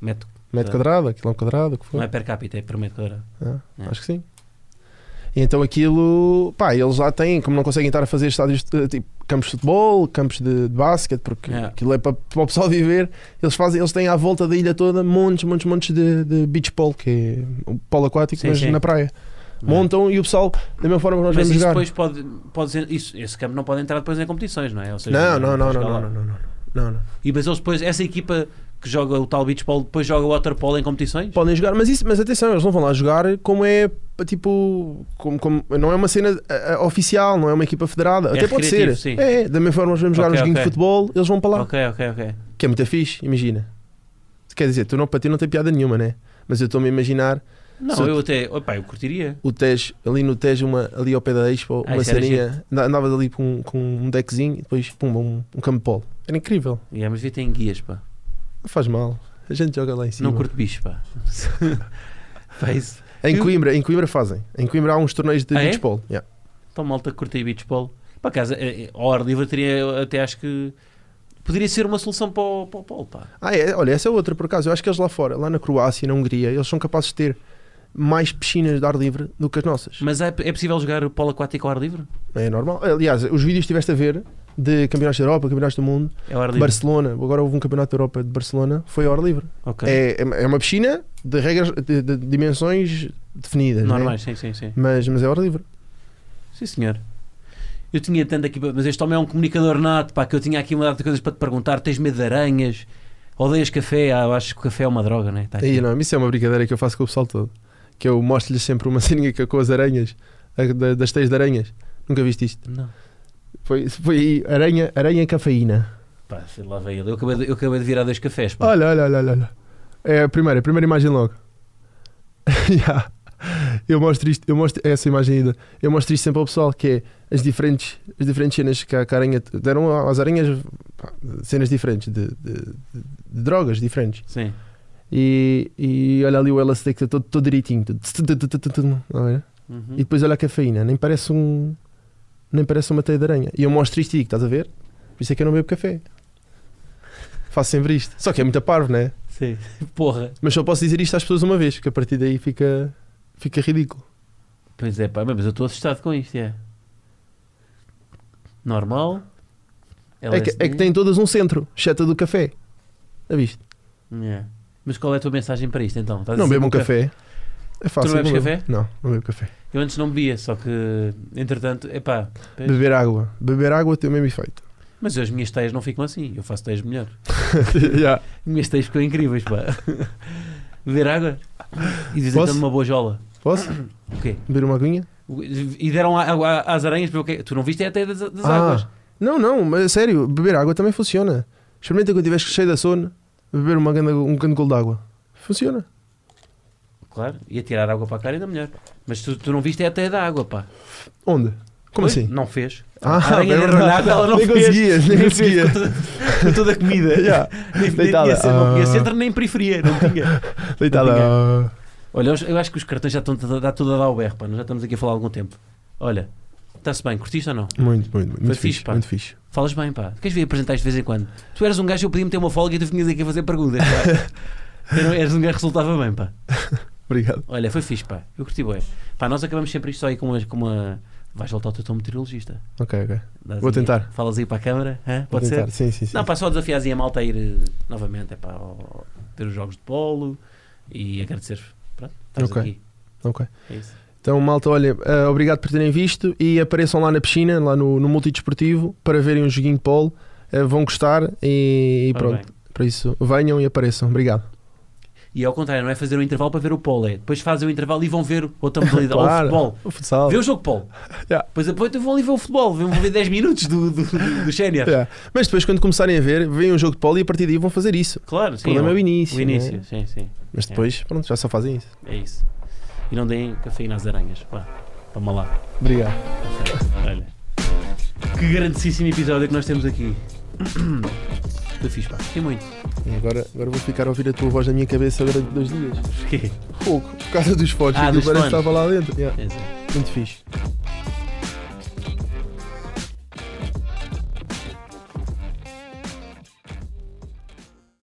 Speaker 2: metro, é
Speaker 1: metro quadrado, quilómetro quadrado, o que for.
Speaker 2: não é per capita, é por metro quadrado.
Speaker 1: Ah,
Speaker 2: É.
Speaker 1: Acho que sim. E então aquilo, pá, eles lá têm, como não conseguem estar a fazer estádios de, tipo campos de futebol, campos de, de basquete, porque
Speaker 2: É.
Speaker 1: aquilo é para, para o pessoal viver, eles fazem, eles têm à volta da ilha toda montes, montes, montes de, de beach polo, que é um polo aquático,
Speaker 2: Sim,
Speaker 1: mas
Speaker 2: sim. É.
Speaker 1: na praia. Montam e o pessoal, da mesma forma que nós
Speaker 2: Mas
Speaker 1: vamos
Speaker 2: isso
Speaker 1: jogar.
Speaker 2: depois pode, pode ser. Isso, esse campo não pode entrar depois em competições, não é? Ou seja,
Speaker 1: Não, não, não,
Speaker 2: pode
Speaker 1: não,
Speaker 2: jogar
Speaker 1: não,
Speaker 2: lá.
Speaker 1: não, não, não, não, não.
Speaker 2: E mas eles depois, essa equipa que joga o tal beach polo, depois joga o water polo em competições?
Speaker 1: Podem jogar, mas, isso, mas atenção, eles não vão lá jogar como é tipo. Como, como, não é uma cena eh, eh, oficial, não é uma equipa federada.
Speaker 2: É
Speaker 1: Até pode ser.
Speaker 2: recreativo, sim.
Speaker 1: É, é, da mesma forma nós vamos jogar
Speaker 2: Ok,
Speaker 1: um joguinho
Speaker 2: ok.
Speaker 1: de futebol, eles vão para lá.
Speaker 2: Ok, ok, ok.
Speaker 1: Que é muito fixe, imagina. Quer dizer, tu não, para ti não tem piada nenhuma, né? Mas eu estou-me a imaginar
Speaker 2: Não,
Speaker 1: Se eu-
Speaker 2: eu até. Opa, eu curtiria.
Speaker 1: o Tejo, ali no Tejo, uma, ali ao pé da Expo,
Speaker 2: Ah,
Speaker 1: uma
Speaker 2: isso era
Speaker 1: ceninha. anda- Andavas ali com, com um deckzinho e depois, pum, um, um campo de polo. Era incrível.
Speaker 2: E mas vi tem guias, pá.
Speaker 1: Não faz mal. A gente joga lá em cima.
Speaker 2: Não curto bicho, pá. Pá, isso.
Speaker 1: Em
Speaker 2: Eu-
Speaker 1: Coimbra, em Coimbra fazem. Em Coimbra há uns torneios de
Speaker 2: Ah, é?
Speaker 1: beach polo. Yeah.
Speaker 2: Então, malta, curtei beach polo. Para casa, eh, ao ar livre, teria, até acho que. Poderia ser uma solução para o, para o polo, pá.
Speaker 1: Ah, é, olha, essa é outra, por acaso. Eu acho que eles lá fora, lá na Croácia e na Hungria, eles são capazes de ter mais piscinas de ar livre do que as nossas.
Speaker 2: Mas é, é possível jogar polo aquático ao ar livre?
Speaker 1: É normal. Aliás, os vídeos que estiveste a ver de campeonatos da Europa, campeonatos do mundo,
Speaker 2: É ao ar livre.
Speaker 1: Barcelona, agora houve um campeonato da Europa de Barcelona, foi ao ar livre.
Speaker 2: Ok.
Speaker 1: É, é uma piscina de regras, de, de dimensões definidas. né?
Speaker 2: Normais, sim, sim, sim.
Speaker 1: Mas, mas é ao ar livre.
Speaker 2: Sim, senhor. Eu tinha tanto aqui, para- mas este homem é um comunicador nato, pá, que eu tinha aqui uma data de coisas para te perguntar. Tens medo de aranhas? Odeias café? Ah, eu acho que o café é uma droga, né? Tá aqui.
Speaker 1: Aí, não, isso é uma brincadeira que eu faço com o pessoal todo. Que eu mostro-lhes sempre uma ceninha que- com as aranhas, a- da- das teias de aranhas. Nunca viste isto.
Speaker 2: Não.
Speaker 1: Foi, foi aí, aranha, aranha cafeína.
Speaker 2: Pá, sei lá veio ele. Eu acabei, de, eu acabei de virar dois cafés, pá.
Speaker 1: Olha, olha, olha, olha, olha. É a primeira, a primeira imagem logo. Ya. Eu mostro isto, eu mostro essa imagem ainda. Eu mostro isto sempre ao pessoal, que é as diferentes, as diferentes cenas que a que a aranha deram às aranhas pá, cenas diferentes, de, de- de- de drogas diferentes.
Speaker 2: Sim.
Speaker 1: E, e olha ali o LSD que está todo, todo direitinho. todo tss, tss, tss, tss, tss, não é?
Speaker 2: Uhum.
Speaker 1: E depois olha a cafeína, nem parece um. Nem parece uma teia de aranha. E eu mostro isto e digo, estás a ver? Por isso é que eu não bebo café. Faço sempre isto. Só que é muito parvo, não é?
Speaker 2: Sim. Porra.
Speaker 1: Mas só posso dizer isto às pessoas uma vez, porque a partir daí fica, fica ridículo.
Speaker 2: Pois é, pá, mas eu estou assustado com isto, é. Normal.
Speaker 1: É que, é que têm todas um centro, exceto a do café. Tá Já viste?
Speaker 2: Yeah. Mas qual é a tua mensagem para isto então? Estás a
Speaker 1: não
Speaker 2: dizer
Speaker 1: bebo um
Speaker 2: que o
Speaker 1: café. É fácil.
Speaker 2: Tu não bebes
Speaker 1: bebo. Não, não bebo café.
Speaker 2: Eu antes não bebia, só que entretanto, epá, Pois.
Speaker 1: Beber água. Beber água tem o mesmo efeito.
Speaker 2: mas as minhas teias não ficam assim, eu faço teias melhor.
Speaker 1: Já.
Speaker 2: As minhas teias ficam incríveis, pá. Beber água e dizem
Speaker 1: Posso?
Speaker 2: tanto uma boa jola.
Speaker 1: Posso?
Speaker 2: O quê?
Speaker 1: Beber uma aguinha?
Speaker 2: O- E deram a- água às aranhas para o quê? Tu não viste é a teia das,
Speaker 1: Ah.
Speaker 2: das águas.
Speaker 1: Não, não, mas a sério, beber água também funciona. Experimenta quando estiveres cheio da sono, beber uma ganda, um grande golo de água. Funciona.
Speaker 2: Claro, ia tirar água para a cara ainda melhor. Mas tu, tu não viste é a teia da água, pá.
Speaker 1: Onde? Como
Speaker 2: Pois,
Speaker 1: assim?
Speaker 2: Não fez.
Speaker 1: Ah,
Speaker 2: a aranha
Speaker 1: bem
Speaker 2: dentro
Speaker 1: verdade.
Speaker 2: da água, ela não
Speaker 1: nem
Speaker 2: fez.
Speaker 1: conseguias, nem
Speaker 2: Nem fez
Speaker 1: conseguias.
Speaker 2: com toda, com toda a comida.
Speaker 1: Já.
Speaker 2: Nem, nem
Speaker 1: Deitada.
Speaker 2: tinha centro, não tinha
Speaker 1: Ah.
Speaker 2: centro nem periferia, não tinha.
Speaker 1: Deitada. ah.
Speaker 2: Olha, eu acho que os cartões já estão a dar tudo a dar o berro, pá. Nós já estamos aqui a falar há algum tempo. Olha, está-se bem, curtiste ou não?
Speaker 1: Muito, muito, muito, muito
Speaker 2: fixe, pá.
Speaker 1: Muito fixe.
Speaker 2: Falas bem, pá. Queres vir apresentar isto de vez em quando? Tu eras um gajo, eu podia-me ter uma folga e tu vinhas aqui a fazer perguntas, pá. Eu não- Eras um gajo que resultava bem, pá.
Speaker 1: Obrigado.
Speaker 2: Olha, foi fixe, pá. Eu curti bem. Pá, nós acabamos sempre isto só aí com uma. Com uma... Vais voltar ao teu tom meteorologista.
Speaker 1: Ok, ok.
Speaker 2: Dás
Speaker 1: Vou
Speaker 2: aí-
Speaker 1: tentar.
Speaker 2: Falas aí para a câmara, hã?
Speaker 1: Vou
Speaker 2: pode ser?
Speaker 1: tentar. Sim, sim, sim.
Speaker 2: Não, pá, só desafiar a malta a ir eh, novamente, é pá, ao- ver os jogos de polo e agradecer. Pronto, estás
Speaker 1: Ok.
Speaker 2: aqui.
Speaker 1: Ok.
Speaker 2: É isso.
Speaker 1: Então, malta, olha, ah, obrigado por terem visto e apareçam lá na piscina, lá no, no multidesportivo, para verem um joguinho de polo. Ah, vão gostar e, e
Speaker 2: Ora
Speaker 1: pronto.
Speaker 2: bem.
Speaker 1: Para isso, venham e apareçam. Obrigado.
Speaker 2: E ao contrário, não é fazer um intervalo para ver o polo, é depois fazem o intervalo e vão ver outra modalidade,
Speaker 1: Claro.
Speaker 2: ou o futebol.
Speaker 1: O futsal.
Speaker 2: Vê o jogo de polo.
Speaker 1: Oh. Yeah.
Speaker 2: Depois aproveitam e vão ali ver o futebol, vão ver 10 minutos do, do, do, do sénior.
Speaker 1: É. Mas depois, quando começarem a ver, veem um jogo de polo e a partir daí vão fazer isso.
Speaker 2: Claro,
Speaker 1: O
Speaker 2: sim.
Speaker 1: problema é o início.
Speaker 2: o início, É.
Speaker 1: né?
Speaker 2: sim, sim.
Speaker 1: Mas depois, pronto, já só fazem isso.
Speaker 2: É isso. E não deem cafeína às aranhas. Vá, vamos lá.
Speaker 1: Obrigado.
Speaker 2: Olha. Que grandíssimo episódio que nós temos aqui. Eu fiz, pá. Tem muito.
Speaker 1: E agora, agora vou ficar a ouvir a tua voz na minha cabeça durante dois dias.
Speaker 2: Porquê?
Speaker 1: Pouco. Por causa dos fotos,
Speaker 2: Ah,
Speaker 1: aquilo
Speaker 2: dos
Speaker 1: parece que
Speaker 2: fones.
Speaker 1: estava lá dentro. Yeah.
Speaker 2: É, sim.
Speaker 1: Muito fixe.